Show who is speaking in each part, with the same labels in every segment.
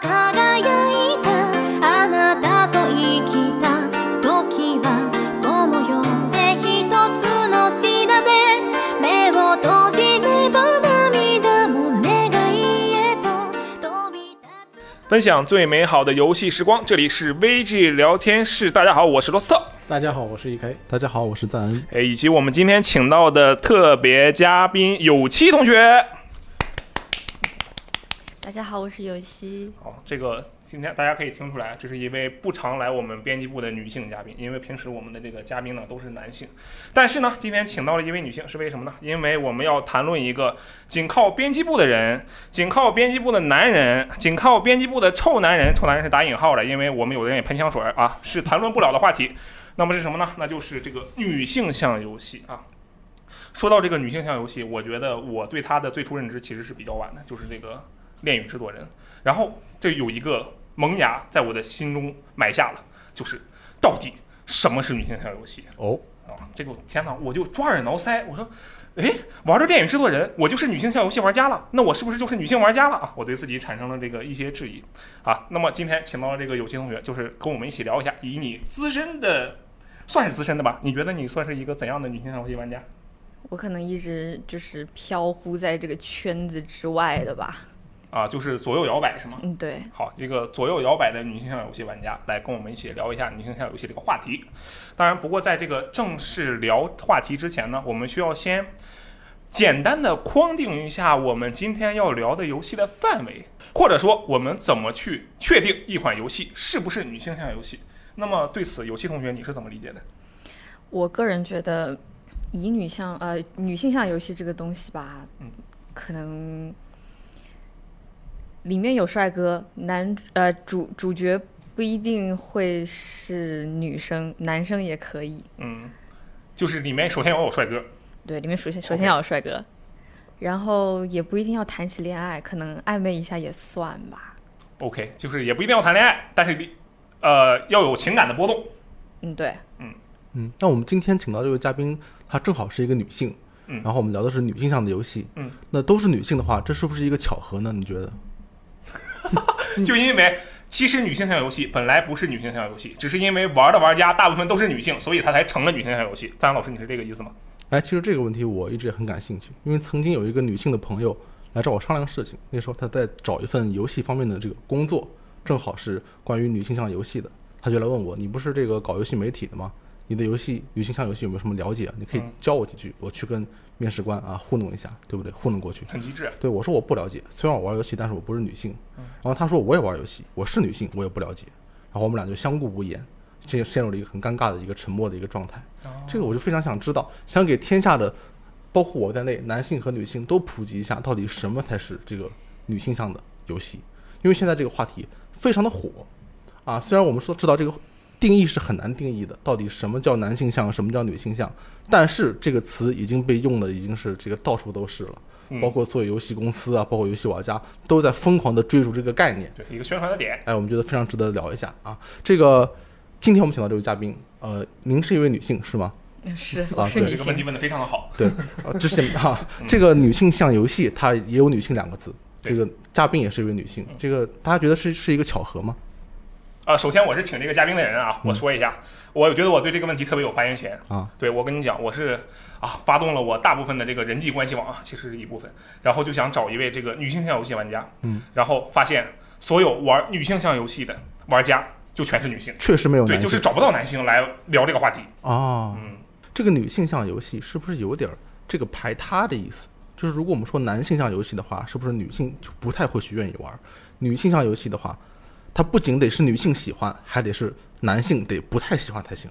Speaker 1: 輝いたあなたと生きた時はこよで一つの調べ目を閉じれば涙も願いへと飛び立つ
Speaker 2: 分享最美好的游戏时光，这里是 VG 聊天室。大家好，我是罗斯特，
Speaker 3: 大家好，我是 E EK。
Speaker 4: 大家好，我是赞恩。
Speaker 2: 哎，以及我们今天请到的特别嘉宾有七同学。
Speaker 5: 大家好，我是有希。
Speaker 2: 哦，这个今天大家可以听出来，这是一位不常来我们编辑部的女性嘉宾，因为平时我们的这个嘉宾呢都是男性，但是呢，今天请到了一位女性，是为什么呢？因为我们要谈论一个仅靠编辑部的人，仅靠编辑部的男人，仅靠编辑部的臭男人，臭男人是打引号的，因为我们有的人也喷香水儿啊，是谈论不了的话题。那么是什么呢？那就是这个女性向游戏啊。说到这个女性向游戏，我觉得我对她的最初认知其实是比较晚的，就是这个《恋与制作人》。然后这有一个萌芽在我的心中埋下了，就是到底什么是女性向游戏
Speaker 4: 哦，
Speaker 2: 啊？这个天哪，我就抓耳挠腮，我说。诶，玩着电影制作人，我就是女性向游戏玩家了，那我是不是就是女性玩家了啊？我对自己产生了这个一些质疑啊。那么今天请到了这个有些同学，就是跟我们一起聊一下，以你资深的，算是资深的吧？你觉得你算是一个怎样的女性向游戏玩家？
Speaker 5: 我可能一直就是飘忽在这个圈子之外的吧。
Speaker 2: 啊，就是左右摇摆是吗？
Speaker 5: 嗯，对，
Speaker 2: 好，这个左右摇摆的女性向游戏玩家来跟我们一起聊一下女性向游戏这个话题。当然，不过在这个正式聊话题之前呢，我们需要先简单的框定一下我们今天要聊的游戏的范围，或者说我们怎么去确定一款游戏是不是女性向游戏。那么对此，有些同学你是怎么理解的？
Speaker 5: 我个人觉得，以女向呃女性向游戏这个东西吧，
Speaker 2: 嗯
Speaker 5: 可能里面有帅哥，男呃主主角不一定会是女生，男生也可以。
Speaker 2: 嗯，就是里面首先要有帅哥，
Speaker 5: 对，里面首先首
Speaker 2: OK
Speaker 5: 先要有帅哥然后也不一定要谈起恋爱，可能暧昧一下也算吧。
Speaker 2: OK，就是也不一定要谈恋爱，但是你呃要有情感的波动。
Speaker 5: 嗯，对，
Speaker 4: 嗯，那我们今天请到这位嘉宾，她正好是一个女性，
Speaker 2: 嗯
Speaker 4: 然后我们聊的是女性向的游戏，
Speaker 2: 嗯，
Speaker 4: 那都是女性的话，这是不是一个巧合呢？你觉得？
Speaker 2: 就因为其实女性向游戏本来不是女性向游戏，只是因为玩的玩家大部分都是女性，所以它才成了女性向游戏。赞老师，你是这个意思吗？
Speaker 4: 哎，其实这个问题我一直也很感兴趣，因为曾经有一个女性的朋友来找我商量事情，那时候她在找一份游戏方面的这个工作，正好是关于女性向游戏的，她就来问我，你不是这个搞游戏媒体的吗？你对游戏女性向游戏有没有什么了解啊？你可以
Speaker 2: 嗯
Speaker 4: 教我几句，我去跟面试官啊糊弄一下，对不对？糊弄过去。
Speaker 2: 很机智。啊
Speaker 4: 对我说我不了解，虽然我玩游戏，但是我不是女性。然后他说我也玩游戏，我是女性，我也不了解。然后我们俩就相顾无言，这陷入了一个很尴尬的一个沉默的一个状态。这个我就非常想知道，想给天下的，包括我在内，男性和女性都普及一下，到底什么才是这个女性向的游戏？因为现在这个话题非常的火啊，虽然我们说知道这个定义是很难定义的，到底什么叫男性向，什么叫女性向，但是这个词已经被用的已经是这个到处都是了。
Speaker 2: 嗯
Speaker 4: 包括做游戏公司啊，包括游戏玩家都在疯狂的追逐这个概念。
Speaker 2: 对一个宣传的点，
Speaker 4: 哎，我们觉得非常值得聊一下啊。这个今天我们请到这位嘉宾，呃，您是一位女性是吗？
Speaker 5: 嗯是
Speaker 4: 啊
Speaker 5: 我是
Speaker 4: 对
Speaker 2: 这
Speaker 5: 女
Speaker 2: 个问题
Speaker 5: 性，
Speaker 2: 问的非常的好。
Speaker 4: 对，啊，之前啊，这个女性向游戏它也有女性两个字，
Speaker 2: 嗯对嗯
Speaker 4: 这个嘉宾也是一位女性，这个大家觉得是是一个巧合吗？
Speaker 2: 啊，首先我是请这个嘉宾的人啊，我说一下，我觉得我对这个问题特别有发言权
Speaker 4: 嗯啊。
Speaker 2: 对，我跟你讲，我是啊，发动了我大部分的这个人际关系网啊，其实是一部分，然后就想找一位这个女性向游戏玩家，
Speaker 4: 嗯，
Speaker 2: 然后发现所有玩女性向游戏的玩家就全是女性，
Speaker 4: 确实没有
Speaker 2: 对，
Speaker 4: 男性
Speaker 2: 就是找不到男性来聊这个话题，
Speaker 4: 啊，
Speaker 2: 嗯。
Speaker 4: 这个女性向游戏是不是有点儿这个排他的意思？就是如果我们说男性向游戏的话，是不是女性就不太会去愿意玩儿？女性向游戏的话，它不仅得是女性喜欢，还得是男性得不太喜欢才行。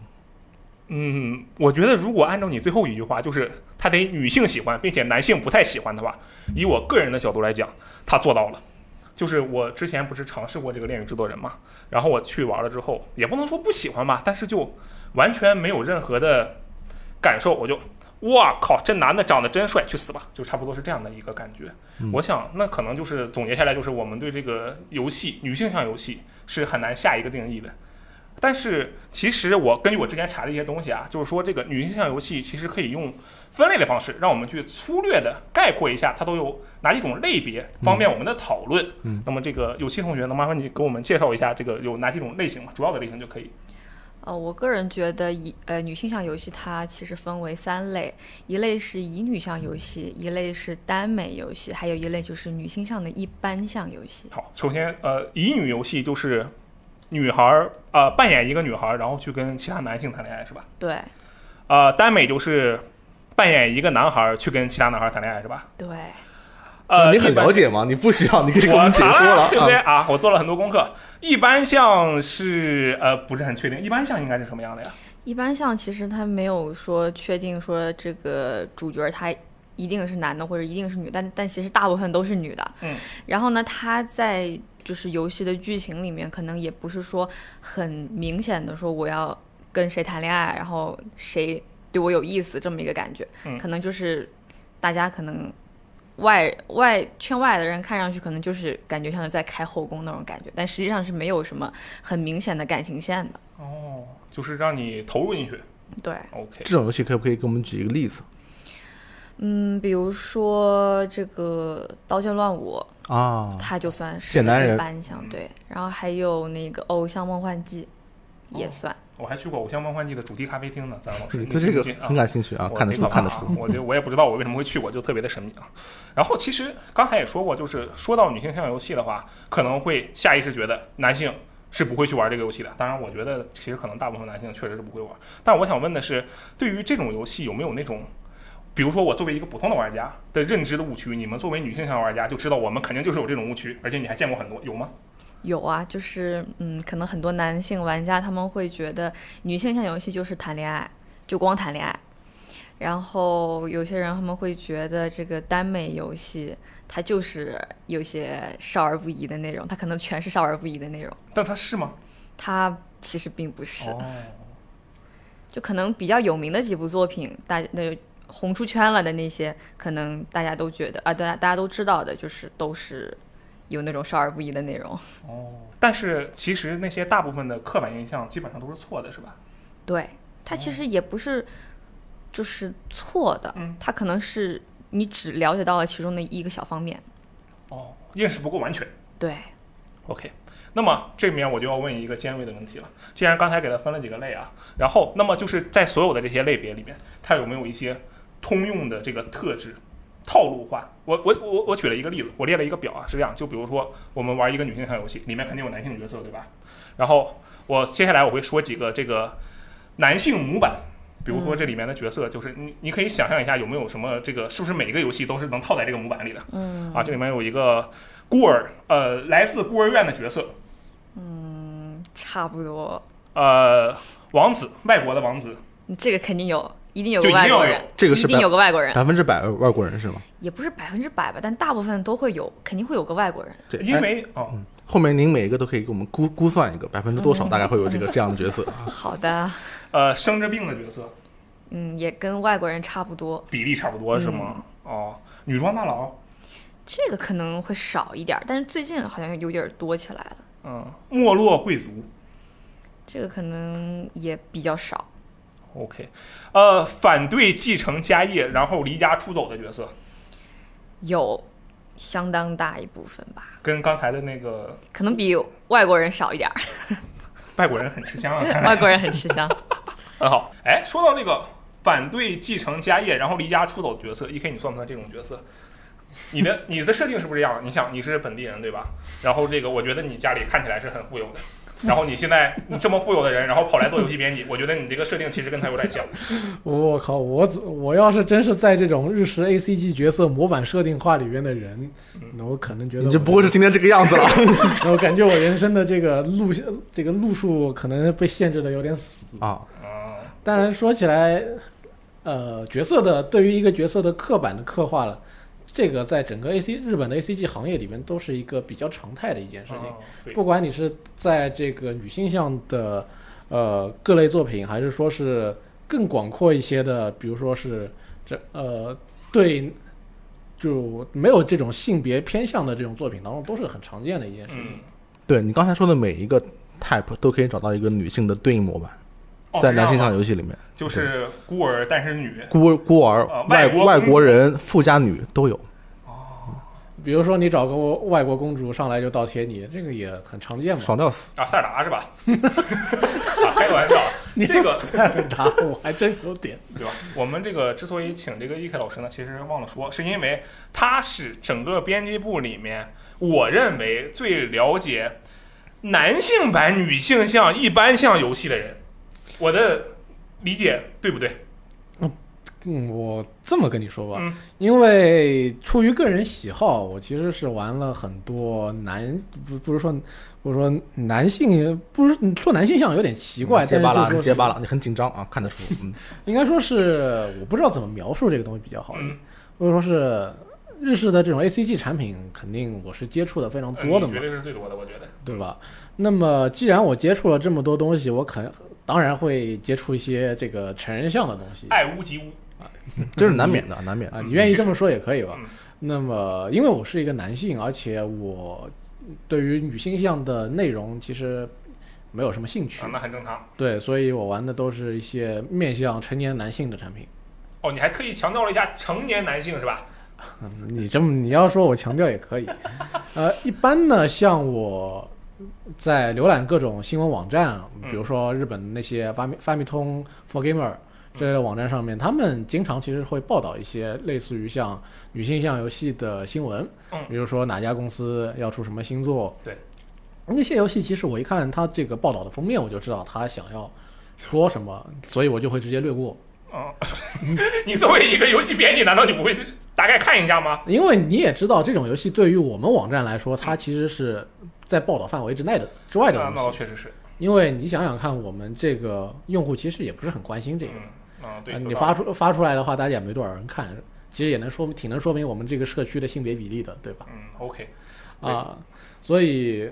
Speaker 2: 嗯，我觉得如果按照你最后一句话，就是他得女性喜欢，并且男性不太喜欢的话，以我个人的角度来讲，他做到了。就是我之前不是尝试过这个恋与制作人嘛，然后我去玩了之后，也不能说不喜欢吧，但是就完全没有任何的感受，我就哇靠，这男的长得真帅，去死吧，就差不多是这样的一个感觉。我想，那可能就是总结下来，就是我们对这个游戏女性向游戏是很难下一个定义的。但是其实我根据我之前查的一些东西啊，就是说这个女性向游戏其实可以用分类的方式，让我们去粗略的概括一下它都有哪几种类别，方便我们的讨论。
Speaker 4: 嗯
Speaker 2: 那么这个有期同学，能麻烦你给我们介绍一下这个有哪几种类型嘛？主要的类型就可以。
Speaker 5: 呃，我个人觉得以呃女性向游戏它其实分为三类，一类是乙女向游戏，一类是耽美游戏，还有一类就是女性向的一般向游戏。
Speaker 2: 好，首先呃，乙女游戏就是女孩儿呃扮演一个女孩儿，然后去跟其他男性谈恋爱，是吧？
Speaker 5: 对
Speaker 2: 呃，耽美就是扮演一个男孩儿去跟其他男孩儿谈恋爱，是吧？
Speaker 5: 对，
Speaker 2: 呃，
Speaker 4: 你很
Speaker 2: 一般
Speaker 4: 了解吗？你不需要，你可以给我
Speaker 2: 我
Speaker 4: 们解
Speaker 2: 查
Speaker 4: 说了
Speaker 2: 对不对
Speaker 4: 啊。
Speaker 2: 啊？我做了很多功课。一般像是呃不是很确定，一般像应该是什么样的呀？
Speaker 5: 一般向其实它没有说确定说这个主角他一定是男的或者一定是女，但但其实大部分都是女的。
Speaker 2: 嗯，
Speaker 5: 然后呢，它在就是游戏的剧情里面，可能也不是说很明显的说我要跟谁谈恋爱，然后谁对我有意思这么一个感觉，
Speaker 2: 嗯
Speaker 5: 可能就是大家可能。外外圈外的人看上去可能就是感觉像是在开后宫那种感觉，但实际上是没有什么很明显的感情线的。
Speaker 2: 哦，就是让你投入进去。
Speaker 5: 对，
Speaker 2: OK，
Speaker 4: 这种游戏可不可以给我们举一个例子
Speaker 5: 嗯，比如说这个《刀剑乱舞》，
Speaker 4: 啊？
Speaker 5: 它就算是
Speaker 4: 剑南人
Speaker 5: 一般项对，然后还有那个《偶像梦幻祭》也
Speaker 2: 哦
Speaker 5: 算。
Speaker 2: 我还去过《偶像梦幻祭》的主题咖啡厅呢，咱老师，
Speaker 4: 你
Speaker 2: 你
Speaker 4: 对
Speaker 2: 信
Speaker 4: 这
Speaker 2: 不
Speaker 4: 个
Speaker 2: 信啊
Speaker 4: 很感兴趣啊？
Speaker 2: 我
Speaker 4: 看得
Speaker 2: 没
Speaker 4: 出，
Speaker 2: 办法
Speaker 4: 看得
Speaker 2: 啊
Speaker 4: 出。
Speaker 2: 我就我也不知道我为什么会去，我就特别的神秘啊。然后其实刚才也说过，就是说到女性向游戏的话，可能会下意识觉得男性是不会去玩这个游戏的。当然，我觉得其实可能大部分男性确实是不会玩。但我想问的是，对于这种游戏有没有那种？比如说，我作为一个普通的玩家的认知的误区，你们作为女性向玩家就知道，我们肯定就是有这种误区，而且你还见过很多，有吗？
Speaker 5: 有啊，就是嗯，可能很多男性玩家他们会觉得女性向游戏就是谈恋爱，就光谈恋爱。然后有些人他们会觉得这个耽美游戏它就是有一些少儿不宜的内容，它可能全是少儿不宜的内容，
Speaker 2: 但它是吗？
Speaker 5: 它其实并不是。
Speaker 2: 哦，
Speaker 5: 就可能比较有名的几部作品，大那个红出圈了的那些，可能大家都觉得啊，大家大家都知道的，就是都是有那种少儿不宜的内容。
Speaker 2: 哦。但是其实那些大部分的刻板印象基本上都是错的，是吧？
Speaker 5: 对，它其实也不是就是错的
Speaker 2: 嗯，
Speaker 5: 它可能是你只了解到了其中的一个小方面。
Speaker 2: 哦，认识不够完全。
Speaker 5: 对，
Speaker 2: OK，那么这里面我就要问一个尖锐的问题了。既然刚才给它分了几个类啊，然后那么就是在所有的这些类别里面，它有没有一些通用的这个特质？套路化，我我我我举了一个例子，我列了一个表啊，是这样，就比如说我们玩一个女性向游戏，里面肯定有男性角色，对吧？然后我接下来我会说几个这个男性模板，比如说这里面的角色，就是你你可以想象一下有没有什么这个是不是每个游戏都是能套在这个模板里的？
Speaker 5: 嗯
Speaker 2: 啊，这里面有一个孤儿，呃，来自孤儿院的角色，
Speaker 5: 差不多，
Speaker 2: 呃，王子，外国的王子，
Speaker 5: 这个肯定有，一定有
Speaker 2: 就
Speaker 5: 个
Speaker 2: 一定
Speaker 5: 外
Speaker 2: 要
Speaker 5: 国
Speaker 2: 有
Speaker 5: 人，
Speaker 4: 这个是
Speaker 5: 一定
Speaker 4: 百
Speaker 5: 有个外国人，
Speaker 4: 百分之百外国人是吗？
Speaker 5: 也不是百分之百吧，但大部分都会有，肯定会有个外国人。
Speaker 4: 这
Speaker 2: 因
Speaker 4: 哎
Speaker 2: 为哦，
Speaker 4: 后面您每一个都可以给我们估估算一个百分之多少，大概会有这个这样的角色啊。
Speaker 5: 好的，
Speaker 2: 呃，生着病的角色
Speaker 5: 嗯，也跟外国人差不多。
Speaker 2: 比例差不多是吗？哦，女装大佬，
Speaker 5: 这个可能会少一点儿，但是最近好像有点儿多起来了，
Speaker 2: 嗯，没落贵族
Speaker 5: 这个可能也比较少。
Speaker 2: ，OK，呃，反对继承家业然后离家出走的角色，
Speaker 5: 有相当大一部分吧，
Speaker 2: 跟刚才的那个
Speaker 5: 可能比外国人少一点儿，
Speaker 2: 外国人很吃香啊，看来
Speaker 5: 外国人很吃 香。
Speaker 2: 很好。哎，说到这个反对继承家业然后离家出走的角色，E.K. 你算不算这种角色？你的你的设定是不是这样？你想你是本地人对吧？然后这个我觉得你家里看起来是很富有的，然后你现在你这么富有的人，然后跑来做游戏编辑，我觉得你这个设定其实跟他有点像。
Speaker 3: 哦我靠，我只我要是真是在这种日式 A C G 角色模板设定化里边的人，那我可能觉得
Speaker 4: 你就
Speaker 3: 我
Speaker 4: 不会是今天这个 样子了。
Speaker 3: 我感觉我人生的这个路线这个路数可能被限制的有点死。
Speaker 4: 啊，
Speaker 2: 啊，
Speaker 3: 当然说起来，呃，角色的对于一个角色的刻板的刻画了，这个在整个 A C 日本的 A C G 行业里面都是一个比较常态的一件事情。
Speaker 2: 哦对，
Speaker 3: 不管你是在这个女性向的呃各类作品，还是说是更广阔一些的，比如说是这呃对就没有这种性别偏向的这种作品当中，都是很常见的一件事情。
Speaker 2: 嗯，
Speaker 4: 对你刚才说的每一个 Type 都可以找到一个女性的对应模板，
Speaker 2: 哦
Speaker 4: 在男性
Speaker 2: 这
Speaker 4: 向
Speaker 2: 样啊
Speaker 4: 游戏里面，
Speaker 2: 就是孤儿但是女，
Speaker 4: 孤孤儿
Speaker 2: 呃、
Speaker 4: 外
Speaker 2: 外国
Speaker 4: 外
Speaker 2: 公
Speaker 4: 国
Speaker 2: 主
Speaker 4: 人、富家女都有。
Speaker 3: 比如说你找个外国公主上来就倒贴你，这个也很常见嘛。
Speaker 4: 爽到死！
Speaker 2: 啊，塞尔达是 吧？啊开个玩笑，
Speaker 3: 你
Speaker 2: 这个
Speaker 3: 塞尔达，我还真有点。
Speaker 2: 对吧？我们这个之所以请这个易凯老师呢，其实忘了说，是因为他是整个编辑部里面，我认为最了解男性版女性向一般向游戏的人，我的理解对不对？
Speaker 3: 嗯，我这么跟你说吧，
Speaker 2: 嗯
Speaker 3: 因为出于个人喜好，我其实是玩了很多男，不不是说，不是说男性，不是说男性向有点奇怪，
Speaker 4: 嗯结巴
Speaker 3: 但
Speaker 4: 了，
Speaker 3: 是就
Speaker 4: 你
Speaker 3: 是
Speaker 4: 结巴了，你很紧张啊，看得出。嗯，
Speaker 3: 应该说是我不知道怎么描述这个东西比较好一点，
Speaker 2: 嗯，
Speaker 3: 或者说是日式的这种 A C G 产品，肯定我是接触的非常
Speaker 2: 呃
Speaker 4: 嗯
Speaker 3: 多的
Speaker 2: 你
Speaker 3: 嘛
Speaker 2: 绝，对是最多的，我觉得。
Speaker 3: 对吧？那么既然我接触了这么多东西，我肯当然会接触一些这个成人向的东西。
Speaker 2: 爱屋及乌，
Speaker 4: 这是难免的，难免的
Speaker 3: 啊，。你愿意这么说也可以吧。
Speaker 2: 嗯
Speaker 3: 那么，因为我是一个男性，而且我对于女性向的内容其实没有什么兴趣
Speaker 2: 啊，，那很正常。
Speaker 3: 对，所以我玩的都是一些面向成年男性的产品。
Speaker 2: 哦，你还特意强调了一下成年男性是吧？
Speaker 3: 嗯你这么你要说我强调也可以。呃，一般呢，像我在浏览各种新闻网站，啊
Speaker 2: 嗯
Speaker 3: 比如说日本那些发米发米通、For Gamer 这类的网站上面，他们经常其实会报道一些类似于像女性向游戏的新闻，
Speaker 2: 嗯
Speaker 3: 比如说哪家公司要出什么新作，
Speaker 2: 对，
Speaker 3: 那些游戏其实我一看它这个报道的封面，我就知道他想要说什么，所以我就会直接略过。
Speaker 2: 哦， 你作为一个游戏编辑，难道你不会大概看一下 吗？
Speaker 3: 因为你也知道，这种游戏对于我们网站来说，它其实是在报道范围之内的之外的
Speaker 2: 啊那那倒
Speaker 3: 东西。
Speaker 2: 确实是，
Speaker 3: 因为你想想看，我们这个用户其实也不是很关心这个，
Speaker 2: 嗯，啊，对，
Speaker 3: 啊
Speaker 2: 有
Speaker 3: 你
Speaker 2: 道
Speaker 3: 发
Speaker 2: 理
Speaker 3: 出发出来的话，大家也没多少人看，其实也能说明挺能说明我们这个社区的性别比例的，对吧？
Speaker 2: 嗯，OK，对
Speaker 3: 啊，所以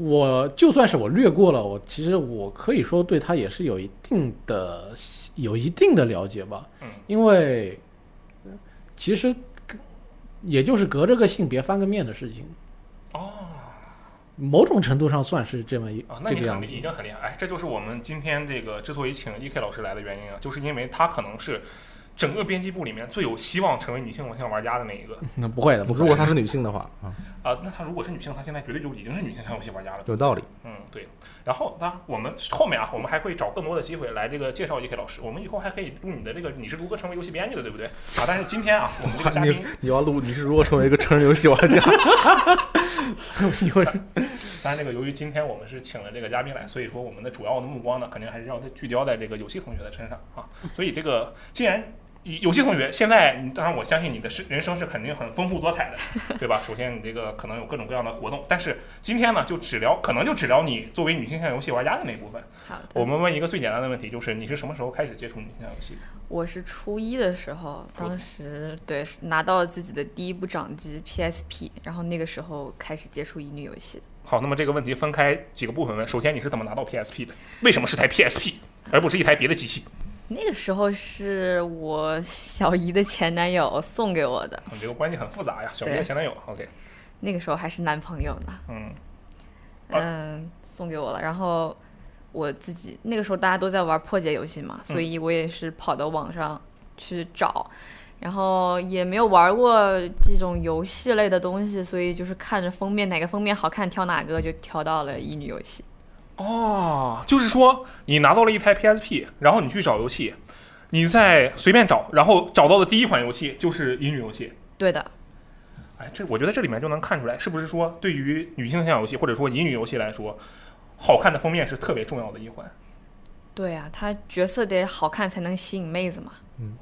Speaker 3: 我就算是我略过了，我其实我可以说对它也是有一定的有一定的了解吧，
Speaker 2: 嗯
Speaker 3: 因为其实隔也就是隔着个性别翻个面的事情，
Speaker 2: 哦，
Speaker 3: 某种程度上算是这么一、
Speaker 2: 啊，那
Speaker 3: 这
Speaker 2: 你
Speaker 3: 个样
Speaker 2: 很
Speaker 3: 子
Speaker 2: 厉已。经很厉害，哎，这就是我们今天这个之所以请 E.K 老师来的原因啊，就是因为他可能是整个编辑部里面最有希望成为女性偶像玩家的那一 个
Speaker 3: 那不会的，不
Speaker 4: 如
Speaker 3: 会
Speaker 4: 果
Speaker 3: 的。
Speaker 4: 她是女性的话，啊，
Speaker 2: 啊。那他如果是女性，他现在绝对就已经是女性向游戏玩家了。
Speaker 4: 有道理。
Speaker 2: 嗯，对。然后，当然我们后面啊，我们还会找更多的机会来这个介绍 E.K 老师。我们以后还可以录你的这个你是如何成为游戏编辑的，对不对？啊，但是今天啊，我们这个嘉宾
Speaker 4: 你你要录，你是如果成为一个成人游戏玩家，
Speaker 3: 你 会
Speaker 2: 当然，这个由于今天我们是请了这个嘉宾来，所以说我们的主要的目光呢，肯定还是要聚焦在这个有戏同学的身上啊。所以这个既然以有戏同学现在，你当然我相信你的是人生是肯定很丰富多彩的，对吧？首先你这个可能有各种各样的活动，但是今天呢，就只聊可能就只聊你作为女性向游戏玩家的那一部分。
Speaker 5: 好的，
Speaker 2: 我们问一个最简单的问题，就是你是什么时候开始接触女性向游戏的？
Speaker 5: 我是初一的时候，
Speaker 2: 我
Speaker 5: 当时对拿到了自己的第一部掌机 PSP，然后那个时候开始接触乙女游戏。
Speaker 2: 好，那么这个问题分开几个部分问。首先，你是怎么拿到 PSP 的？为什么是台 PSP 而不是一台别的机器？
Speaker 5: 那个时候是我小姨的前男友送给我的，
Speaker 2: 你这个关系很复杂呀，小明的
Speaker 5: 对
Speaker 2: 前男友。OK，
Speaker 5: 那个时候还是男朋友呢，
Speaker 2: 嗯。啊
Speaker 5: 嗯，送给我了。然后我自己那个时候大家都在玩破解游戏嘛，所以我也是跑到网上去找，然后也没有玩过这种游戏类的东西，所以就是看着封面哪个封面好看挑哪个，就挑到了乙女游戏。
Speaker 2: 哦，就是说你拿到了一台 PSP，然后你去找游戏，你再随便找，然后找到的第一款游戏就是乙女游戏。
Speaker 5: 对的，
Speaker 2: 哎，这我觉得这里面就能看出来，是不是说对于女性向游戏或者说乙女游戏来说，好看的封面是特别重要的一环。
Speaker 5: 对呀、她角色得好看才能吸引妹子嘛。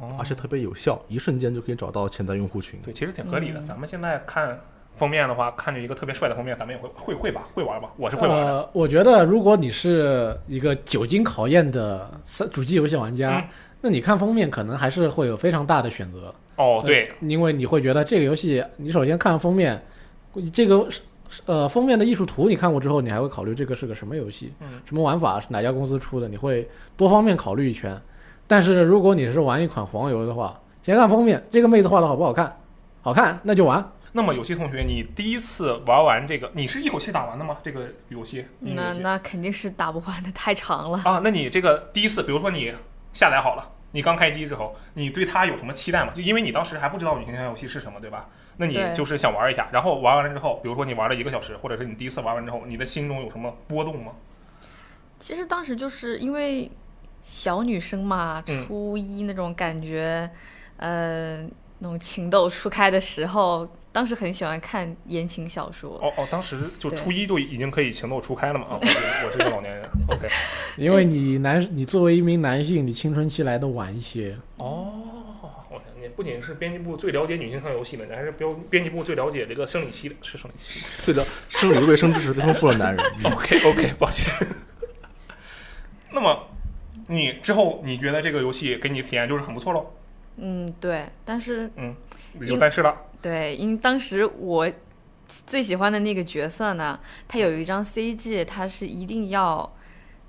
Speaker 2: 哦
Speaker 4: 而且特别有效，一瞬间就可以找到潜在用户群。
Speaker 2: 对，其实挺合理的。咱们现在看封面的话，看着一个特别帅的封面，咱们也会会会吧，会玩吧，我是会玩的。
Speaker 3: 呃，我觉得如果你是一个久经考验的三主机游戏玩家，
Speaker 2: 嗯
Speaker 3: 那你看封面可能还是会有非常大的选择。
Speaker 2: 哦，对，
Speaker 3: 因为你会觉得这个游戏，你首先看封面，这个是是呃封面的艺术图你看过之后，你还会考虑这个是个什么游戏，
Speaker 2: 嗯
Speaker 3: 什么玩法，是哪家公司出的，你会多方面考虑一圈。但是如果你是玩一款黄油的话，先看封面，这个妹子画的好不好看，好看那就玩，
Speaker 2: 那么有些同学，你第一次玩完这个，你是一口气打完的吗？这个游戏？音乐
Speaker 5: 那
Speaker 2: 游戏
Speaker 5: 那肯定是打不完的，太长 了。
Speaker 2: 啊，那你这个第一次，比如说你下载好了，你刚开机之后，你对它有什么期待吗？就因为你当时还不知道女性向游戏是什么，对吧？那你
Speaker 5: 对
Speaker 2: 就是想玩一下，然后玩完了之后，比如说你玩了一个小时，或者是你第一次玩完之后，你的心中有什么波动吗？
Speaker 5: 其实当时就是因为小女生嘛，
Speaker 2: 嗯
Speaker 5: 初一那种感觉，呃，那种情窦初开的时候，当时很喜欢看言情小说。
Speaker 2: 哦哦，当时就
Speaker 5: 对
Speaker 2: 初一就已经可以情窦初开了嘛？啊，我是我是个老年人，OK。
Speaker 3: 因为你男，你作为一名男性，你青春期来的晚一些，
Speaker 2: 哦， 我想你不仅是编辑部最了解女性向游戏的，你还是编编辑部最了解这个生理期的，是生理期。
Speaker 4: 最了生理卫生知识丰富了男人。
Speaker 2: OK OK，抱 歉。那么你之后你觉得这个游戏给你体验就是很不错喽？
Speaker 5: 嗯，对，但是
Speaker 2: 有但是了，
Speaker 5: 对，因为当时我最喜欢的那个角色呢，他有一张 CG，他是一定要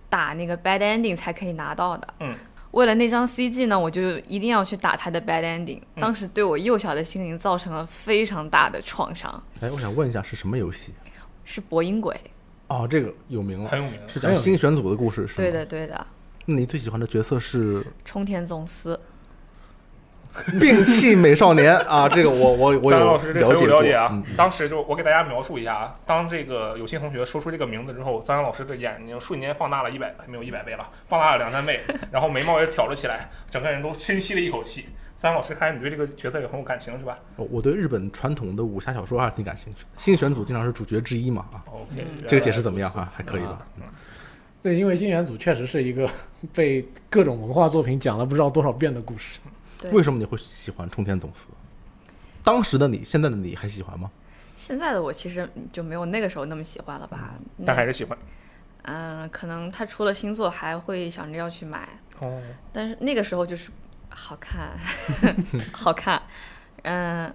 Speaker 5: 打那个 bad ending 才可以拿到的。
Speaker 2: 嗯。
Speaker 5: 为了那张 CG 呢，我就一定要去打他的 bad ending，
Speaker 2: 嗯
Speaker 5: 当时对我幼小的心灵造成了非常大的创伤，
Speaker 4: 哎，我想问一下是什么游戏？
Speaker 5: 是博音鬼。
Speaker 4: 哦，这个有名了
Speaker 2: 很，有名。
Speaker 4: 是讲新选组的故事，是吗？
Speaker 5: 对。的，对的，
Speaker 4: 那你最喜欢的角色是
Speaker 5: 冲田总司。
Speaker 4: 摒弃美少年 啊？这个我我我
Speaker 2: 张
Speaker 4: 有
Speaker 2: 老师这很有
Speaker 4: 解
Speaker 2: 了
Speaker 4: 过
Speaker 2: 解啊！
Speaker 4: 嗯
Speaker 2: 当时就我给大家描述一下啊，当这个有些同学说出这个名字之后，张老师的眼睛瞬间放大了一百，没有一百倍了，放大了两 三倍，然后眉毛也挑了起来，整个人都深吸了一口气。张老师，看来你对这个角色也很有感情是吧
Speaker 4: 我我对日本传统的武侠小说还是挺感兴趣的。新选组经常是主角之一嘛啊，
Speaker 2: ？OK，
Speaker 4: 这个解释怎么样？啊？还可以
Speaker 3: 啊
Speaker 4: 吧？嗯
Speaker 3: 对，因为新元祖确实是一个 被各种文化作品讲了不知道多少遍的故事。
Speaker 5: 对
Speaker 4: 为什么你会喜欢冲天总司？当时的你，现在的你还喜欢吗？
Speaker 5: 现在的我其实就没有那个时候那么喜欢了吧？那
Speaker 2: 但还是喜欢。
Speaker 5: 嗯、可能他出了新作还会想着要去买，
Speaker 2: 哦，
Speaker 5: 但是那个时候就是好 看，好看，嗯、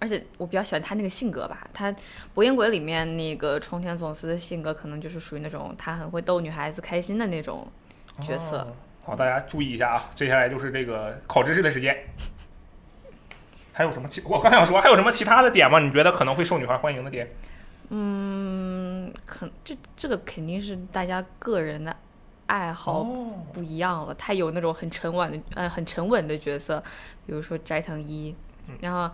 Speaker 5: 而且我比较喜欢他那个性格吧。他《博音鬼》里面那个冲田总司的性格，可能就是属于那种他很会逗女孩子开心的那种角色。
Speaker 2: 哦好，大家注意一下啊！接下来就是这个考知识的时间。还有什么其？我刚想说，还有什么其他的点吗？你觉得可能会受女孩欢迎的点？
Speaker 5: 嗯，可这这个肯定是大家个人的爱好
Speaker 2: 哦，
Speaker 5: 不一样了。他有那种很沉稳的，呃，很沉稳的角色，比如说斋藤一
Speaker 2: 嗯，
Speaker 5: 然后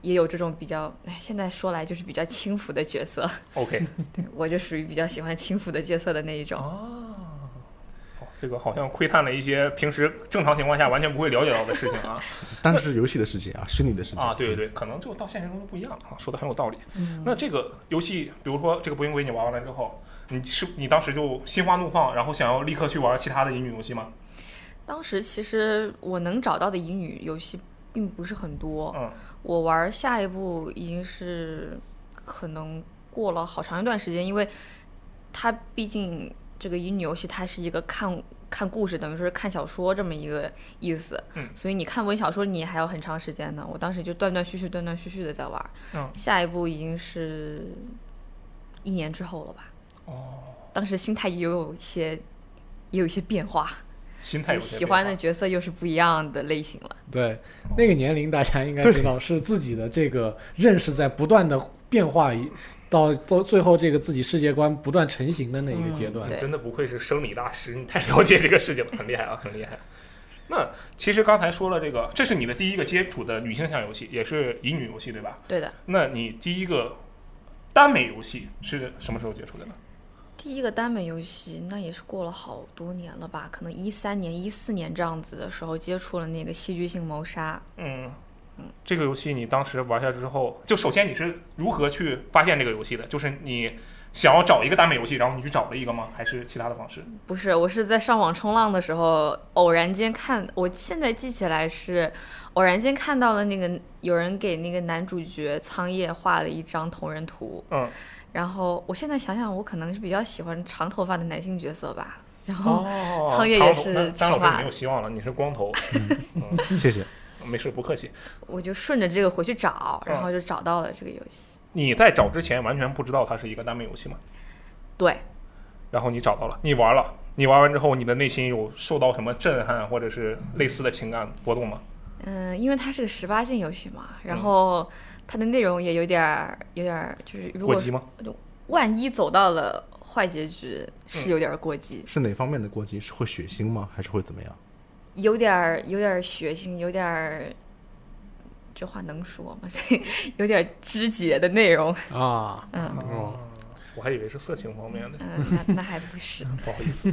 Speaker 5: 也有这种比较，哎，现在说来就是比较轻浮的角色。
Speaker 2: OK，
Speaker 5: 我就属于比较喜欢轻浮的角色的那一种。
Speaker 2: 哦这个好像窥探了一些平时正常情况下完全不会了解到的事情啊
Speaker 4: 当时是游戏的事情 啊，虚拟的事情
Speaker 2: 啊！对对对，可能就到现实中就不一样了啊，说的很有道理。
Speaker 5: 嗯
Speaker 2: 那这个游戏，比如说这个《播音鬼》，你玩完了之后，你是你当时就心花怒放，然后想要立刻去玩其他的乙女游戏吗？
Speaker 5: 当时其实我能找到的乙女游戏并不是很多，
Speaker 2: 嗯，
Speaker 5: 我玩下一部已经是可能过了好长一段时间，因为它毕竟这个乙女游戏它是一个看。看故事等于说是看小说这么一个意思，
Speaker 2: 嗯
Speaker 5: 所以你看文小说你还有很长时间呢。我当时就断断续续、断断续续的在玩，
Speaker 2: 嗯
Speaker 5: 下一步已经是一年之后了吧。
Speaker 2: 哦，
Speaker 5: 当时心态也有一些，也有一些变化，
Speaker 2: 心态有些
Speaker 5: 喜欢的
Speaker 2: 变
Speaker 5: 角色又是不一样的类型了。
Speaker 3: 对，那个年龄大家应该知道，是自己的这个认识在不断的变化，一到到最后这个自己世界观不断成型的那一个阶
Speaker 2: 化
Speaker 3: 段。
Speaker 2: 你
Speaker 5: 对
Speaker 2: 啊真的不愧是生理大师，你太了解这个世界了，很厉害啊，很厉害。那其实刚才说了这个，这是你的第一个接触的女性向游戏，也是乙女游戏，对吧？
Speaker 5: 对的，
Speaker 2: 那你第一个耽美游戏是什么时候接触的呢？
Speaker 5: 第一个耽美游戏那也是过了好多年了吧，可能一三年、一四年这样子的时候接触了那个戏剧性谋杀。
Speaker 2: 嗯，这个游戏你当时玩下之后，就首先你是如何去发现这个游戏的？就是你想要找一个耽美游戏，然后你去找了一个吗？还是其他的方式？
Speaker 5: 不是，我是在上网冲浪的时候偶然间看，我现在记起来是偶然间看到了那个有人给那个男主角苍叶画了一张同人图，
Speaker 2: 嗯，
Speaker 5: 然后我现在想想，我可能是比较喜欢长头发的男性角色吧，然后
Speaker 2: 哦
Speaker 5: 苍月也是
Speaker 2: 张老
Speaker 5: 长
Speaker 2: 师
Speaker 5: 发
Speaker 2: 没有希望了，你是光 头，
Speaker 4: 谢谢。
Speaker 2: 没事不客气。
Speaker 5: 我就顺着这个回去找，
Speaker 2: 嗯
Speaker 5: 然后就找到了这个游戏。
Speaker 2: 你在找之前完全不知道它是一个耽美游戏吗？
Speaker 5: 对，
Speaker 2: 然后你找到了，你玩了，你玩完之后，你的内心有受到什么震撼或者是类似的情感波动吗？
Speaker 5: 嗯、因为它是个十八禁游戏嘛，
Speaker 2: 嗯
Speaker 5: 然后它的内容也有点儿，有点儿就是，如
Speaker 2: 过
Speaker 5: 果
Speaker 2: 激吗？
Speaker 5: 万一走到了坏结局，
Speaker 2: 嗯
Speaker 5: 是有点儿过激，
Speaker 4: 是哪方面的过激？是会血腥吗？还是会怎么样？
Speaker 5: 有点儿，有点儿血腥，有点儿，这话能说吗？ 有点儿肢解的内容，
Speaker 3: 啊，
Speaker 5: 嗯
Speaker 3: 哦，
Speaker 2: 我还以为是色情方 面的，
Speaker 5: 嗯、那那还不是，
Speaker 2: 不好意思。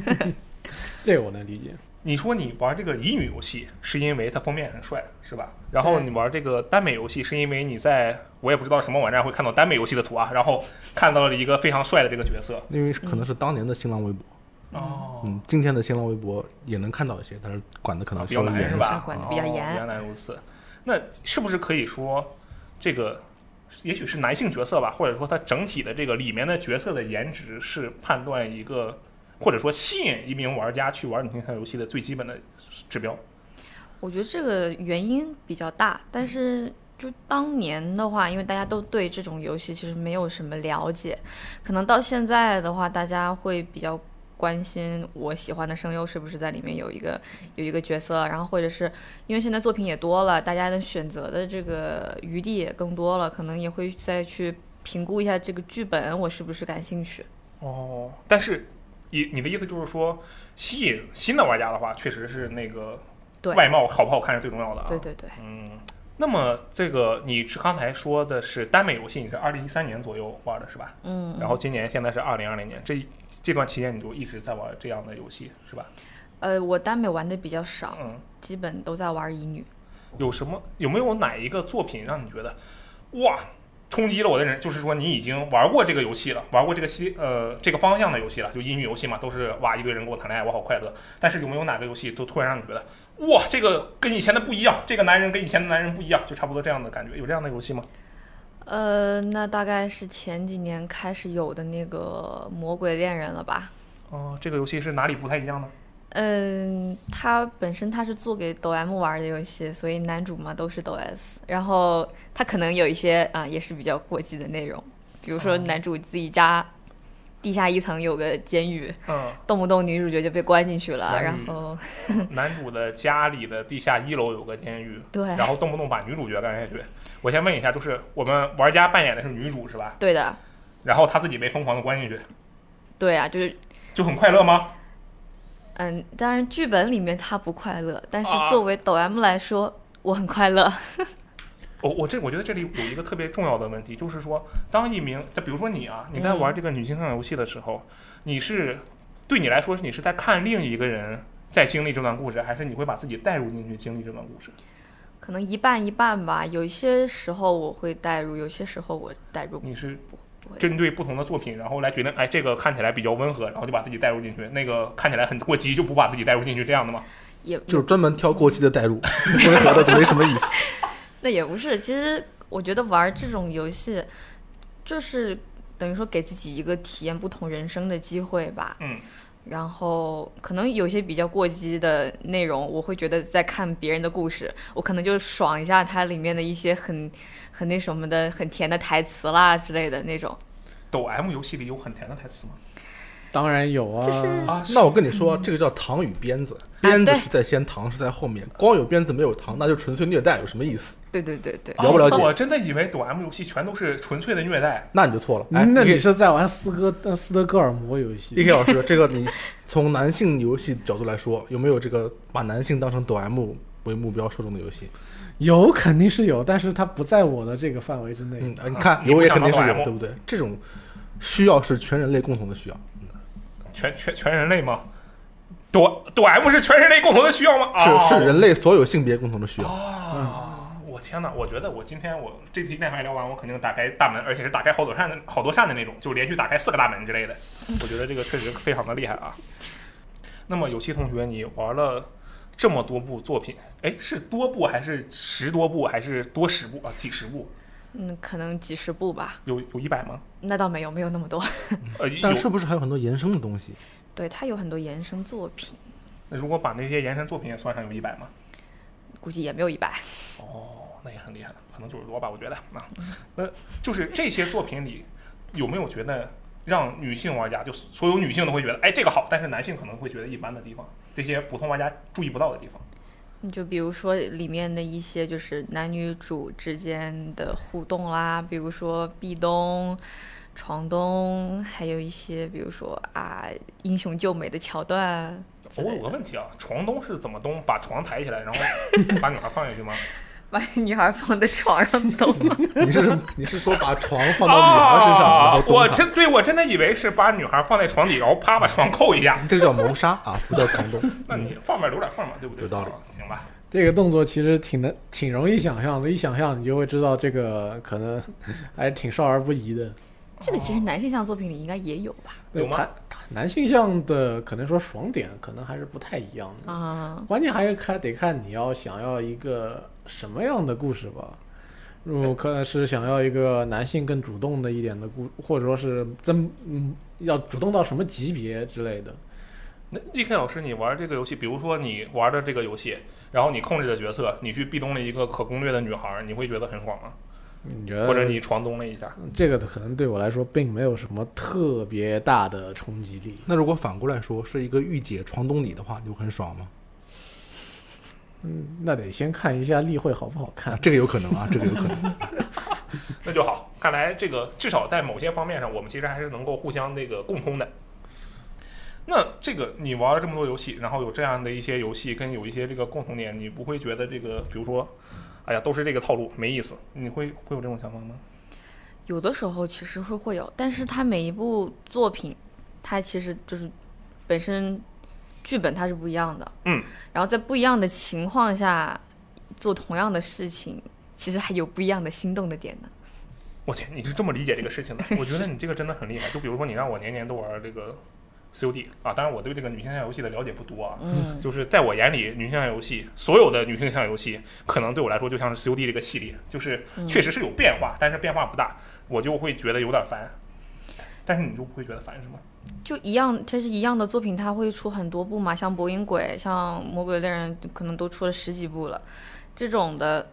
Speaker 3: 这个我能理解。
Speaker 2: 你说你玩这个乙女游戏是因为它封面很帅，是吧？然后
Speaker 5: 对
Speaker 2: 你玩这个耽美游戏是因为你在我也不知道什么网站会看到耽美游戏的图啊，然后看到了一个非常帅的这个角色。
Speaker 4: 因为可能是当年的新浪微博，
Speaker 2: 哦啊
Speaker 4: 嗯，今天的新浪微博也能看到一些，但是管的可能
Speaker 2: 比
Speaker 4: 啊稍
Speaker 2: 较难
Speaker 4: 微严
Speaker 2: 是
Speaker 4: 一
Speaker 2: 吧？
Speaker 5: 管得比较
Speaker 2: 哦
Speaker 5: 严
Speaker 2: 原来如此，那是不是可以说，这个也许是男性角色吧，或者说他整体的这个里面的角色的颜值是判断一个，或者说吸引一名玩家去玩女性向游戏的最基本的指标？
Speaker 5: 我觉得这个原因比较大，
Speaker 2: 嗯
Speaker 5: 但是就当年的话，因为大家都对这种游戏其实没有什么了解，可能到现在的话，大家会比较关心我喜欢的声优是不是在里面有一个有一个角色，然后或者是因为现在作品也多了，大家的选择的这个余地也更多了，可能也会再去评估一下这个剧本我是不是感兴趣。
Speaker 2: 哦，但是你你的意思就是说，吸引新的玩家的话，确实是那个
Speaker 5: 对
Speaker 2: 外貌好不好看是最重要的啊。
Speaker 5: 对对对，
Speaker 2: 嗯，那么这个你是刚才说的是耽美游戏，你是二零一三年左右玩的是吧？
Speaker 5: 嗯。
Speaker 2: 然后今年现在是二零二零年，这这段期间你就一直在玩这样的游戏是吧？
Speaker 5: 呃，我耽美玩的比较少，
Speaker 2: 嗯，
Speaker 5: 基本都在玩乙女。
Speaker 2: 有什么有没有哪一个作品让你觉得哇冲击了我的人？就是说你已经玩过这个游戏了，玩过这个系呃这个方向的游戏了，就乙女游戏嘛，都是哇一堆人跟我谈恋爱，我好快乐。但是有没有哪个游戏都突然让你觉得哇这个跟以前的不一样，这个男人跟以前的男人不一样，就差不多这样的感觉？有这样的游戏吗？
Speaker 5: 呃，那大概是前几年开始有的那个《魔鬼恋人》了吧？
Speaker 2: 哦、这个游戏是哪里不太一样呢？
Speaker 5: 嗯，它本身它是做给抖 M 玩的游戏，所以男主嘛都是抖 S，然后它可能有一些啊、也是比较过激的内容，比如说
Speaker 2: 哦
Speaker 5: 男主自己家地下一层有个监狱，
Speaker 2: 嗯，
Speaker 5: 动不动女主角就被关进去了，
Speaker 2: 男
Speaker 5: 然
Speaker 2: 女
Speaker 5: 后
Speaker 2: 男主的家里的地下一楼有个监狱，
Speaker 5: 对
Speaker 2: 然后动不动把女主角干下去。我先问一下，就是我们玩家扮演的是女主是吧？
Speaker 5: 对的，
Speaker 2: 然后她自己被疯狂的关进去，
Speaker 5: 对啊，就是
Speaker 2: 就很快乐吗？
Speaker 5: 嗯，当然剧本里面他不快乐，但是
Speaker 2: 啊
Speaker 5: 作为抖 M 来说，我很快乐。
Speaker 2: 我我这我觉得这里有一个特别重要的问题，就是说，当一名，就比如说你啊，你在玩这个女性向游戏的时候，你是对你来说，你是在看另一个人在经历这段故事，还是你会把自己带入进去经历这段故事？
Speaker 5: 可能一半一半吧，有一些时候我会代入，有些时候我代入不
Speaker 4: 嗯
Speaker 2: 你是
Speaker 5: 会。
Speaker 2: 针对不同的作品，然后来决定，哎，这个看起来比较温和，然后就把自己带入进去；那个看起来很过激，就不把自己带入进去，这样的吗？
Speaker 5: 也
Speaker 4: 就是专门挑过激的代 入，温和的就没什么意思。
Speaker 5: 那也不是，其实我觉得玩这种游戏，就是等于说给自己一个体验不同人生的机会吧。
Speaker 2: 嗯。
Speaker 5: 然后可能有些比较过激的内容，我会觉得在看别人的故事，我可能就爽一下它里面的一些很很那什么的、很甜的台词啦之类的那种。
Speaker 2: 抖 M 游戏里有很甜的台词吗？
Speaker 3: 当然有啊，
Speaker 2: 啊，
Speaker 4: 那我跟你说，这个叫糖与鞭子，鞭子是在先，糖是在后面。光有鞭子没有糖，那就纯粹虐待，有什么意思？
Speaker 5: 对对对对，
Speaker 4: 了不了解
Speaker 2: 啊我真的以为抖 M 游戏全都是纯粹的虐待。
Speaker 4: 那你就错了。哎，
Speaker 3: 那
Speaker 4: 一
Speaker 3: 你
Speaker 4: 个
Speaker 3: 是在玩斯哥呃斯德哥尔摩游
Speaker 4: 一
Speaker 3: 戏？
Speaker 4: 个老师，这个你从男性游戏角度来说，有没有这个把男性当成抖 M 为目标受众的游戏？
Speaker 3: 有肯定是有，但是它不在我的这个范围之内。
Speaker 4: 嗯，啊你看
Speaker 2: 你不
Speaker 4: 有也
Speaker 2: 想
Speaker 4: 肯定
Speaker 2: 当
Speaker 4: 是
Speaker 2: 抖
Speaker 4: 有，
Speaker 2: M
Speaker 4: 对不对？这种需要是全人类共同的需要，
Speaker 2: 全全全人类吗？抖抖 M 是全人类共同的需要吗？啊、
Speaker 4: 是是人类所有性别共同的需要。
Speaker 2: 啊！我天哪！我觉得我今天我这期电台聊完，我肯定打开大门，而且是打开好多扇的好多扇的那种，就连续打开四个大门之类的。
Speaker 4: 嗯
Speaker 2: 我觉得这个确实非常的厉害啊。那么有期同学，你玩了这么多部作品，哎，是多部还是十多部还是多十部啊？几十部？
Speaker 5: 嗯，可能几十部吧，
Speaker 2: 有有一百吗？
Speaker 5: 那倒没有，没有那么多。
Speaker 2: 呃，有
Speaker 4: 但。是不是还有很多延伸 的东西？
Speaker 5: 对他有很多衍生作品，
Speaker 2: 那如果把那些延伸作品也算上，有一百吗？
Speaker 5: 估计也没有一百。
Speaker 2: 哦，那也很厉害了，可能九十多吧，我觉得啊。那就是这些作品里，有没有觉得让女性玩家，就所有女性都会觉得，哎，这个好，但是男性可能会觉得一般的地方，这些普通玩家注意不到的地方，
Speaker 5: 你就比如说里面的一些就是男女主之间的互动啦，比如说壁咚、床咚，还有一些比如说啊英雄救美的桥段。
Speaker 2: 我有个问题啊，床咚是怎么咚？把床抬起来，然 后把女孩放下去吗？
Speaker 5: 把女孩放在床上咚吗？
Speaker 4: 你是你是说把床放 到女孩身上，然后
Speaker 2: 啊，
Speaker 4: 动
Speaker 2: 我
Speaker 4: 她
Speaker 2: 真对我真的以为是把女孩放在床底，然后啪把床扣一下。
Speaker 4: 这个叫谋杀啊，不叫床动。
Speaker 2: 那你放吧，留点缝嘛，对不对？
Speaker 4: 有道理
Speaker 2: 啊，行吧。
Speaker 3: 这个动作其实挺能挺容易想象的，一想象你就会知道这个可能 还是挺少儿不宜的。
Speaker 5: 这个其实男性向作品里应该也有吧？
Speaker 2: 有吗
Speaker 3: 男男性向的可能说爽点可能还是不太一样的，
Speaker 5: 啊，
Speaker 3: 关键还是看得看你要想要一个什么样的故事吧。如果可能是想要一个男性更主动的一点的故，或者说是真嗯要主动到什么级别之类的。
Speaker 2: 那 D.K 老师，你玩这个游戏，比如说你玩的这个游戏，然后你控制的角色，你去壁咚了一个可攻略的女孩，你会觉得很爽吗？
Speaker 3: 你觉得
Speaker 2: 或者你床咚了一下，
Speaker 3: 这个可能对我来说并没有什么特别大的冲击力。
Speaker 4: 那如果反过来说，是一个御姐床动你的话，你会很爽吗？
Speaker 3: 嗯，那得先看一下例会好不好
Speaker 4: 啊
Speaker 3: 看，。
Speaker 4: 这个有可能啊，这个有可 能。
Speaker 2: 那就好。看来这个至少在某些方面上，我们其实还是能够互相那个共通的。那这个你玩了这么多游戏，然后有这样的一些游戏跟有一些这个共同点，你不会觉得这个，比如说，哎呀，都是这个套路没意思，你会会有这种想法吗？
Speaker 5: 有的时候其实会会有，但是它每一部作品，它其实就是本身剧本它是不一样的，
Speaker 2: 嗯，
Speaker 5: 然后在不一样的情况下做同样的事情，其实还有不一样的心动的点呢。
Speaker 2: 我天，你是这么理解这个事情的？我觉得你这个真的很厉害。就比如说，你让我年年都玩这个 COD 啊，当然我对这个女性向游戏的了解不多啊。
Speaker 5: 嗯，
Speaker 2: 就是在我眼里，女性向游戏所有的女性向游戏，可能对我来说就像是 COD 这个系列，就是
Speaker 4: 嗯
Speaker 2: 确实是有变化，但是变化不大，我就会觉得有点烦。但是你就不会觉得烦是吗？
Speaker 5: 就一样，其实一样的作品，它会出很多部嘛，像《博影鬼》、像《魔鬼猎人》，可能都出了十几部了。这种的，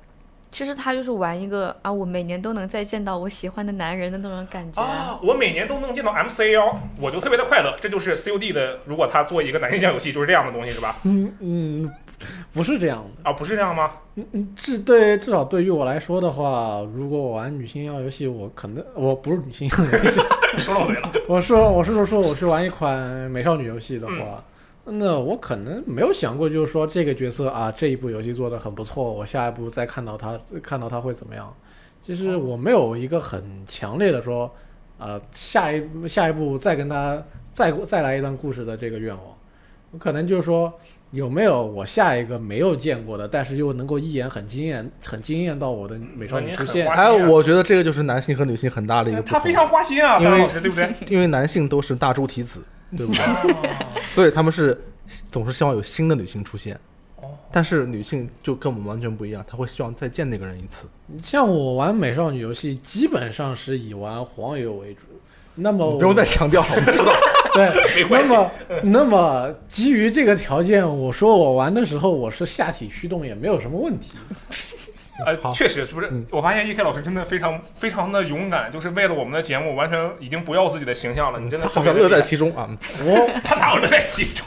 Speaker 5: 其实它就是玩一个啊，我每年都能再见到我喜欢的男人的那种感觉。
Speaker 2: 啊，
Speaker 4: 嗯
Speaker 2: 我每年都能见到 MCL，我就特别的快乐。这就是 COD 的，如果它做一个男性向游戏，就是这样的东西是吧？
Speaker 3: 嗯嗯，不是这样的。
Speaker 2: 啊，不是这样吗？
Speaker 3: 嗯嗯，至对至少对于我来说的话，如果我玩女性向游戏，我可能我不是女 性向游戏，
Speaker 2: 说漏嘴了。
Speaker 3: 我说我是说说我是玩一款美少女游戏的话，那我可能没有想过，就是说这个角色啊，这一部游戏做的很不错，我下一步再看到他看到他会怎么样。其实我没有一个很强烈的说，呃，下一下一步再跟他再再来一段故事的这个愿望。我可能就是说，有没有我下一个没有见过的，但是又能够一眼很惊艳、很惊艳到我的美少女出现？
Speaker 2: 哇
Speaker 4: 还有，我觉得这个就是男性和女性很大的一个不
Speaker 2: 他
Speaker 4: 同。
Speaker 2: 非常花心啊，
Speaker 4: 因
Speaker 2: 张
Speaker 4: 为
Speaker 2: 老师对 不对？
Speaker 4: 因为男性都是大猪蹄子，对不对？ 所以他们是总是希望有新的女性出现
Speaker 2: 哦。
Speaker 4: 但是女性就跟我们完全不一样，她会希望再见那个人一次。
Speaker 3: 像我玩美少女游戏，基本上是以玩黄油为主。那
Speaker 2: 哦
Speaker 3: 么我
Speaker 4: 不用再强调了，我们知道。
Speaker 2: 没
Speaker 3: 对，
Speaker 2: 关
Speaker 3: 那
Speaker 2: 系
Speaker 3: 么那么基于这个条件，我说我玩的时候我是下体驱动也没有什么问题。
Speaker 2: 呃，
Speaker 4: 好
Speaker 2: 确实，是不是？我发现 E.K 老师真的非常非常的勇敢，就是为了我们的节目，完全已经不要自己的形象了。你真的
Speaker 4: 嗯他好
Speaker 2: 特
Speaker 4: 像
Speaker 2: 别
Speaker 4: 乐
Speaker 2: 地
Speaker 4: 在
Speaker 2: 厉害，
Speaker 4: 其 中啊。嗯
Speaker 3: 我
Speaker 2: 他哪有乐在其中？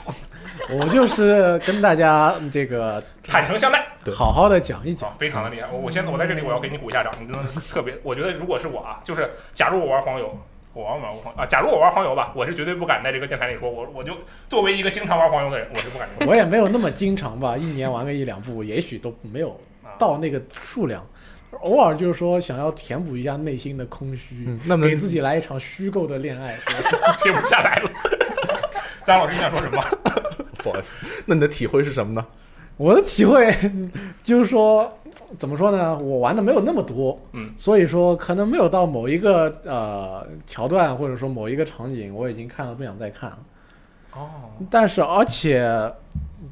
Speaker 3: 我就是跟大家这个
Speaker 2: 坦诚相待，
Speaker 3: 好好的讲一讲。
Speaker 2: 啊，非常的厉害。我我现在我在这里，我要给你鼓一下掌，你真的是特别。我觉得如果是我啊，就是假如我玩黄油，我玩不玩黄啊？假如我玩黄油吧，我是绝对不敢在这个电台里说，我我就作为一个经常玩黄油的人，我是不敢说。
Speaker 3: 我也没有那么经常吧，一年玩个一两部，也许都没有到那个数量。偶尔就是说想要填补一下内心的空虚，
Speaker 4: 嗯那么
Speaker 3: 给自己来一场虚构的恋爱，是吧
Speaker 2: 接不下来了。 张老师，你想说什么？
Speaker 4: 不好意思，那你的体会是什么呢？
Speaker 3: 我的体会 就是说，怎么说呢？我玩的没有那么多，
Speaker 2: 嗯，
Speaker 3: 所以说可能没有到某一个呃桥段或者说某一个场景，我已经看了不想再看了。
Speaker 2: 哦，
Speaker 3: 但是而且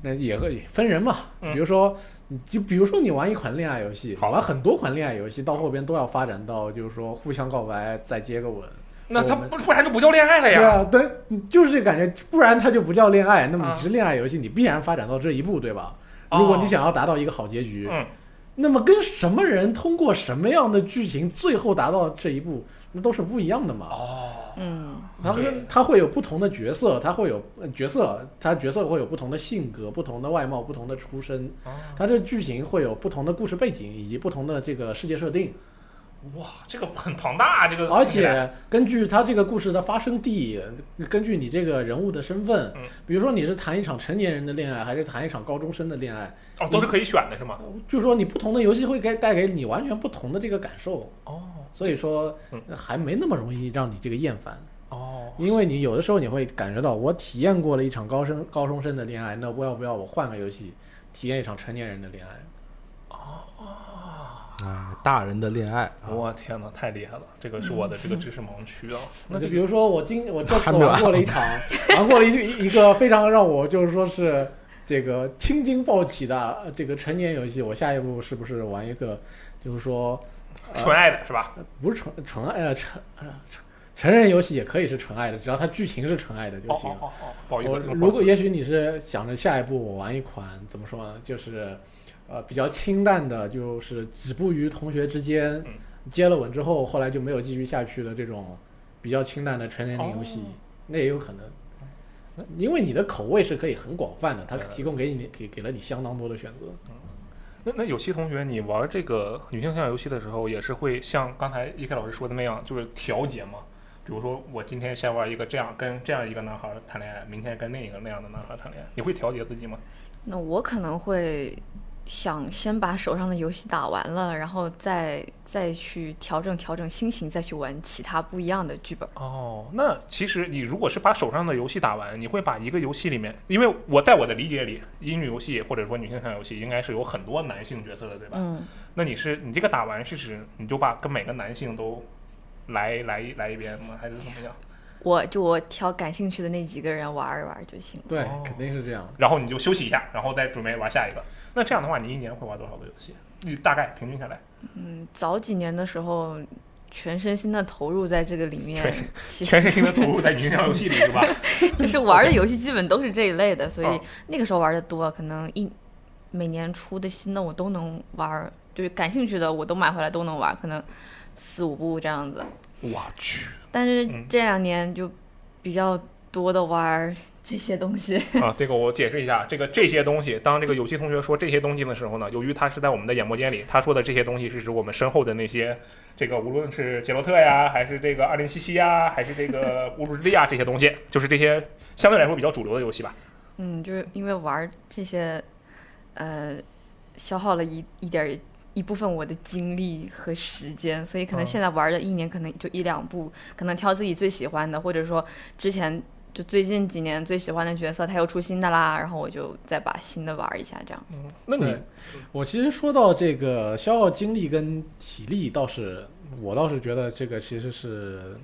Speaker 3: 那也和也分人嘛，
Speaker 2: 嗯
Speaker 3: 比如说。你就比如说你玩一款恋爱游戏，
Speaker 2: 好
Speaker 3: 玩很多款恋爱游戏，到后边都要发展到就是说互相告白，再接个吻。
Speaker 2: 那他
Speaker 3: 我们
Speaker 2: 不不然就不叫恋爱了
Speaker 3: 对
Speaker 2: 呀？
Speaker 3: 啊，对，就是这个感觉，不然它就不叫恋爱。那么
Speaker 2: 啊
Speaker 3: 你是恋爱游戏，你必然发展到这一步，对吧？
Speaker 2: 哦
Speaker 3: 如果你想要达到一个好结局，
Speaker 2: 嗯，
Speaker 3: 那么跟什么人通过什么样的剧情最后达到这一步，那都是不一样的嘛。
Speaker 2: 哦，
Speaker 5: 嗯，
Speaker 3: 他会他会有不同的角色，他会有呃角色，他角色会有不同的性格、不同的外貌、不同的出身，
Speaker 2: 哦
Speaker 3: 他这剧情会有不同的故事背景以及不同的这个世界设定，
Speaker 2: 哇，这个很庞大啊，这个
Speaker 3: 而
Speaker 2: 听起来
Speaker 3: 且根据他这个故事的发生地，根据你这个人物的身份
Speaker 2: 嗯，
Speaker 3: 比如说你是谈一场成年人的恋爱，还是谈一场高中生的恋爱，
Speaker 2: 哦都是可以选的是吗？
Speaker 3: 就说你不同的游戏会给带给你完全不同的这个感受，
Speaker 2: 哦
Speaker 3: 所以说
Speaker 2: 嗯
Speaker 3: 还没那么容易让你这个厌烦。
Speaker 2: 哦，
Speaker 3: 因为你有的时候你会感觉到，我体验过了一场高生高中生的恋爱，那我要不要我换个游戏，体验一场成年人的恋爱？
Speaker 4: 哎，大人的恋爱啊，
Speaker 2: 我天哪，太厉害了！这个是我的这个知识盲区啊。
Speaker 3: 那
Speaker 2: 那
Speaker 3: 就
Speaker 2: 这
Speaker 3: 比
Speaker 2: 个
Speaker 3: 如说我今我这次
Speaker 4: 还没完
Speaker 3: 玩过了 一场，玩过了一一个非常让我就是说是这个青筋暴起的呃这个成年游戏，我下一步是不是玩一个就是说
Speaker 2: 纯爱的是吧？
Speaker 3: 不是纯纯爱呃成呃成成人游戏也可以是纯爱的，只要它剧情是纯爱的就
Speaker 2: 哦
Speaker 3: 行。
Speaker 2: 哦哦哦，不好意
Speaker 3: 我
Speaker 2: 思，这个
Speaker 3: 如
Speaker 2: 不
Speaker 3: 果
Speaker 2: 好意思
Speaker 3: 也许你是想着下一步我玩一款怎么说呢，就是呃比较清淡的，就是止步于同学之间，
Speaker 2: 嗯
Speaker 3: 接了吻之后，后来就没有继续下去的这种比较清淡的成年游戏，
Speaker 2: 哦
Speaker 3: 那也有可能。因为你的口味是可以很广泛的，它
Speaker 2: 对
Speaker 3: 提供给你给给了你相当多的选择。
Speaker 2: 那那有些同学，你玩这个女性向游戏的时候，也是会像刚才一 K 老师说的那样，就是调节嘛。比如说，我今天先玩一个这样跟这样一个男孩谈恋爱，明天跟另一个那样的男孩谈恋爱，你会调节自己吗？
Speaker 5: 那我可能会想先把手上的游戏打完了，然后再再去调整调整心情，再去玩其他不一样的剧本。
Speaker 2: 哦，那其实你如果是把手上的游戏打完，你会把一个游戏里面，因为我在我的理解里，乙女游戏或者说女性向游戏应该是有很多男性角色的，对吧？
Speaker 5: 嗯，
Speaker 2: 那你是你这个打完是指你就把跟每个男性都来来一来一遍吗？还是怎么样？
Speaker 5: 我就我挑感兴趣的那几个人玩一玩就行了。
Speaker 3: 对，
Speaker 2: 哦
Speaker 3: 肯定是这样。
Speaker 2: 然后你就休息一下，然后再准备玩下一个。那这样的话，你一年会玩多少个游戏？你大概平均下来，
Speaker 5: 嗯，早几年的时候，全身心的投入在这个里面
Speaker 2: 全，
Speaker 5: 其
Speaker 2: 全
Speaker 5: 实
Speaker 2: 身心的投入在云上游戏里是吧？
Speaker 5: 就是玩的游戏基本都是这一类的，所
Speaker 2: 哦
Speaker 5: 以那个时候玩的多，可能一每年出的新的我都能玩儿，就是感兴趣的我都买回来都能玩儿，可能四五部这样子。
Speaker 2: 我去
Speaker 5: 但是
Speaker 2: 嗯
Speaker 5: 这两年就比较多的玩儿这些东西，
Speaker 2: 啊！这个我解释一下，这个这些东西，当这个有些同学说这些东西的时候呢，由于他是在我们的演播间里，他说的这些东西是指我们身后的那些，这个无论是杰洛特呀，还是这个二零七七呀，还是这个巫术之地啊，这些东西，就是这些相对来说比较主流的游戏吧。
Speaker 5: 嗯，就是因为玩儿这些，呃，消耗了一一点儿一部分我的精力和时间，所以可能
Speaker 2: 嗯
Speaker 5: 现在玩儿的一年可能就一两部，可能挑自己最喜欢的，或者说之前就最近几年最喜欢的角色，它又出新的啦，然后我就再把新的玩儿一下，这样。
Speaker 2: 嗯，那你
Speaker 3: 对，我其实说到这个消耗精力跟体力，倒是我倒是觉得这个其实是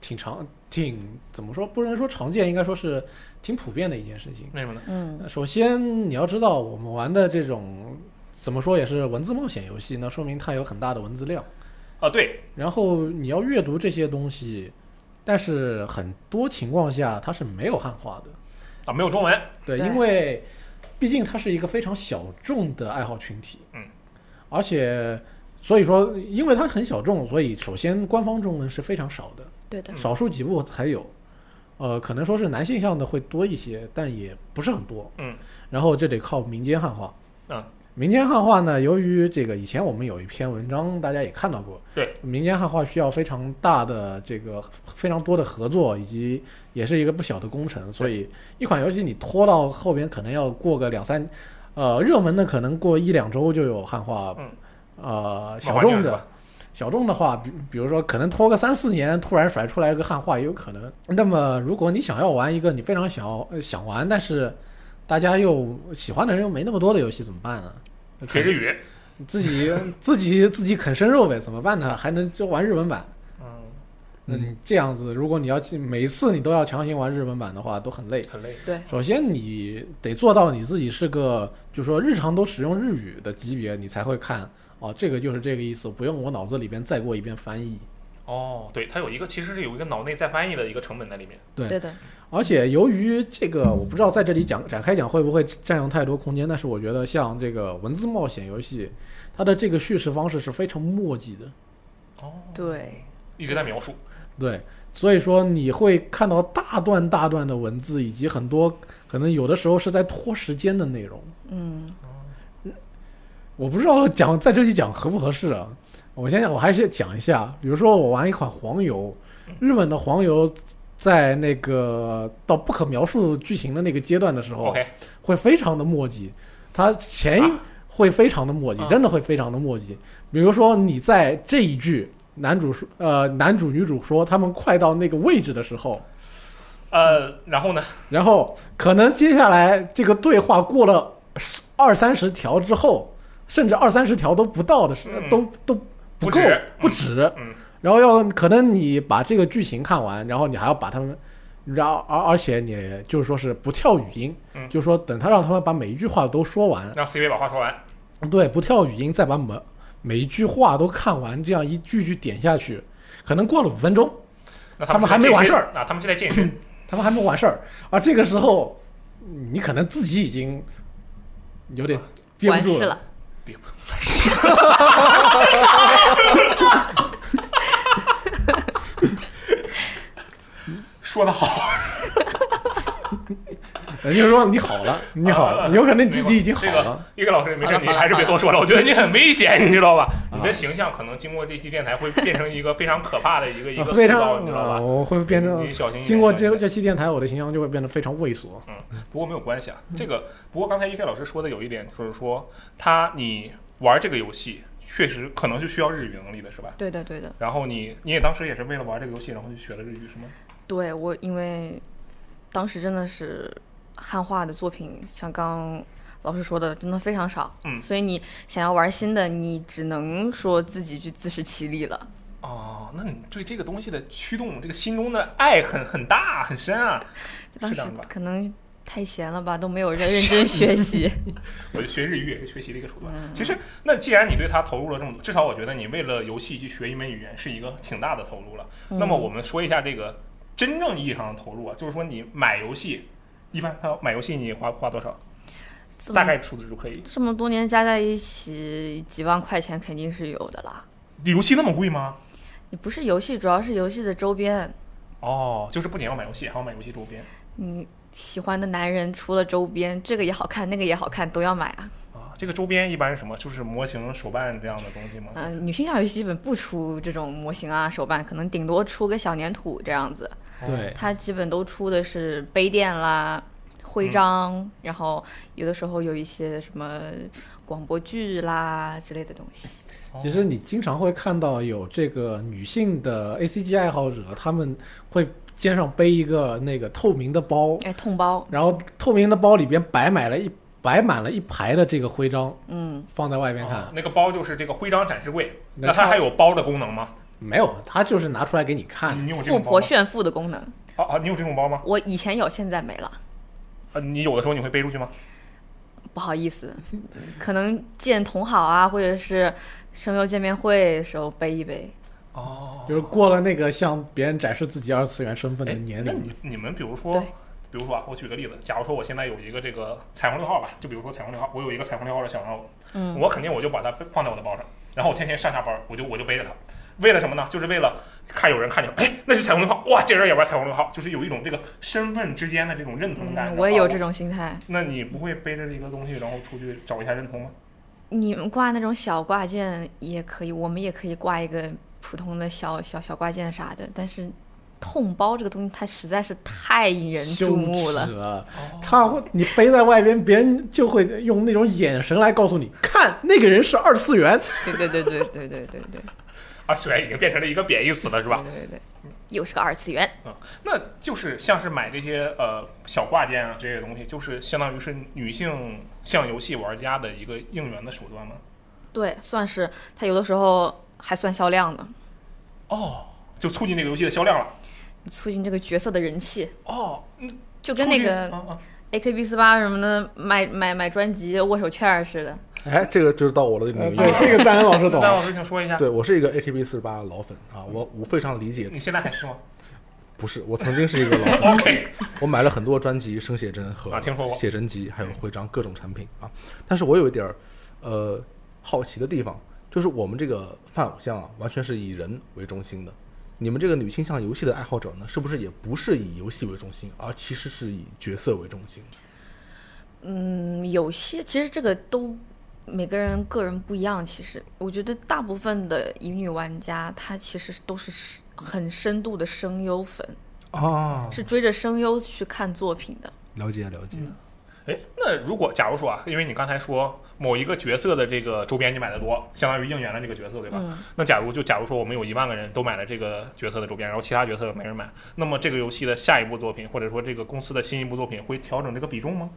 Speaker 3: 挺常、挺怎么说，不能说常见，应该说是挺普遍的一件事情。
Speaker 2: 为什么呢？
Speaker 5: 嗯
Speaker 3: 首先，你要知道，我们玩的这种怎么说也是文字冒险游戏，那说明它有很大的文字量。
Speaker 2: 啊，对，
Speaker 3: 然后你要阅读这些东西，但是很多情况下它是没有汉化的。
Speaker 2: 啊，没有中文，
Speaker 3: 对，
Speaker 5: 对
Speaker 3: 因为毕竟它是一个非常小众的爱好群体，
Speaker 2: 嗯，
Speaker 3: 而且所以说，因为它很小众，所以首先官方中文是非常少的，
Speaker 5: 对的
Speaker 2: 嗯
Speaker 3: 少数几部才有，呃，可能说是男性向的会多一些，但也不是很多，
Speaker 2: 嗯，
Speaker 3: 然后这得靠民间汉化，
Speaker 2: 嗯。
Speaker 3: 民间汉化呢，由于这个以前我们有一篇文章，大家也看到过。
Speaker 2: 对，
Speaker 3: 民间汉化需要非常大的这个非常多的合作，以及也是一个不小的工程。所以一款游戏你拖到后边，可能要过个两三，呃，热门的可能过一两周就有汉化。
Speaker 2: 嗯。
Speaker 3: 呃，
Speaker 2: 慢
Speaker 3: 小
Speaker 2: 慢
Speaker 3: 众
Speaker 2: 练是
Speaker 3: 的
Speaker 2: 吧，
Speaker 3: 小众的话，比比如说可能拖个三四年，突然甩出来一个汉化也有可能。那么如果你想要玩一个你非常想要、呃想玩，但是大家又喜欢的人又没那么多的游戏，怎么办呢？
Speaker 2: 垂直语，
Speaker 3: 自己自己自己啃生肉呗，怎么办呢？还能就玩日文版？
Speaker 2: 嗯，
Speaker 3: 那你这样子，如果你要去每一次你都要强行玩日文版的话，都很累。
Speaker 2: 很累。
Speaker 5: 对，
Speaker 3: 首先，你得做到你自己是个，就说日常都使用日语的级别，你才会看哦，这个就是这个意思，不用我脑子里边再过一遍翻译。
Speaker 2: 哦，对，它有一个其实是有一个脑内再翻译的一个成本在里面。
Speaker 3: 对
Speaker 5: 对的，
Speaker 3: 而且由于这个，我不知道在这里讲展开讲会不会占用太多空间，但是我觉得像这个文字冒险游戏，它的这个叙事方式是非常墨迹的，
Speaker 2: 哦，
Speaker 5: 对，
Speaker 2: 一直在描述。
Speaker 3: 对，所以说你会看到大段大段的文字，以及很多可能有的时候是在拖时间的内容。
Speaker 5: 嗯，
Speaker 3: 我不知道讲在这里讲合不合适啊。我先我还是讲一下，比如说我玩一款黄油，日本的黄油在那个到不可描述剧情的那个阶段的时候
Speaker 2: OK，
Speaker 3: 会非常的墨迹，它前一会非常的墨迹
Speaker 2: 啊，
Speaker 3: 真的会非常的墨迹。比如说你在这一句男主说，呃，男主女主说他们快到那个位置的时候，
Speaker 2: 呃，然后呢？
Speaker 3: 然后可能接下来这个对话过了二三十条之后，甚至二三十条都不到的时候
Speaker 2: 嗯，
Speaker 3: 都都不
Speaker 2: 不
Speaker 3: 够
Speaker 2: 止，
Speaker 3: 不止。
Speaker 2: 嗯
Speaker 3: 然后要可能你把这个剧情看完，然后你还要把他们，然后而而且你就是说是不跳语音
Speaker 2: 嗯，
Speaker 3: 就是说等他让他们把每一句话都说完，
Speaker 2: 让 CV 把话说完。
Speaker 3: 对，不跳语音，再把每每一句话都看完，这样一句句点下去，可能过了五分钟，
Speaker 2: 那
Speaker 3: 他们还没完事儿
Speaker 2: 啊，他们是在健 身。
Speaker 3: 他们还没完事儿，而这个时候你可能自己已经有点憋不
Speaker 5: 完
Speaker 3: 住
Speaker 5: 事了，
Speaker 2: 别不说的好，
Speaker 3: 也呃就是说你 好了，你好
Speaker 2: 啊
Speaker 3: 了，有可能你自己已经好
Speaker 2: 这个
Speaker 3: 了。
Speaker 2: 一个老师，没事，
Speaker 5: 好了
Speaker 2: 你
Speaker 5: 好了
Speaker 2: 还是别多说了。我觉得你很危险，你知道吧？
Speaker 3: 啊
Speaker 2: 你的形象可能经过这期电台会变成一个非常可怕的一个一
Speaker 3: 啊
Speaker 2: 个
Speaker 3: 非
Speaker 2: 塑
Speaker 3: 常
Speaker 2: 造，你知道
Speaker 3: 啊
Speaker 2: 吧？
Speaker 3: 我会变成
Speaker 2: 你哦小心一点。
Speaker 3: 经过
Speaker 2: 小
Speaker 3: 这
Speaker 2: 心一点
Speaker 3: 这期电台，我的形象就会变得非常猥琐。
Speaker 2: 不过没有关系啊。这个不过刚才 E K 老师说的有一点就是说，他你玩这个游戏确实可能是需要日语能力的，是吧？
Speaker 5: 对的，对的，
Speaker 2: 然后你你也当时也是为了玩这个游戏，然后去学了日语，是吗？
Speaker 5: 对我，因为当时真的是汉化的作品，像刚老师说的，真的非常少。
Speaker 2: 嗯
Speaker 5: 所以你想要玩新的，你只能说自己去自食其力了。
Speaker 2: 哦，那你对这个东西的驱动，这个心中的爱很很大很深啊。
Speaker 5: 当
Speaker 2: 这
Speaker 5: 时
Speaker 2: 样吧
Speaker 5: 可能太闲了吧，都没有认认真 学习。
Speaker 2: 我就学日语也是学习的一个手段。其实，那既然你对它投入了这么多，至少我觉得你为了游戏去学一门语言是一个挺大的投入了。那么我们说一下这个真正意义上的投入啊，就是说你买游戏，一般他买游戏你花花多少？
Speaker 5: 这
Speaker 2: 大
Speaker 5: 么
Speaker 2: 概数字就可以。
Speaker 5: 这么多年加在一起，几万块钱肯定是有的啦。
Speaker 2: 游戏那么贵吗？
Speaker 5: 你不是游戏，主要是游戏的周边。
Speaker 2: 哦，就是不仅要买游戏，还要买游戏周边
Speaker 5: 你喜欢的男人除了周边，这个也好看，那个也好看，都要买啊。
Speaker 2: 啊。这个周边一般是什么？就是模型、手办这样的东西吗？
Speaker 5: 嗯、女性向游戏基本不出这种模型啊、手办，可能顶多出个小粘土这样子。
Speaker 3: 对，
Speaker 5: 它基本都出的是杯垫啦、徽章，
Speaker 2: 嗯
Speaker 5: 然后有的时候有一些什么广播剧啦之类的东西。
Speaker 2: 哦
Speaker 3: 其实你经常会看到有这个女性的 A C G 爱好者，她们会肩上背一个那个透明的包，
Speaker 5: 哎，痛包，
Speaker 3: 然后透明的包里边摆满了一摆满了一排的这个徽章，
Speaker 5: 嗯，
Speaker 3: 放在外边看，
Speaker 2: 啊那个包就是这个徽章展示柜，
Speaker 3: 那
Speaker 2: 那它
Speaker 3: 差
Speaker 2: 还有包的功能吗？
Speaker 3: 没有，他就是拿出来给你看。
Speaker 2: 你有这
Speaker 5: 富
Speaker 2: 种包
Speaker 5: 婆
Speaker 2: 吗？
Speaker 5: 炫富的功能，
Speaker 2: 啊啊，你有这种包吗？
Speaker 5: 我以前有，现在没了。
Speaker 2: 啊，你有的时候你会背出去吗？
Speaker 5: 不好意思，可能见同好啊，或者是声优见面会的时候背一背。
Speaker 2: 哦，
Speaker 3: 就是过了那个向别人展示自己二次元身份的
Speaker 2: 哎，
Speaker 3: 年
Speaker 2: 那
Speaker 3: 龄
Speaker 2: 你，你们比如说
Speaker 5: 对，
Speaker 2: 比如说啊，我举个例子，假如说我现在有一个这个彩虹六号吧，就比如说彩虹六号，我有一个彩虹六号的小人物，
Speaker 5: 嗯，
Speaker 2: 我肯定我就把它放在我的包上，然后我天天上下班我就我就背着它，为了什么呢？就是为了看有人看见，哎，那是彩虹六号，哇，这人也玩彩虹六号，就是有一种这个身份之间的哦这种认同感。
Speaker 5: 嗯我也有这
Speaker 2: 种。
Speaker 5: 种心态。
Speaker 2: 那你不会背着一个东西，然后出去找一下认同吗？
Speaker 5: 你们挂那种小挂件也可以，我们也可以挂一个普通的小小小挂件啥的，但是。痛包这个东西，它实在是太引人
Speaker 3: 羞
Speaker 5: 注目
Speaker 3: 耻
Speaker 5: 了。
Speaker 3: 了。
Speaker 2: 哦
Speaker 3: 他会，你背在外边，别人就会用那种眼神来告诉你，看那个人是二次元。
Speaker 5: 对对对对对对对对
Speaker 2: 啊，虽然已经变成了一个贬义词了，是吧？
Speaker 5: 对对对，又是个二次元。
Speaker 2: 那就是像是买这些呃小挂件啊这些东西，就是相当于是女性向游戏玩家的一个应援的手段吗？
Speaker 5: 对，算是它有的时候还算销量呢，
Speaker 2: 哦，就促进这个游戏的销量了。
Speaker 5: 促进这个角色的人气，
Speaker 2: 哦，嗯
Speaker 5: 就跟那
Speaker 2: 促进
Speaker 5: 个
Speaker 2: 啊啊
Speaker 5: AKB 四八什么的买买买专辑握手券儿似的，
Speaker 4: 哎，这个就是到我了，你的
Speaker 3: 呃
Speaker 2: 哦
Speaker 4: 意
Speaker 3: 对，
Speaker 4: 思。
Speaker 3: 这个赞恩老 师懂
Speaker 2: 但。老师请说一下，
Speaker 4: 对我是一个 AKB 四十八的老粉啊，
Speaker 2: 嗯
Speaker 4: 我我非常理解，
Speaker 2: 你现在还是吗
Speaker 4: 不是我曾经是一个老 粉，
Speaker 2: ？OK，
Speaker 4: 我买了很多专辑，生写真和
Speaker 2: 啊听说过
Speaker 4: 写真集，还有徽章各种产品啊。但是我有一点儿呃好奇的地方，就是我们这个泛偶像啊，完全是以人为中心的。你们这个女性向游戏的爱好者呢，是不是也不是以游戏为中心，而其实是以角色为中心？
Speaker 5: 嗯，有些其实这个都每个人个人不一样。其实我觉得大部分的乙女玩家，她其实都是深很深度的声优粉，
Speaker 2: 哦
Speaker 4: 啊，
Speaker 5: 是追着声优去看作品的。
Speaker 4: 了解了解。
Speaker 2: 哎，那如果假如说啊，因为你刚才说某一个角色的这个周边你买的多，相当于应援了这个角色，对吧？
Speaker 5: 嗯
Speaker 2: 那假如就假如说我们有一万个人都买了这个角色的周边，然后其他角色没人买，那么这个游戏的下一部作品，或者说这个公司的新一部作品会调整这个比重吗？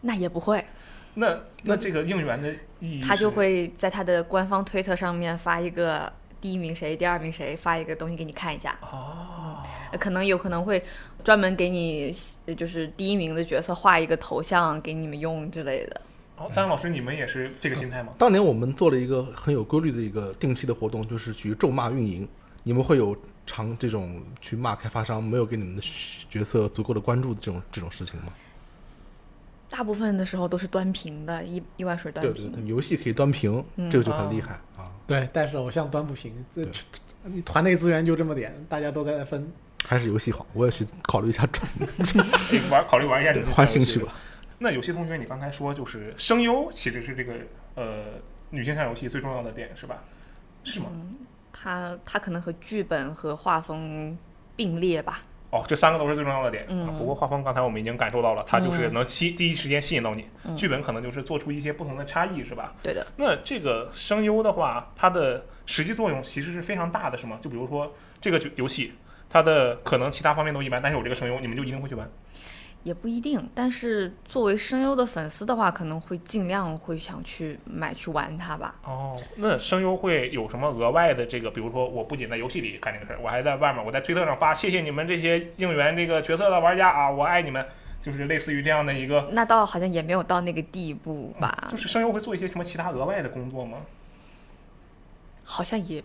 Speaker 5: 那也不会，
Speaker 2: 那那这个应援的意义是，
Speaker 5: 他就会在他的官方推特上面发一个第一名谁，第二名谁，发一个东西给你看一下。
Speaker 2: 哦，
Speaker 5: 呃可能有可能会专门给你呃就是第一名的角色画一个头像给你们用之类的。
Speaker 2: 哦，张老师，你们也是这个心态吗？
Speaker 4: 当年我们做了一个很有规律的一个定期的活动，就是去咒骂运营。你们会有常这种去骂开发商没有给你们的角色足够的关注的这种这种事情吗？
Speaker 5: 大部分的时候都是端平的，一一碗水端
Speaker 4: 对
Speaker 5: 平。
Speaker 4: 对对，游戏可以端平，
Speaker 5: 嗯
Speaker 4: 这个就很厉害啊。
Speaker 3: 对，但是偶像端不平，这
Speaker 4: 对
Speaker 3: 你团内资源就这么点，大家都在分。
Speaker 4: 还是游戏好，我也去考虑一下转
Speaker 2: 这个玩考虑玩一下你们的
Speaker 4: 换兴
Speaker 5: 哎
Speaker 4: 趣吧。
Speaker 2: 那有些同学，你刚才说就是声优其实是这个呃女性向游戏最重要的点是吧？是吗？
Speaker 5: 嗯它它可能和剧本和画风并列吧。
Speaker 2: 哦，这三个都是最重要的点。
Speaker 5: 嗯
Speaker 2: 啊不过画风刚才我们已经感受到了，它就是能吸第一时间吸引到你。
Speaker 5: 嗯
Speaker 2: 剧本可能就是做出一些不同的差异是吧？
Speaker 5: 对的，
Speaker 2: 那这个声优的话，它的实际作用其实是非常大的，是吗？就比如说这个游戏，它的可能其他方面都一般，但是有这个声优，你们就一定会去玩。
Speaker 5: 也不一定。但是作为声优的粉丝的话，可能会尽量会想去买去玩它吧。
Speaker 2: 哦，那声优会有什么额外的这个？比如说，我不仅在游戏里干这个事儿，我还在外面，我在推特上发，谢谢你们这些应援这个角色的玩家啊，我爱你们，就是类似于这样的一个。
Speaker 5: 那倒好像也没有到那个地步吧，
Speaker 2: 就是声优会做一些什么其他额外的工作吗？
Speaker 5: 好像也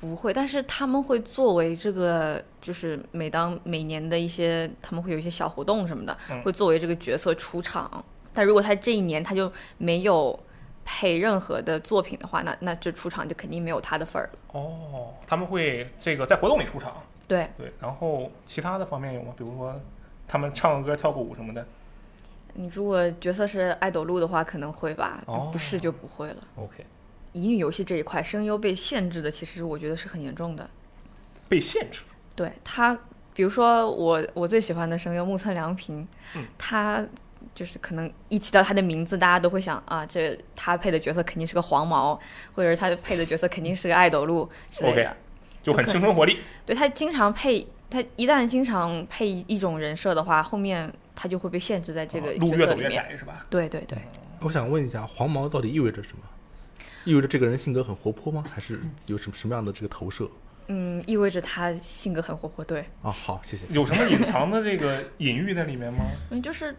Speaker 5: 不会。但是他们会作为这个，就是每当每年的一些，他们会有一些小活动什么的，
Speaker 2: 嗯
Speaker 5: 会作为这个角色出场。但如果他这一年他就没有配任何的作品的话，那那这出场就肯定没有他的份儿了。
Speaker 2: 哦，他们会这个在活动里出场，
Speaker 5: 对，
Speaker 2: 对，然后其他的方面有吗？比如说他们唱个歌、跳个舞什么的。
Speaker 5: 你如果角色是爱抖露的话，可能会吧，
Speaker 2: 哦
Speaker 5: 不是就不会了。
Speaker 2: OK，
Speaker 5: 乙女游戏这一块，声优被限制的，其实我觉得是很严重的。
Speaker 2: 被限制。
Speaker 5: 对他，比如说我我最喜欢的声优木村良平，
Speaker 2: 嗯
Speaker 5: 他就是可能一提到他的名字，大家都会想啊，这他配的角色肯定是个黄毛，或者是他配的角色肯定是个爱斗露之类
Speaker 2: OK
Speaker 5: 的。
Speaker 2: 就很青春活力，
Speaker 5: 对他经常配，他一旦经常配一种人设的话，后面他就会被限制在这个
Speaker 2: 啊路
Speaker 5: 角
Speaker 2: 越
Speaker 5: 色
Speaker 2: 走
Speaker 5: 里
Speaker 2: 越
Speaker 5: 面。
Speaker 2: 窄是吧？
Speaker 5: 对对对，
Speaker 4: 我想问一下，黄毛到底意味着什么？意味着这个人性格很活泼吗？还是有什么什么样的这个投射
Speaker 5: 嗯，意味着他性格很活泼，对，
Speaker 4: 啊？好，谢谢。
Speaker 2: 有什么隐藏的这个隐喻在里面吗？
Speaker 5: 嗯，就是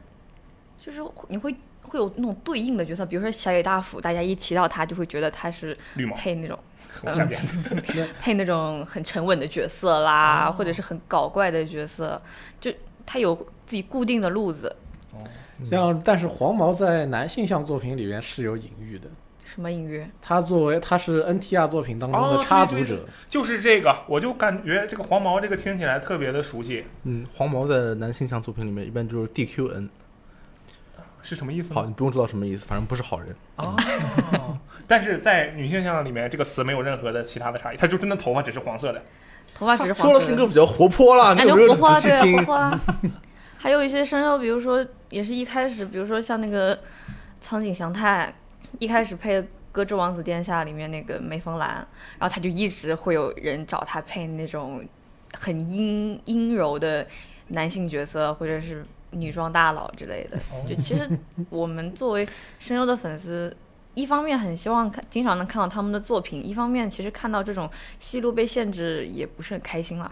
Speaker 5: 就是你会会有那种对应的角色，比如说小野大辅，大家一提到他就会觉得他是
Speaker 2: 绿毛，
Speaker 5: 配那种
Speaker 2: 我
Speaker 5: 嗯
Speaker 2: 下边。
Speaker 5: 配那种很沉稳的角色啦，或者是很搞怪的角色，就他有自己固定的路子。
Speaker 4: 嗯
Speaker 3: 像，但是黄毛在男性向作品里面是有隐喻的，
Speaker 5: 什么隐喻？
Speaker 3: 他作为他是 NTR 作品当中
Speaker 2: 哦
Speaker 3: 的
Speaker 2: 对
Speaker 3: 插
Speaker 2: 对
Speaker 3: 足
Speaker 2: 对
Speaker 3: 者，
Speaker 2: 就是这个，我就感觉这个黄毛这个听起来特别的熟悉，
Speaker 4: 嗯，黄毛在男性向作品里面一般就是 DQN。
Speaker 2: 是什么意思
Speaker 4: 好，
Speaker 2: 呢？
Speaker 4: 你不用知道什么意思，反正不是好人。
Speaker 2: 但是在女性向里面，这个词没有任何的其他的差异，它就真的头发只是黄色的。
Speaker 5: 头发只是黄
Speaker 4: 说了
Speaker 5: 色
Speaker 4: 性
Speaker 5: 的
Speaker 4: 格比较活泼啦，你
Speaker 5: 感
Speaker 4: 有
Speaker 5: 觉
Speaker 4: 没有
Speaker 5: 活泼啊，
Speaker 4: 仔细
Speaker 5: 对，活
Speaker 4: 听？
Speaker 5: 泼 啊。还有一些声优，比如说也是一开始，比如说像那个苍井翔太，一开始配《歌之王子殿下》里面那个梅峰兰，然后他就一直会有人找他配那种很阴阴柔的男性角色，或者是女装大佬之类的。
Speaker 4: 哦
Speaker 5: 就其实我们作为声优的粉丝。一方面很希望看，经常能看到他们的作品；一方面其实看到这种戏路被限制也不是很开心啦。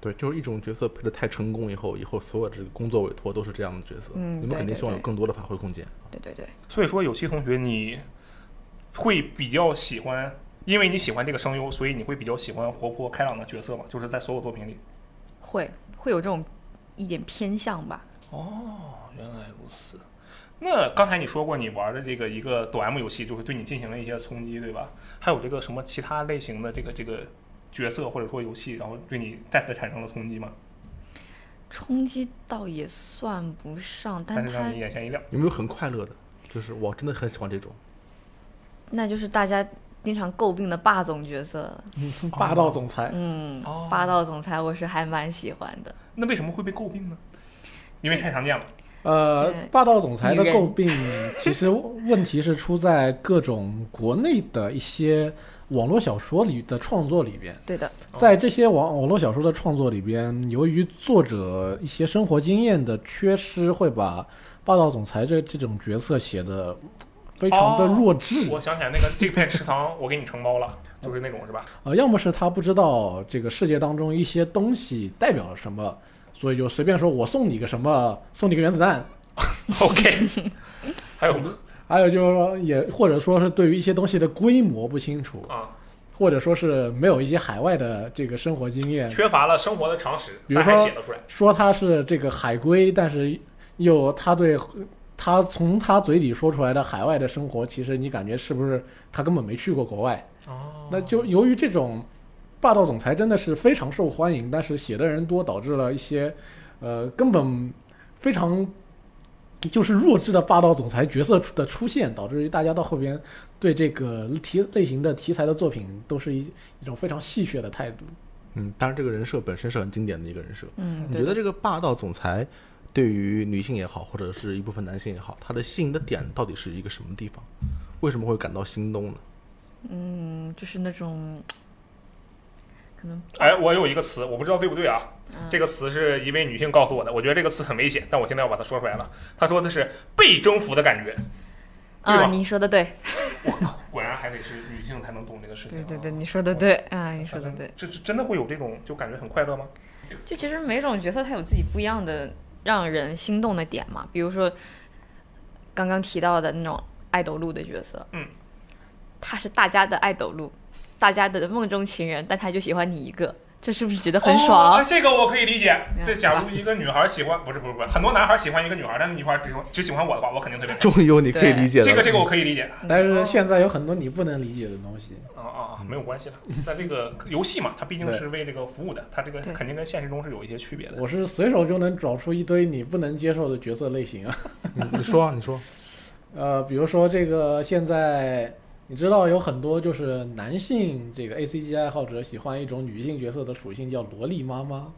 Speaker 4: 对，就是一种角色配的太成功以后，以后所有的这个工作委托都是这样的角色，
Speaker 5: 嗯
Speaker 4: 你们
Speaker 5: 对
Speaker 4: 肯定
Speaker 5: 对
Speaker 4: 希望有
Speaker 5: 对
Speaker 4: 更多的发挥空间。
Speaker 5: 对对对，
Speaker 2: 所以说，有些同学你会比较喜欢，因为你喜欢这个声优，所以你会比较喜欢活泼开朗的角色嘛？就是在所有作品里。
Speaker 5: 会会有这种一点偏向吧。
Speaker 2: 哦，原来如此。那刚才你说过你玩的这个一个抖 M 游戏，就是对你进行了一些冲击，对吧？还有这个什么其他类型的这个这个角色或者说游戏，然后对你再次产生了冲击吗？
Speaker 5: 冲击倒也算不上，但
Speaker 2: 但是
Speaker 5: 它
Speaker 2: 让你眼前一亮。
Speaker 4: 有没有很快乐的？就是我真的很喜欢这种，
Speaker 5: 那就是大家经常诟病的霸总角色了。
Speaker 3: 霸道总裁，
Speaker 5: 嗯，
Speaker 2: 哦
Speaker 5: 霸道总裁我是还蛮喜欢的。
Speaker 2: 那为什么会被诟病呢？因为太常见了。
Speaker 3: 呃
Speaker 5: 对，
Speaker 3: 霸道总裁的
Speaker 5: 女人
Speaker 3: 诟病，其实问题是出在各种国内的一些网络小说里的创作里边。
Speaker 5: 对的，
Speaker 3: 在这些网网络小说的创作里边，由于作者一些生活经验的缺失，会把霸道总裁这这种角色写的非常的弱
Speaker 5: 哦
Speaker 3: 智。
Speaker 2: 我想起来那个这片池塘，我给你承包了，就是那种是吧？
Speaker 3: 呃，要么是他不知道这个世界当中一些东西代表了什么，所以就随便说我送你个什么，送你个原子弹。
Speaker 2: OK，还有吗
Speaker 3: 还有就是说也或者说是对于一些东西的规模不清楚，
Speaker 2: 啊，
Speaker 3: 或者说是没有一些海外的这个生活经验，
Speaker 2: 缺乏了生活的常识，
Speaker 3: 比如
Speaker 2: 但还
Speaker 3: 说
Speaker 2: 写得出来。
Speaker 3: 说他是这个海归，但是又他对他从他嘴里说出来的海外的生活，其实你感觉是不是他根本没去过国外？
Speaker 2: 哦
Speaker 3: 那就由于这种霸道总裁真的是非常受欢迎，但是写的人多，导致了一些呃根本非常就是弱智的霸道总裁角色出的出现，导致于大家到后边对这个题类型的题材的作品都是一一种非常戏谑的态度。
Speaker 4: 嗯，当然这个人设本身是很经典的一个人设。
Speaker 5: 嗯，
Speaker 4: 你觉
Speaker 5: 对的
Speaker 4: 得这个霸道总裁对于女性也好，或者是一部分男性也好，他的吸引的点到底是一个什么地方？为什么会感到心动呢？
Speaker 5: 嗯，就是那种可能
Speaker 2: 哎，我有一个词，我不知道对不对啊。这个词是一位女性告诉我的，我觉得这个词很危险，但我现在要把它说出来了。她说的是被征服的感觉，对
Speaker 5: 啊，
Speaker 2: 吧
Speaker 5: 你说的对，
Speaker 2: 果然还得是女性才能懂这个事情、啊。
Speaker 5: 对对对，你说的对啊，你
Speaker 2: 你
Speaker 5: 说的对。
Speaker 2: 这这真的会有这种就感觉很快乐吗？
Speaker 5: 就其实每种角色他有自己不一样的让人心动的点嘛，比如说刚刚提到的那种爱斗路的角色，
Speaker 2: 嗯，
Speaker 5: 他是大家的爱斗路，大家的梦中情人，但他就喜欢你一个，这是不是觉得很
Speaker 2: 哦
Speaker 5: 爽？
Speaker 2: 哎这个我可以理解。
Speaker 5: 嗯
Speaker 2: 对，假如一个女孩喜欢，不是不是不是，很多男孩喜欢一个女孩，但是女孩只喜欢只喜欢我的话，我肯定特别开心。
Speaker 4: 终于有你可以
Speaker 5: 对
Speaker 4: 理解的
Speaker 2: 这
Speaker 4: 了
Speaker 2: 个
Speaker 3: 嗯
Speaker 2: 这个我可以理解。
Speaker 3: 但是现在有很多你不能理解的东西，
Speaker 2: 啊啊啊，没有关系的。但这个游戏嘛，它毕竟
Speaker 3: 嗯对
Speaker 2: 是为这个服务的，它这个
Speaker 5: 对
Speaker 2: 肯定跟现实中是有一些区别的。
Speaker 3: 我是随手就能找出一堆你不能接受的角色类型啊。
Speaker 4: 你你说啊，你说，
Speaker 3: 呃，比如说这个现在你知道有很多就是男性这个 A C G 爱好者喜欢一种女性角色的属性叫萝莉妈妈，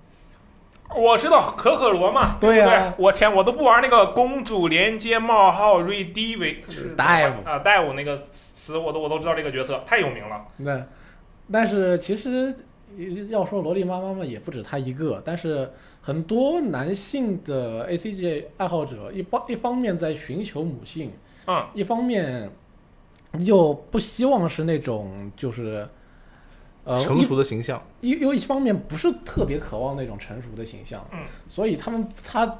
Speaker 2: 我知道可可罗嘛，
Speaker 3: 对
Speaker 2: 对不
Speaker 3: 呀
Speaker 2: 对？我天，我都不玩那个公主连接冒号瑞迪维
Speaker 3: 大夫
Speaker 2: 啊，戴武那个词我都我都知道这个角色太有名了。
Speaker 3: 那但是其实呃要说萝莉妈妈嘛，也不止她一个，但是很多男性的 A C G 爱好者一方一方面在寻求母性，
Speaker 2: 嗯，
Speaker 3: 一方面又不希望是那种就是。呃，
Speaker 4: 成
Speaker 3: 一
Speaker 4: 熟的形象，
Speaker 3: 又又一方面不是特别渴望那种成熟的形象，
Speaker 2: 嗯
Speaker 3: 所以他们他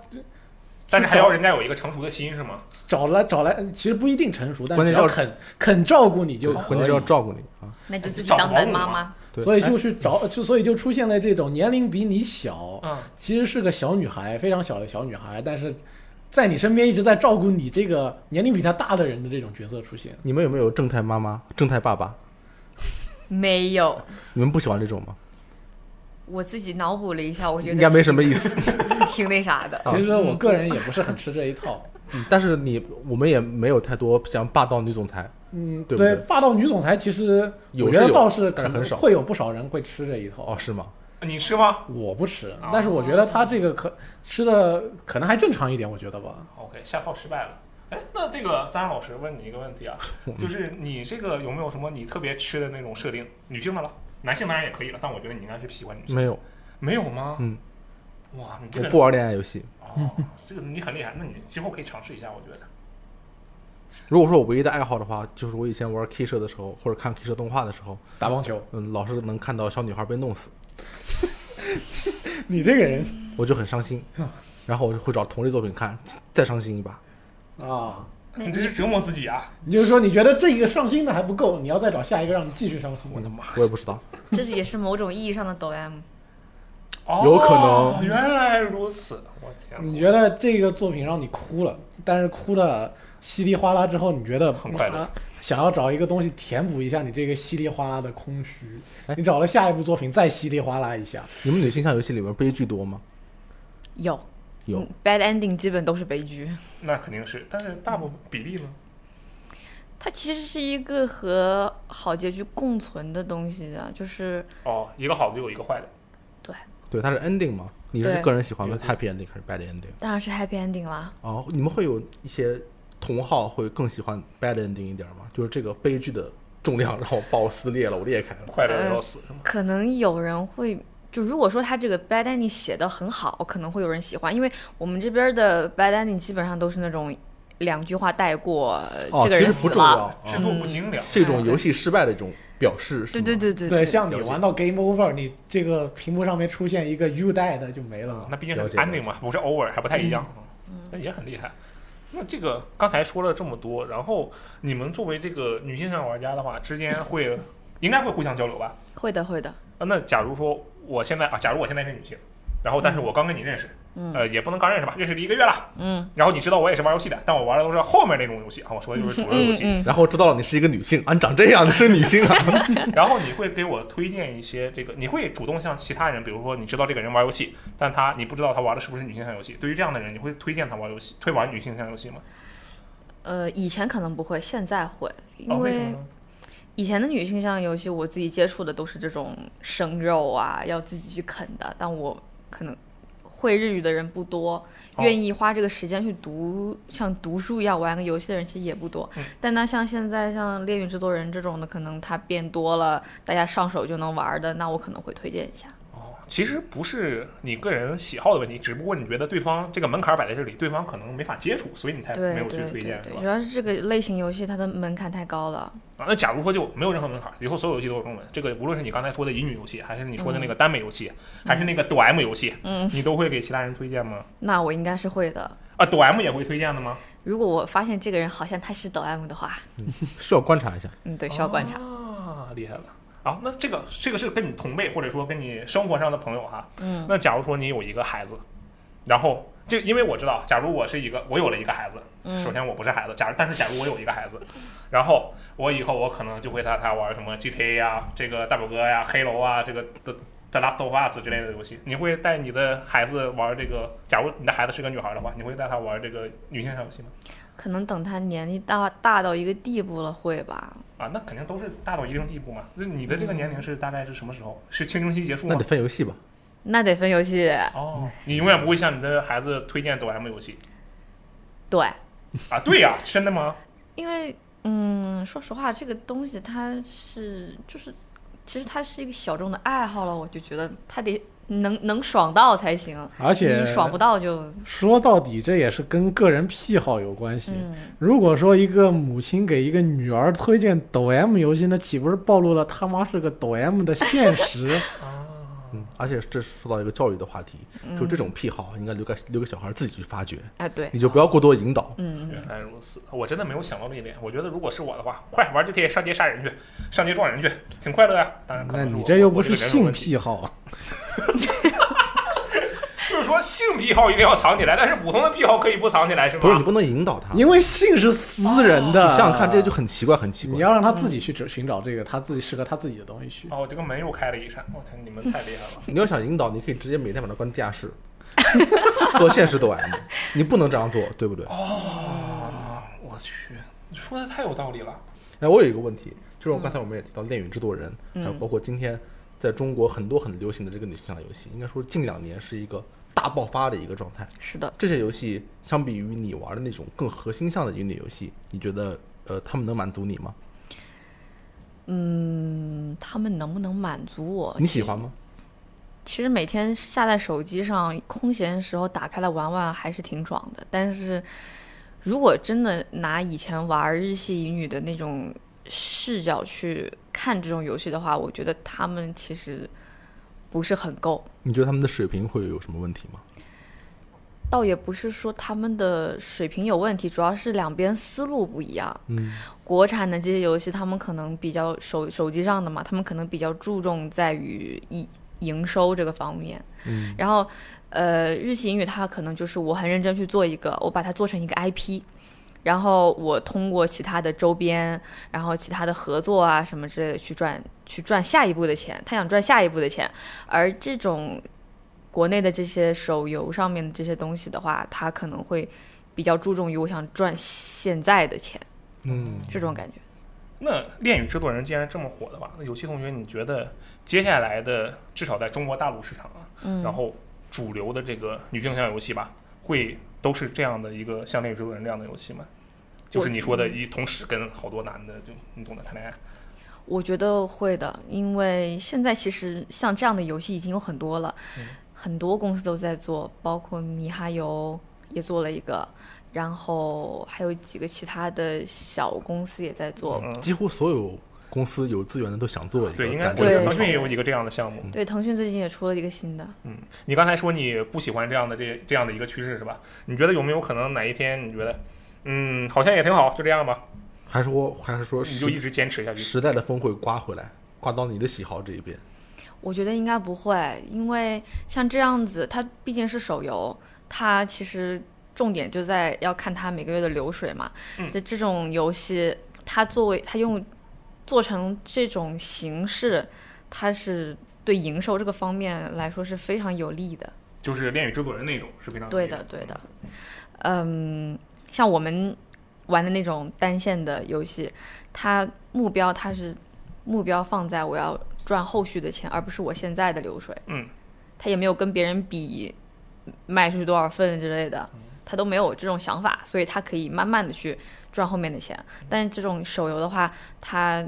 Speaker 2: 但是还
Speaker 3: 去
Speaker 2: 要
Speaker 3: 找
Speaker 2: 人家有一个成熟的心是吗？
Speaker 3: 找来找来，其实不一定成熟，但
Speaker 4: 关键
Speaker 3: 只要
Speaker 4: 是要
Speaker 3: 肯肯照顾你就可
Speaker 4: 关
Speaker 3: 以
Speaker 4: 键是要照顾你啊。
Speaker 5: 那就自己
Speaker 2: 找
Speaker 5: 当
Speaker 2: 保
Speaker 5: 奶
Speaker 2: 姆
Speaker 5: 妈
Speaker 2: 嘛
Speaker 5: 妈，
Speaker 4: 对，
Speaker 3: 所以
Speaker 4: 哎
Speaker 3: 就去找，就所以就出现了这种年龄比你小，
Speaker 2: 嗯，
Speaker 3: 其实是个小女孩，非常小的小女孩，但是在你身边一直在照顾你这个年龄比她大的人的这种角色出现。
Speaker 4: 你们有没有正太妈妈、正太爸爸？
Speaker 5: 没有。
Speaker 4: 你们不喜欢这种吗？
Speaker 5: 我自己脑补了一下，我觉得
Speaker 4: 应该没什么意思。
Speaker 5: 挺，挺那啥的。
Speaker 4: 啊
Speaker 3: 其实
Speaker 2: 嗯
Speaker 3: 我个人也不是很吃这一 套，
Speaker 4: 嗯但是你我们也没有太多像霸道女总裁，
Speaker 3: 嗯，
Speaker 4: 对不对
Speaker 3: 霸道女总裁其实
Speaker 4: 有
Speaker 3: 我觉
Speaker 4: 是
Speaker 3: 得
Speaker 4: 有
Speaker 3: 倒是
Speaker 4: 但
Speaker 3: 可
Speaker 4: 是
Speaker 3: 能
Speaker 4: 很少
Speaker 3: 会有不少人会吃这一套
Speaker 4: 哦，是吗？
Speaker 2: 你是吗
Speaker 3: 我不吃
Speaker 2: 哦，
Speaker 3: 但是我觉得他这个可吃的可能还正常一点，我觉得吧。
Speaker 2: ？OK，下炮失败了。哎，那这个张老师问你一个问题 啊，
Speaker 4: 嗯
Speaker 2: 就是你这个有没有什么你特别吃的那种设定？女性的了，男性当然也可以了，但我觉得你应该是喜欢女性。
Speaker 4: 没有，
Speaker 2: 没有吗？
Speaker 4: 嗯，
Speaker 2: 哇，你这
Speaker 4: 我
Speaker 2: 个
Speaker 4: 不玩恋爱游戏。
Speaker 2: 哦，这个你很厉害，那你今后可以尝试一下，我觉得。
Speaker 4: 如果说我唯一的爱好的话，就是我以前玩 K 社的时候，或者看 K 社动画的时候，
Speaker 3: 打棒球，
Speaker 4: 嗯，老是能看到小女孩被弄死。
Speaker 3: 你这个人
Speaker 4: 我就很伤 心，然后我就会找同类作品看，再伤心一把。
Speaker 2: 嗯
Speaker 3: 啊，
Speaker 2: 你这是折磨自己啊！
Speaker 3: 你就是说你觉得这一个伤心的还不够，你要再找下一个让你继续伤心
Speaker 2: 我的
Speaker 3: 的。
Speaker 2: 妈，
Speaker 4: 我也不知道，
Speaker 5: 这也是某种意义上的抖 M。
Speaker 2: 哦
Speaker 4: 有可能嗯
Speaker 2: 原来如此，我天哪，
Speaker 3: 你觉得这个作品让你哭了，但是哭的稀里哗啦之后，你觉得
Speaker 2: 很快乐
Speaker 3: 啊想要找一个东西填补一下你这个稀里哗啦的空虚。
Speaker 2: 哎
Speaker 3: 你找了下一部作品再稀里哗啦一下，
Speaker 4: 你们女性向游戏里面悲剧多吗？
Speaker 5: 有
Speaker 4: 有
Speaker 5: 嗯，bad ending 基本都是悲剧。
Speaker 2: 那肯定是，但是大部分比例呢？
Speaker 5: 它其实是一个和好结局共存的东西啊，就是
Speaker 2: 哦，一个好的就有一个坏的，
Speaker 5: 对，
Speaker 4: 对，它是 ending 嘛？你是
Speaker 5: 对
Speaker 4: 个人喜欢
Speaker 2: 有
Speaker 4: happy ending 还是 bad ending？
Speaker 5: 当然是 happy ending 啦。
Speaker 4: 哦，你们会有一些同好会更喜欢 bad ending 一点吗？就是这个悲剧的重量让我把我撕裂了，我裂开了。
Speaker 2: 快乐的要死是吗？
Speaker 5: 可能有人会，就如果说他这个 bad ending 写的很好，可能会有人喜欢，因为我们这边的 bad ending 基本上都是那种两句话带过，
Speaker 4: 哦，
Speaker 5: 这个
Speaker 4: 其
Speaker 5: 人
Speaker 4: 实
Speaker 5: 死
Speaker 4: 不重要，
Speaker 5: 了。
Speaker 4: 啊
Speaker 2: 哦制作不精良，
Speaker 4: 是一种游戏失败的一种表示。是
Speaker 5: 对
Speaker 4: 吗
Speaker 5: 对，对对
Speaker 3: 对，像你
Speaker 4: 了解
Speaker 3: 玩到 game over，你这个屏幕上面出现一个 you died 就没了嘛。
Speaker 2: 嗯那毕竟
Speaker 4: 了
Speaker 2: 是
Speaker 4: 解
Speaker 2: ending 嘛，不是 over，还不太一样，
Speaker 5: 嗯
Speaker 2: 嗯那也很厉害。那这个刚才说了这么多，然后你们作为这个女性向玩家的话，之间会应该会互相交流吧？
Speaker 5: 会的会的，
Speaker 2: 啊那假如说我现在啊，假如我现在是女性，然后但是我刚跟你认识，
Speaker 5: 嗯
Speaker 2: 呃，也不能刚认识吧，认识一个月了，
Speaker 5: 嗯
Speaker 2: 然后你知道我也是玩游戏的，但我玩的都是后面那种游戏啊，我说的就是主流游
Speaker 5: 嗯
Speaker 2: 戏，
Speaker 5: 嗯，
Speaker 4: 然后知道了你是一个女性啊，你长这样，你是女性 啊。
Speaker 2: 然后你会给我推荐一些这个，你会主动向其他人，比如说你知道这个人玩游戏，但他你不知道他玩的是不是女性向游戏，对于这样的人，你会推荐他玩游戏，推玩女性向游戏吗？
Speaker 5: 呃，以前可能不会，现在会，
Speaker 2: 哦，
Speaker 5: 因
Speaker 2: 为什么
Speaker 5: 为
Speaker 2: 呢？
Speaker 5: 以前的女性向游戏，我自己接触的都是这种生肉啊，要自己去啃的，但我可能。会日语的人不多，
Speaker 2: 哦
Speaker 5: 愿意花这个时间去读像读书一样玩个游戏的人其实也不多。
Speaker 2: 嗯
Speaker 5: 但那像现在像《恋与制作人》这种的，可能它变多了，大家上手就能玩的，那我可能会推荐一下。
Speaker 2: 哦，其实不是你个人喜好的问题，只不过你觉得对方这个门槛摆在这里，对方可能没法接触，所以你才
Speaker 5: 对
Speaker 2: 哎没有去
Speaker 5: 对
Speaker 2: 推
Speaker 5: 对
Speaker 2: 荐，是
Speaker 5: 对，
Speaker 2: 吧
Speaker 5: 主？要是这个类型游戏它的门槛太高了。
Speaker 2: 啊，那假如说就没有任何门槛，以后所有游戏都有中文，这个无论是你刚才说的乙女游戏，还是你说的那个耽美游戏，还是那个抖 M 游戏，
Speaker 5: 嗯，
Speaker 2: 你都会给其他人推荐吗？
Speaker 5: 那我应该是会的。
Speaker 2: 啊，抖 M 也会推荐的吗？
Speaker 5: 如果我发现这个人好像他是抖 M 的话，
Speaker 4: 需要观察一下。
Speaker 5: 嗯，对，需要观察。
Speaker 2: 啊，厉害了。啊，那这个这个是跟你同辈或者说跟你生活上的朋友哈。
Speaker 5: 嗯
Speaker 2: 那假如说你有一个孩子，然后就因为我知道，假如我是一个我有了一个孩子，首先我不是孩子，假如但是假如我有一个孩子，然后我以后我可能就会带他玩什么 GTA 呀、啊这个大表哥呀、黑楼啊、这个的。The Last of Us 之类的游戏，你会带你的孩子玩这个？假如你的孩子是个女孩的话，你会带她玩这个女性向游戏吗？
Speaker 5: 可能等他年纪大大到一个地步了，会吧？
Speaker 2: 啊，那肯定都是大到一定地步嘛。那你的这个年龄是大概是什么时候？是青春期结束
Speaker 4: 那
Speaker 2: 吗
Speaker 4: 得？分游戏吧。
Speaker 5: 那得分游戏，
Speaker 2: 哦，你永远不会向你的孩子推荐抖 M 游戏
Speaker 5: 对，
Speaker 2: 啊？对呀、真的吗？
Speaker 5: 因为嗯，说实话，这个东西它是就是，其实它是一个小众的爱好了，我就觉得它得能能爽到才行，
Speaker 3: 而且
Speaker 5: 你爽不到就
Speaker 3: 说到底，这也是跟个人癖好有关系。
Speaker 5: 嗯，
Speaker 3: 如果说一个母亲给一个女儿推荐抖 M 游戏，那岂不是暴露了他妈是个抖 M 的现实？
Speaker 4: 嗯，而且这说到一个教育的话题，
Speaker 5: 嗯
Speaker 4: 就这种癖好应该留给留给小孩自己去发掘，
Speaker 5: 哎对，
Speaker 4: 你就不要过多引导。
Speaker 5: 嗯，
Speaker 2: 原来如此，我真的没有想到这一点。我觉得如果是我的话，快玩 GTA 上街杀人去，上街撞人去，挺快乐呀、当然，可
Speaker 3: 那
Speaker 2: 能
Speaker 3: 你
Speaker 2: 我
Speaker 3: 这又不
Speaker 2: 我
Speaker 3: 是
Speaker 2: 个人有
Speaker 3: 性
Speaker 2: 问题
Speaker 3: 癖啊好，
Speaker 2: 就是说性癖好一定要藏起来，但是普通的癖好可以不藏起来，是吗？
Speaker 4: 不是你不能引导他，你
Speaker 3: 因为性是私人的。
Speaker 4: 想想哦看，这就很奇怪，很奇
Speaker 3: 你
Speaker 4: 怪。
Speaker 3: 要让他自己去寻找这个他自己适合他自己的东西去。
Speaker 2: 哦，我这个门又开了一扇，我天，你们太厉害了。
Speaker 4: 你要想引导，你可以直接每天把它关地下室，做现实抖 M，你不能这样做，对不对？
Speaker 2: 我去，你说的太有道理了。
Speaker 4: 哎，我有一个问题，就是我刚才我们也提到《恋与制作人》还有包括今天在中国很多很流行的这个女性向游戏，应该说近两年是一个大爆发的一个状态。
Speaker 5: 是的，
Speaker 4: 这些游戏相比于你玩的那种更核心向的乙女游戏，你觉得呃，他们能满足你吗？
Speaker 5: 嗯，他们能不能满足我？
Speaker 4: 你喜欢吗？
Speaker 5: 其实每天下在手机上，空闲的时候打开来玩玩还是挺爽的。但是，如果真的拿以前玩日系乙女的那种视角去看这种游戏的话，我觉得他们其实不是很够。
Speaker 4: 你觉得他们的水平会有什么问题吗？
Speaker 5: 倒也不是说他们的水平有问题，主要是两边思路不一样。
Speaker 4: 嗯，
Speaker 5: 国产的这些游戏，他们可能比较手手机上的嘛，他们可能比较注重在于营营收这个方面。
Speaker 4: 嗯，
Speaker 5: 然后，呃，日系英语它可能就是我很认真去做一个，我把它做成一个 IP，然后我通过其他的周边，然后其他的合作啊什么之类的去赚去赚下一步的钱，他想赚下一步的钱，而这种国内的这些手游上面的这些东西的话，它可能会比较注重于我想赚现在的钱
Speaker 4: 嗯，
Speaker 5: 这种感觉。
Speaker 2: 那《恋与制作人》既然这么火的话，那有些同学你觉得接下来的至少在中国大陆市场啊，
Speaker 5: 嗯，
Speaker 2: 然后主流的这个女性向游戏吧，会都是这样的一个像《恋与制作人》这样的游戏吗？就是你说的，一同时跟好多男的就你懂得谈恋爱，
Speaker 5: 我觉得会的，因为现在其实像这样的游戏已经有很多了，
Speaker 2: 嗯
Speaker 5: 很多公司都在做，包括米哈游也做了一个，然后还有几个其他的小公司也在做。
Speaker 2: 嗯，
Speaker 4: 几乎所有公司有资源的都想做一个，
Speaker 2: 对，应该
Speaker 4: 感
Speaker 2: 我觉
Speaker 4: 觉
Speaker 2: 得
Speaker 5: 对
Speaker 2: 腾讯也有一个这样的项目。
Speaker 5: 对，腾讯最近也出了一个新的，
Speaker 2: 嗯，你刚才说你不喜欢这样的这这样的一个趋势是吧？你觉得有没有可能哪一天你觉得，嗯，好像也挺好，就这样吧，
Speaker 4: 还是说还是说
Speaker 2: 你就一
Speaker 4: 时
Speaker 2: 直坚持下去？
Speaker 4: 时代的风会刮回来，刮到你的喜好这一边。
Speaker 5: 我觉得应该不会，因为像这样子，它毕竟是手游，它其实重点就在要看它每个月的流水嘛。
Speaker 2: 嗯
Speaker 5: 这这种游戏，它作为它用做成这种形式，它是对营收这个方面来说是非常有利的。
Speaker 2: 就是《恋与制作人》那种是非常
Speaker 5: 对的，对的。嗯，像我们玩的那种单线的游戏，它目标它是目标放在我要赚后续的钱，而不是我现在的流水。
Speaker 2: 嗯，
Speaker 5: 他也没有跟别人比卖出去多少份之类的，他都没有这种想法，所以他可以慢慢的去赚后面的钱。但是这种手游的话，他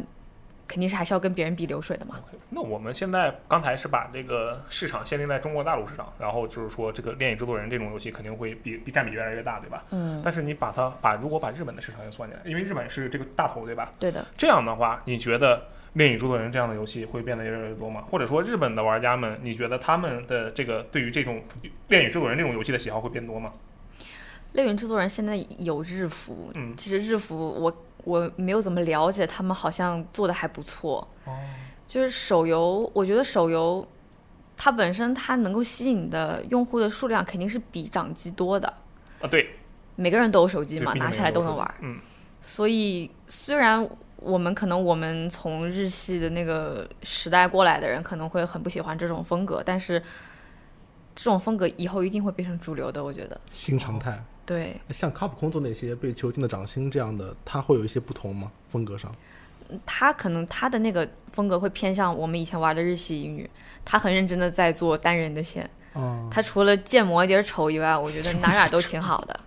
Speaker 5: 肯定是还是要跟别人比流水的嘛。
Speaker 2: OK，那我们现在刚才是把这个市场限定在中国大陆市场，然后就是说这个《恋与制作人》这种游戏肯定会比比占比越来越大，对吧？
Speaker 5: 嗯，
Speaker 2: 但是你把它把如果把日本的市场也算进来，因为日本是这个大头，对吧？
Speaker 5: 对的。
Speaker 2: 这样的话，你觉得《恋与制作人》这样的游戏会变得越来越多吗？或者说日本的玩家们，你觉得他们的这个对于这种《恋与制作人》这种游戏的喜好会变多吗？
Speaker 5: 猎云制作人现在有日服，
Speaker 2: 嗯
Speaker 5: 其实日服我我没有怎么了解，他们好像做的还不错。
Speaker 2: 哦，
Speaker 5: 就是手游，我觉得手游它本身它能够吸引的用户的数量肯定是比掌机多的，
Speaker 2: 啊对，
Speaker 5: 每个人都有手机
Speaker 2: 对
Speaker 5: 嘛，
Speaker 2: 毕竟
Speaker 5: 拿起
Speaker 2: 每
Speaker 5: 来
Speaker 2: 个
Speaker 5: 都
Speaker 2: 是
Speaker 5: 能玩儿。
Speaker 2: 嗯
Speaker 5: 所以虽然我们可能我们从日系的那个时代过来的人可能会很不喜欢这种风格，但是这种风格以后一定会变成主流的，我觉得。
Speaker 4: 新常态，
Speaker 5: 对，
Speaker 4: 像卡普空做那些被囚禁的掌心这样的，它会有一些不同吗？风格上，
Speaker 5: 他可能他的那个风格会偏向我们以前玩的日系英语，他很认真的在做单人的线，
Speaker 4: 啊，
Speaker 5: 他除了建模有点丑以外，我 觉得哪哪都挺好的。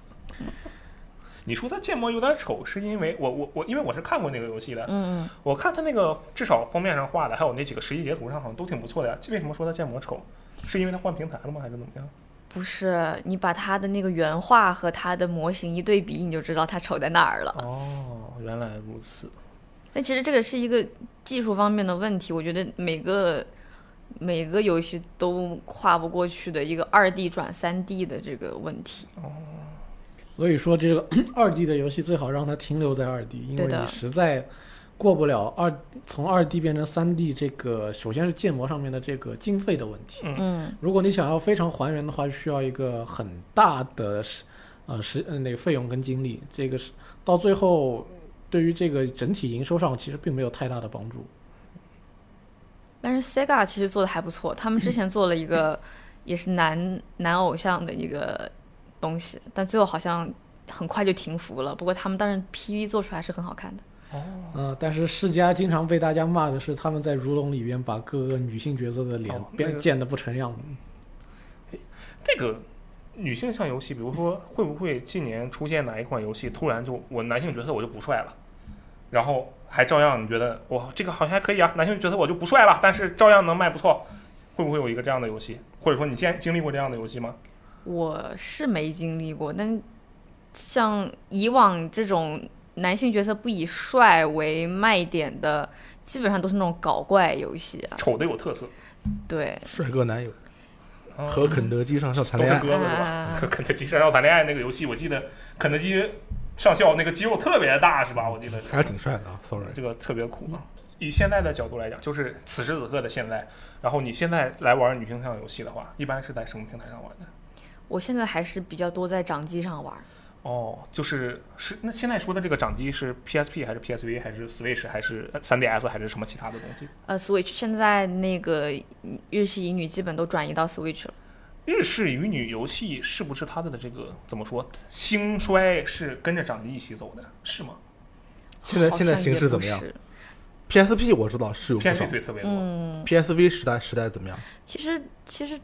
Speaker 2: 你说他建模有点丑，是因为我我我，因为我是看过那个游戏的，
Speaker 5: 嗯
Speaker 2: 我看他那个至少封面上画的，还有那几个实际截图上好像都挺不错的呀。为什么说他建模丑？是因为他换平台了吗？还是怎么样？
Speaker 5: 嗯，不是，你把他的那个原画和他的模型一对比，你就知道他丑在哪儿了。
Speaker 2: 哦，原来如此。
Speaker 5: 但其实这个是一个技术方面的问题，我觉得每个每个游戏都跨不过去的一个二 D 转三 D 的这个问题。
Speaker 3: 所以说，这个 二 D 的游戏最好让它停留在二 D，因为
Speaker 5: 对的
Speaker 3: 你实在过不了二从二 D 变成三 D 这个，首先是建模上面的这个经费的问题。
Speaker 5: 嗯，
Speaker 3: 如果你想要非常还原的话，需要一个很大的时呃时呃那个费用跟精力，这个是到最后对于这个整体营收上其实并没有太大的帮助。
Speaker 5: 但是 Sega 其实做的还不错，他们之前做了一个也是男男偶像的一个东西，但最后好像很快就停服了。不过他们当时 PV 做出来是很好看的。
Speaker 2: 哦，
Speaker 3: 嗯、但是世嘉经常被大家骂的是他们在《如龙》里边把各个女性角色的脸
Speaker 2: 哦那
Speaker 3: 变
Speaker 2: 个
Speaker 3: 建的不成样子。
Speaker 2: 这个女性向游戏，比如说会不会近年出现哪一款游戏突然就我男性角色我就不帅了，然后还照样你觉得哇这个好像还可以啊，男性角色我就不帅了，但是照样能卖不错，会不会有一个这样的游戏？或者说你现在经历过这样的游戏吗？
Speaker 5: 我是没经历过，但像以往这种男性角色不以帅为卖点的，基本上都是那种搞怪游戏啊。
Speaker 2: 丑的有特色，
Speaker 5: 对，
Speaker 4: 帅哥男友
Speaker 2: 哦
Speaker 4: 和肯德基上校谈
Speaker 2: 都
Speaker 4: 恋
Speaker 2: 是
Speaker 4: 爱，
Speaker 2: 哥们是吧？
Speaker 5: 啊
Speaker 2: 肯肯德基上校谈恋爱那个游戏，我记得肯德基上校那个肌肉特别大，是吧？我记得
Speaker 4: 还是挺帅的啊，sorry。
Speaker 2: 这个特别酷啊。以现在的角度来讲，就是此时此刻的现在。然后你现在来玩女性向游戏的话，一般是在什么平台上玩的？
Speaker 5: 我现在还是比较多在掌机上玩儿，
Speaker 2: 哦，就是是那现在说的这个掌机是 PSP 还是 PSV 还是 Switch 还是 3DS 还是什么其他的东西？
Speaker 5: 呃，Switch 现在那个嗯日系乙女基本都转移到 Switch 了。
Speaker 2: 日式乙女游戏是不是它的这个怎么说兴衰是跟着掌机一起走的，是吗
Speaker 4: 现在
Speaker 5: 好
Speaker 4: 现在
Speaker 5: 像
Speaker 4: 形
Speaker 5: 也
Speaker 4: 势
Speaker 5: 不
Speaker 4: 怎么样
Speaker 5: 是
Speaker 4: PSP 我知道是有不少
Speaker 2: ？PSV 对特别多。
Speaker 5: 嗯，
Speaker 4: ，PSV 时代时代怎么样？
Speaker 5: 其实其实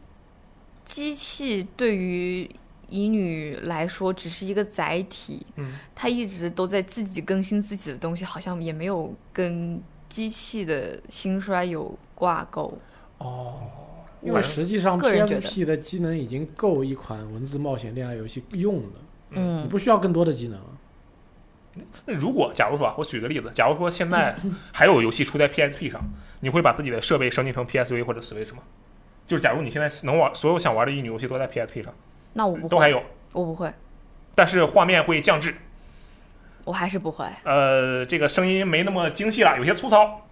Speaker 5: 机器对于乙女来说只是一个载体，
Speaker 2: 嗯
Speaker 5: 它一直都在自己更新自己的东西，好像也没有跟机器的兴衰有挂钩。
Speaker 2: 哦，
Speaker 3: 因为实际上
Speaker 5: 个人觉得
Speaker 3: PSP 的机能已经够一款文字冒险恋爱游戏用了，你
Speaker 5: 嗯，
Speaker 3: 不需要更多的技能了。
Speaker 2: 那如果假如说啊，我举个例子，假如说现在
Speaker 4: 嗯
Speaker 2: 还有游戏出在 PSP 上，你会把自己的设备升级成 PSV 或者 Switch 吗？就是假如你现在能玩所有想玩的乙女游戏都在 PSP 上，
Speaker 5: 那我不
Speaker 2: 都还
Speaker 5: 会，
Speaker 2: 有，
Speaker 5: 我不会，
Speaker 2: 但是画面会降质，
Speaker 5: 我还是不会。
Speaker 2: 呃，这个声音没那么精细了，有些粗糙，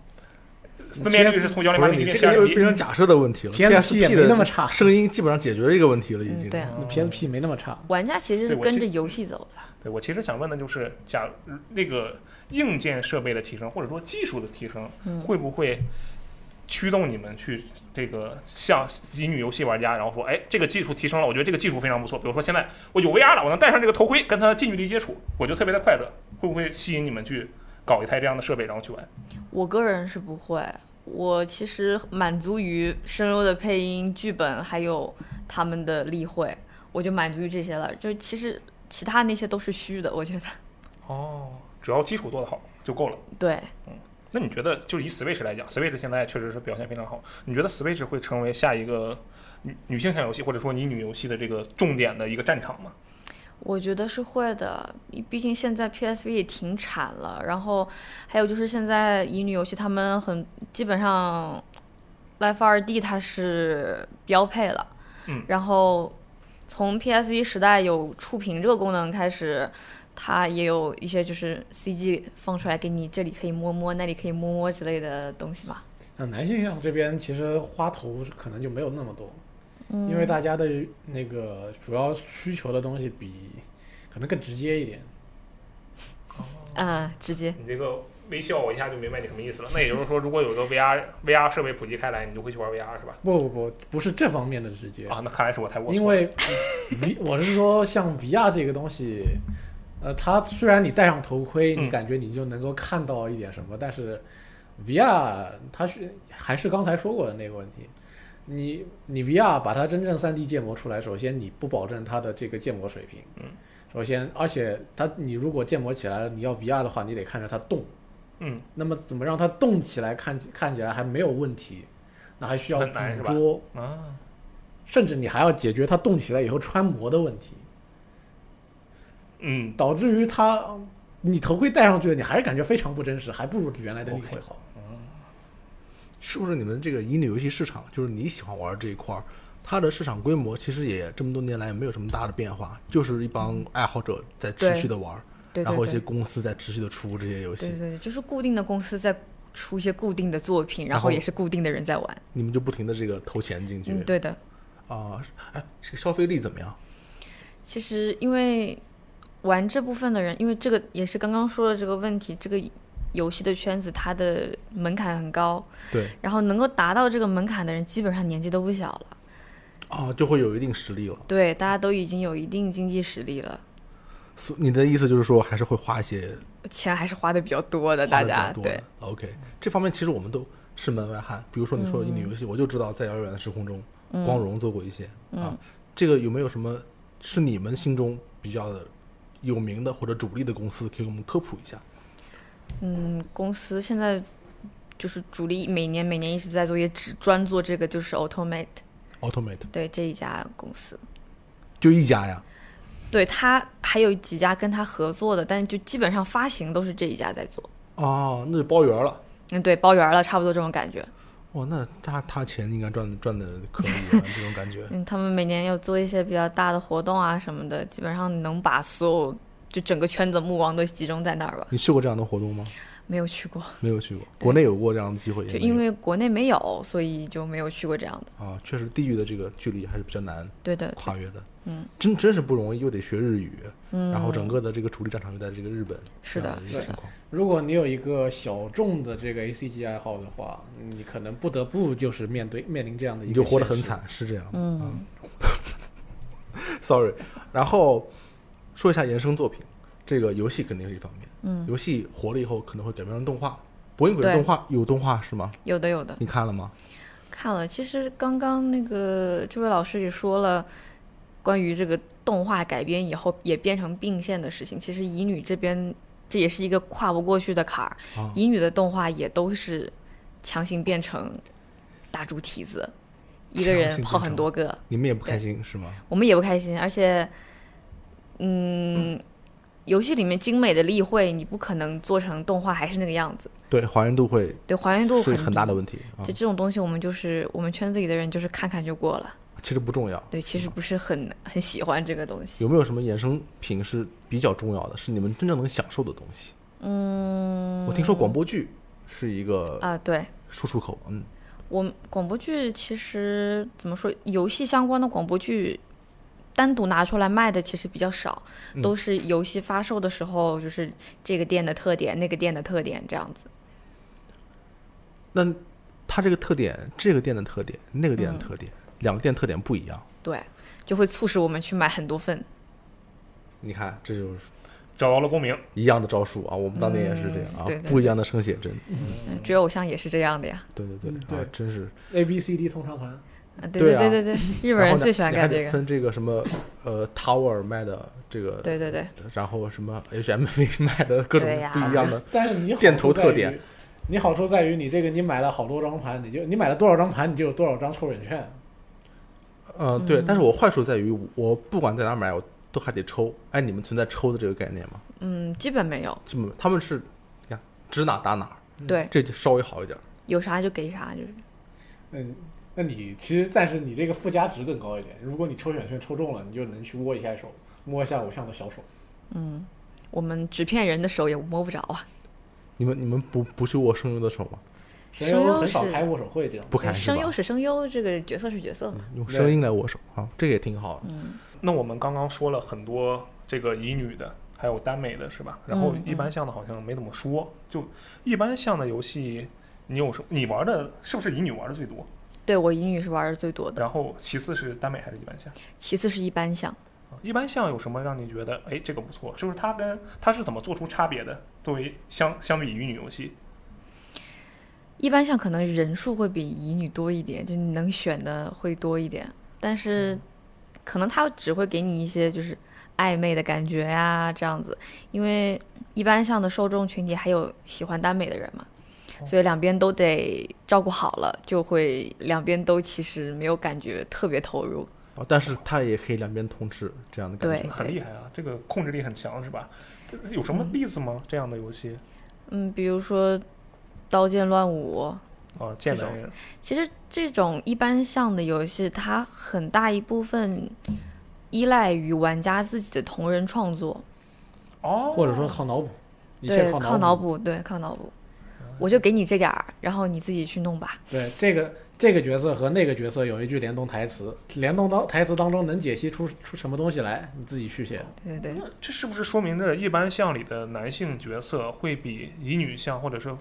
Speaker 2: 分辨率是从幺零八
Speaker 4: 不是
Speaker 2: 零
Speaker 4: 你
Speaker 2: P 变
Speaker 4: 这
Speaker 2: 七二
Speaker 4: 个
Speaker 2: 零
Speaker 4: 就
Speaker 2: P
Speaker 4: 变。成假设的问题了
Speaker 3: PSP 也没
Speaker 4: 的
Speaker 3: 那么差
Speaker 4: 声音基本上解决这个问题了，已经
Speaker 5: 嗯，。对啊，
Speaker 3: 那 PSP 没那么差，
Speaker 5: 玩家其
Speaker 2: 对
Speaker 5: 实是
Speaker 2: 我
Speaker 5: 跟
Speaker 2: 记
Speaker 5: 着游戏走的。
Speaker 2: 对我其实想问的就是，假如那个硬件设备的提升，或者说技术的提升，
Speaker 5: 嗯
Speaker 2: 会不会驱动你们去这个像乙女游戏玩家，然后说，哎，这个技术提升了，我觉得这个技术非常不错。比如说现在我有 VR 了，我能戴上这个头盔，跟它近距离接触，我就特别的快乐。会不会吸引你们去搞一台这样的设备，然后去玩？
Speaker 5: 我个人是不会，我其实满足于声优的配音、剧本，还有他们的例会，我就满足于这些了。就其实其他那些都是虚的，我觉得。
Speaker 2: 哦，只要基础做得好就够了。
Speaker 5: 对，
Speaker 2: 那你觉得，就是以 Switch 来讲，Switch 现在确实是表现非常好。你觉得 Switch 会成为下一个女女性向游戏，或者说你女游戏的这个重点的一个战场吗？
Speaker 5: 我觉得是会的，毕竟现在 PSV 也停产了，然后还有就是现在乙女游戏他们很基本上，Life 二 D 它是标配了，
Speaker 2: 嗯
Speaker 5: 然后从 PSV 时代有触屏这个功能开始，它也有一些就是 CG 放出来给你这里可以摸摸，那里可以摸摸之类的东西嘛。
Speaker 3: 那男性向这边其实花头是可能就没有那么多，
Speaker 5: 嗯
Speaker 3: 因为大家的那个主要需求的东西比可能更直接一点。
Speaker 5: 嗯，直接
Speaker 2: 你这个微笑，我一下就明白你什么意思了。那也就是说，如果有个 VR VR 设备普及开来，你就会去玩 VR 是吧？
Speaker 3: 不不不，不是这方面的直接，
Speaker 2: 啊，那看来是我太龌龊了。
Speaker 3: 因为 V 我是说像 VR 这个东西，呃，它虽然你戴上头盔，
Speaker 2: 嗯
Speaker 3: 你感觉你就能够看到一点什么，但是 VR 它是还是刚才说过的那个问题，你你 VR 把它真正 3D 建模出来，首先你不保证它的这个建模水平，
Speaker 2: 嗯，
Speaker 3: 首先而且它你如果建模起来了，你要 VR 的话，你得看着它动。
Speaker 2: 嗯，
Speaker 3: 那么怎么让它动起来看起看起来还没有问题？那还需要
Speaker 2: 很难是
Speaker 3: 捕
Speaker 2: 吧
Speaker 3: 捉，
Speaker 2: 啊，
Speaker 3: 甚至你还要解决它动起来以后穿模的问题，
Speaker 2: 嗯，
Speaker 3: 导致于它你头盔戴上去，你还是感觉非常不真实，还不如原来的例会好。
Speaker 4: 是不是你们这个乙女游戏市场，就是你喜欢玩这一块儿，它的市场规模其实也这么多年来也没有什么大的变化，就是一帮爱好者在持续的玩儿，
Speaker 5: 对
Speaker 4: 然
Speaker 5: 对
Speaker 4: 后
Speaker 5: 对
Speaker 4: 一些公司在持续的出这些游
Speaker 5: 对对
Speaker 4: 戏，
Speaker 5: 对，就是固定的公司在出一些固定的作品，
Speaker 4: 然
Speaker 5: 然后
Speaker 4: 后
Speaker 5: 也是固定的人在玩。
Speaker 4: 你们就不停的这个投钱进去
Speaker 5: 嗯，对的。
Speaker 4: 啊，哎，这个消费力怎么样？
Speaker 5: 其实因为玩这部分的人，因为这个也是刚刚说的这个问题，这个游戏的圈子它的门槛很高，
Speaker 4: 对，
Speaker 5: 然后能够达到这个门槛的人，基本上年纪都不小了，嗯
Speaker 4: 啊，就会有一定实力了。
Speaker 5: 对，大家都已经有一定经济实力了，
Speaker 4: 所你的意思就是说，还是会花一些
Speaker 5: 钱还是花的比较多的，
Speaker 4: 花
Speaker 5: 大
Speaker 4: 的比
Speaker 5: 家
Speaker 4: 较多
Speaker 5: 对
Speaker 4: 的。OK，这方面其实我们都是门外汉。比如说你说乙
Speaker 5: 嗯
Speaker 4: 女游戏，我就知道在遥远的时空中，光荣做过一些、
Speaker 5: 嗯
Speaker 4: 啊。这个有没有什么是你们心中比较的有名的或者主力的公司，可以给我们科普一下？
Speaker 5: 嗯，公司现在就是主力每年每年一直在做，也只专做这个就是 Automate，
Speaker 4: Automate
Speaker 5: 对这一家公司。
Speaker 4: 就一家呀，
Speaker 5: 对他还有几家跟他合作的，但就基本上发行都是这一家在做。
Speaker 4: 哦，那就包圆了。
Speaker 5: 嗯，对，包圆儿了，差不多这种感觉。
Speaker 4: 哇，那他他钱应该赚赚的可以啊，这种感 觉。
Speaker 5: 嗯，他们每年要做一些比较大的活动啊什么的，基本上能把所有就整个圈子目光都集中在那儿吧。
Speaker 4: 你去过这样的活动吗？
Speaker 5: 没有去过，
Speaker 4: 没有去过，国内有过这样的机会也没有，
Speaker 5: 就因为国内没有，所以就没有去过这样的。
Speaker 4: 啊，确实地域的这个距离还是比较难
Speaker 5: 对的，
Speaker 4: 跨越的，
Speaker 5: 嗯，
Speaker 4: 真真是不容易，又得学日语，
Speaker 5: 嗯，
Speaker 4: 然后整个的这个主力战场又在这个日本，
Speaker 5: 是的
Speaker 4: 这样一个
Speaker 3: 是的
Speaker 4: 情况。
Speaker 3: 如果你有一个小众的这个 A C G 爱好的话，你可能不得不就是面对面临这样的一个，
Speaker 4: 你就活得很。惨，是这样。嗯
Speaker 5: 嗯，
Speaker 4: Sorry，然后说一下衍生作品，这个游戏肯定是一方面，
Speaker 5: 嗯，
Speaker 4: 游戏火了以后可能会改编成动画，《博音鬼》
Speaker 5: 对
Speaker 4: 动画有动画是吗？
Speaker 5: 有的有的。
Speaker 4: 你看了吗？
Speaker 5: 看了，其实刚刚那个这位老师也说了，关于这个动画改编以后也变成并线的事情，其实乙女这边这也是一个跨不过去的坎儿，
Speaker 4: 啊
Speaker 5: 乙女的动画也都是强行变成打猪蹄子，一个
Speaker 4: 强
Speaker 5: 人
Speaker 4: 行
Speaker 5: 泡
Speaker 4: 变
Speaker 5: 很
Speaker 4: 成
Speaker 5: 多个，
Speaker 4: 你们也不开心是吗？
Speaker 5: 我们也不开心，而且，嗯，游戏里面精美的例会，你不可能做成动画还是那个样子，
Speaker 4: 对，还原度会
Speaker 5: 对，还原度
Speaker 4: 是很大
Speaker 5: 低
Speaker 4: 的问题啊
Speaker 5: 就，这种东西，我们就是我们圈子里的人，就是看看就过了。
Speaker 4: 其实不重要。
Speaker 5: 对，其实不是很很喜欢这个东
Speaker 4: 嗯
Speaker 5: 西。
Speaker 4: 有没有什么衍生品是比较重要的，是你们真正能享受的东西？
Speaker 5: 嗯，
Speaker 4: 我听说广播剧是一个
Speaker 5: 啊，对
Speaker 4: 输出口，嗯，
Speaker 5: 我们广播剧其实怎么说，游戏相关的广播剧单独拿出来卖的其实比较少，
Speaker 4: 嗯
Speaker 5: 都是游戏发售的时候，就是这个店的特点，那个店的特点这样子。
Speaker 4: 那它这个特点，这个店的特点，那个店的特
Speaker 5: 嗯
Speaker 4: 点，两个店特点不一样。
Speaker 5: 对，就会促使我们去买很多份。
Speaker 4: 你看，这就是
Speaker 2: 找到了共鸣。
Speaker 4: 一样的招数啊，我们当年也是这样啊，
Speaker 5: 嗯对对
Speaker 4: 不一样的生写真，
Speaker 5: 嗯追偶像也是这样的呀。
Speaker 4: 对对对，
Speaker 3: 嗯对
Speaker 4: 啊，真是。
Speaker 3: A B C D 通常团，
Speaker 5: 啊，对
Speaker 4: 对
Speaker 5: 对
Speaker 4: 啊
Speaker 5: 对对对， 日本
Speaker 4: 然
Speaker 5: 人
Speaker 4: 后
Speaker 5: 最
Speaker 4: 呢
Speaker 5: 喜欢
Speaker 4: 你
Speaker 5: 干
Speaker 4: 还得
Speaker 5: 这个。
Speaker 4: 分这个什么呃 Tower 卖的这个，
Speaker 5: 对对对，
Speaker 4: 然后什么 HMV 卖的各种
Speaker 5: 对呀
Speaker 4: 不一样的，
Speaker 3: 但是你好处
Speaker 4: 电图
Speaker 3: 在
Speaker 4: 特
Speaker 3: 于
Speaker 4: 点，
Speaker 3: 你好处在于你这个你买了好多张盘，你就你买了多少张盘，你就有多少张抽选券。
Speaker 4: 嗯、对。但是我坏处在于，我不管在哪买，我都还得抽。哎，你们存在抽的这个概念吗？
Speaker 5: 嗯，基本没有。
Speaker 4: 这么他们是，你看指哪打哪，
Speaker 5: 对，
Speaker 4: 这就稍微好一点。
Speaker 5: 有啥就给啥，就是
Speaker 3: 嗯，那你其实但是你这个附加值更高一点。如果你抽选券抽中了，你就能去握一下手，摸一下偶像的小手。
Speaker 5: 嗯，我们纸片人的手也摸不着啊。
Speaker 4: 你们你们不不去握声优的手吗？
Speaker 3: 神
Speaker 5: 声
Speaker 3: 游
Speaker 5: 优
Speaker 3: 很少
Speaker 5: 是
Speaker 3: 开握手会这种。
Speaker 4: 不开是
Speaker 5: 声
Speaker 4: 吧嗯
Speaker 5: 优？是声优，这个角色是角色嘛。
Speaker 4: 用声音来握手啊，这个也挺好的。
Speaker 5: 嗯
Speaker 2: 那我们刚刚说了很多这个乙女的，还有耽美的是吧？然后
Speaker 5: 嗯
Speaker 2: 一般向的好像没怎么说，就一般向的游戏，你有什你玩的是不是乙女玩的最多？
Speaker 5: 对我乙女是玩的最多的，
Speaker 2: 然后其次是耽美还是一般向？
Speaker 5: 其次是一般向。
Speaker 2: 啊一般向有什么让你觉得哎这个不错？就是它跟它是怎么做出差别的？作为相相比乙女游戏，
Speaker 5: 一般像可能人数会比乙女多一点，就你能选的会多一点，但是
Speaker 4: 嗯
Speaker 5: 可能他只会给你一些就是暧昧的感觉呀、这样子，因为一般像的受众群体还有喜欢耽美的人嘛，
Speaker 4: 哦
Speaker 5: 所以两边都得照顾好了，就会两边都其实没有感觉特别投入。
Speaker 4: 啊，但是它也可以两边通吃这样的感觉。
Speaker 5: 对
Speaker 2: 很厉害啊，这个控制力很强是吧？有什么例子吗？这样的游戏
Speaker 5: 嗯，比如说《刀剑乱舞》，
Speaker 2: 啊，剑
Speaker 5: 这
Speaker 2: 男
Speaker 5: 种
Speaker 2: 人
Speaker 5: 其实这种一般向的游戏，它很大一部分依赖于玩家自己的同人创作，
Speaker 2: 哦，
Speaker 3: 或者说靠脑补，一切
Speaker 5: 对，
Speaker 3: 靠
Speaker 5: 靠
Speaker 3: 脑嗯
Speaker 5: 脑。补，对，靠脑补。我就给你这点儿，然后你自己去弄吧。
Speaker 3: 对这个这个角色和那个角色有一句联动台词，联动到台词当中能解析出出什么东西来，你自己去写。
Speaker 5: 对对对，
Speaker 2: 那这是不是说明着一般像里的男性角色会比乙女像或者是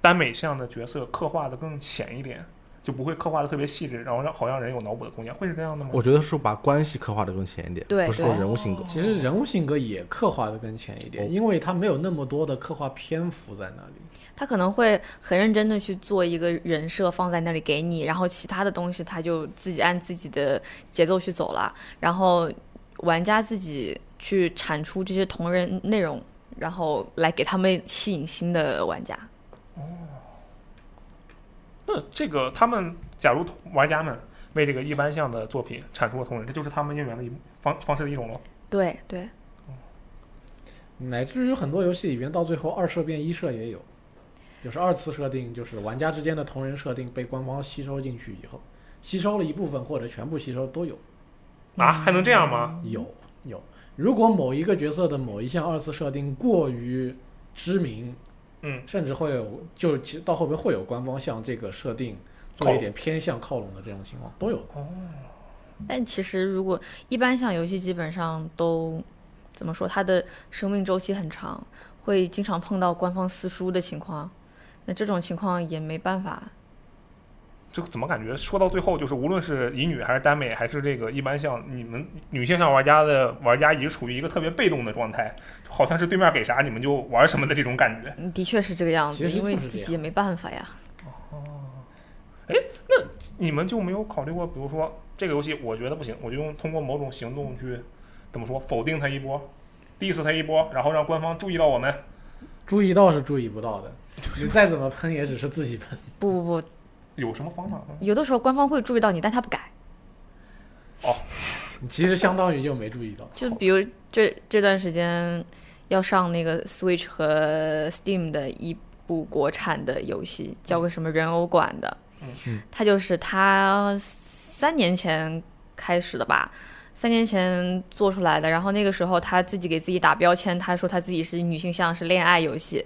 Speaker 2: 耽美像的角色刻画的更浅一点，就不会刻画的特别细致，然后让好让人有脑补的空间，会是这样的吗？
Speaker 4: 我觉得是把关系刻画的更浅一点，
Speaker 5: 对
Speaker 4: 不是
Speaker 5: 对
Speaker 4: 说人物性格。
Speaker 3: 其
Speaker 5: 哦
Speaker 3: 实人物性格也刻画的更浅一点，因为他没有那么多的刻画篇幅在那里。
Speaker 5: 他可能会很认真的去做一个人设放在那里给你，然后其他的东西他就自己按自己的节奏去走了，然后玩家自己去产出这些同人内容，然后来给他们吸引新的玩家。
Speaker 2: 那这个他们假如同玩家们为这个一般像的作品产出了同人，这就是他们应援的一方方式的一种咯。
Speaker 5: 对对，
Speaker 3: 乃至于很多游戏里边到最后二社变一社也有，有时二次设定就是玩家之间的同人设定被官方吸收进去以后，吸收了一部分或者全部吸收都有。
Speaker 2: 啊，还能这样吗？
Speaker 3: 有有，如果某一个角色的某一项二次设定过于知名，
Speaker 2: 嗯，
Speaker 3: 甚至会有，就其实到后面会有官方向这个设定做一点偏向靠拢的这种情况都有。
Speaker 5: 但其实如果一般像游戏，基本上都怎么说，它的生命周期很长，会经常碰到官方撕书的情况。那这种情况也没办法，
Speaker 2: 就怎么感觉说到最后，就是无论是乙女还是耽美，还是这个一般像你们女性向玩家的玩家，也是处于一个特别被动的状态，好像是对面给啥你们就玩什么的这种感觉。
Speaker 5: 嗯的确是这个样
Speaker 3: 其
Speaker 5: 子，
Speaker 3: 实
Speaker 5: 因为
Speaker 3: 就是
Speaker 5: 自
Speaker 3: 这
Speaker 5: 己也没办法呀。
Speaker 2: 你们就没有考虑过，比如说这个游戏我觉得不行，我就用通过某种行动去怎么说否定它一波，diss 它一波，然后让官方注意到我们。
Speaker 3: 注意到是注意不到的，你再怎么喷也只是自己喷。
Speaker 5: 不不不，
Speaker 2: 有什么方法吗？
Speaker 5: 有的时候官方会注意到你，但他不改。
Speaker 3: 你其实相当于就没注意到。
Speaker 5: 就比如这这段时间要上那个 Switch 和 Steam 的一部国产的游戏，叫个什么《人偶馆》的
Speaker 2: 嗯，
Speaker 5: 它就是它三年前开始的吧。三年前做出来的，然后那个时候他自己给自己打标签，他说他自己是女性向，是恋爱游戏，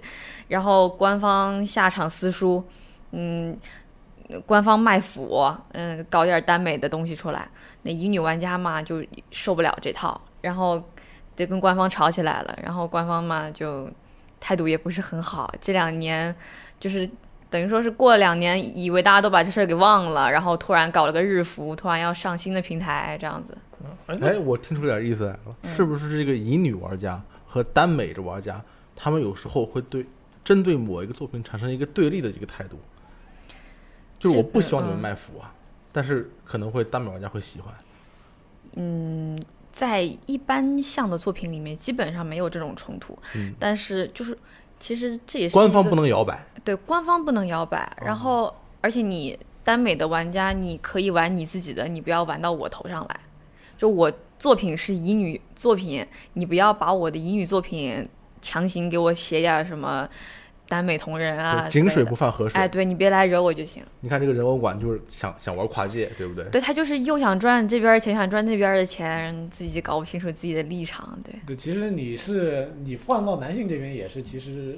Speaker 5: 然后官方下场撕书，嗯，官方卖腐，嗯，搞点耽美的东西出来，那乙女玩家嘛就受不了这套，然后就跟官方吵起来了，然后官方嘛就态度也不是很好，这两年就是。等于说是过了两年，以为大家都把这事儿给忘了，然后突然搞了个日服，突然要上新的平台，这样子。
Speaker 2: 哎，那
Speaker 4: 哎，我听出点意思来了，
Speaker 5: 嗯
Speaker 4: 是不是这个乙女玩家和耽美这玩家，他们有时候会对针对某一个作品产生一个对立的一个态度？就是我
Speaker 5: 这
Speaker 4: 不希望你们
Speaker 5: 嗯
Speaker 4: 卖腐啊，但是可能会耽美玩家会喜欢。
Speaker 5: 在一般向的作品里面，基本上没有这种冲突。
Speaker 4: 嗯
Speaker 5: 但是就是，其实这也是
Speaker 4: 官
Speaker 5: 一
Speaker 4: 方
Speaker 5: 个
Speaker 4: 不能摇摆，
Speaker 5: 对，官方不能摇摆。
Speaker 4: 哦
Speaker 5: 然后，而且你耽美的玩家，你可以玩你自己的，你不要玩到我头上来。就我作品是乙女作品，你不要把我的乙女作品强行给我写点什么耽美同人啊
Speaker 4: 对
Speaker 5: 之类
Speaker 4: 井水
Speaker 5: 的
Speaker 4: 不犯河水。
Speaker 5: 哎，对你别来惹我就行。
Speaker 4: 你看这个人偶馆就是想想玩跨界，对不对？
Speaker 5: 对他就是又想赚这边儿钱，想赚那边儿的钱，自己搞不清楚自己的立场。对，
Speaker 3: 对，其实你是你放到男性这边也是，其实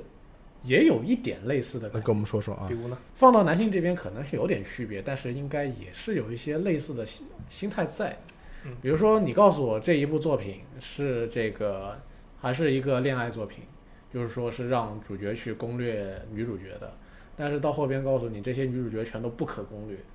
Speaker 3: 也有一点类似的
Speaker 4: 那
Speaker 3: 感觉
Speaker 4: 跟我们说说啊
Speaker 2: 比，如呢？
Speaker 3: 放到男性这边可能是有点区别，但是应该也是有一些类似的心心态在
Speaker 2: 嗯。
Speaker 3: 比如说，你告诉我这一部作品是这个还是一个恋爱作品，就是说是让主角去攻略女主角的，但是到后边告诉你这些女主角全都不可攻略。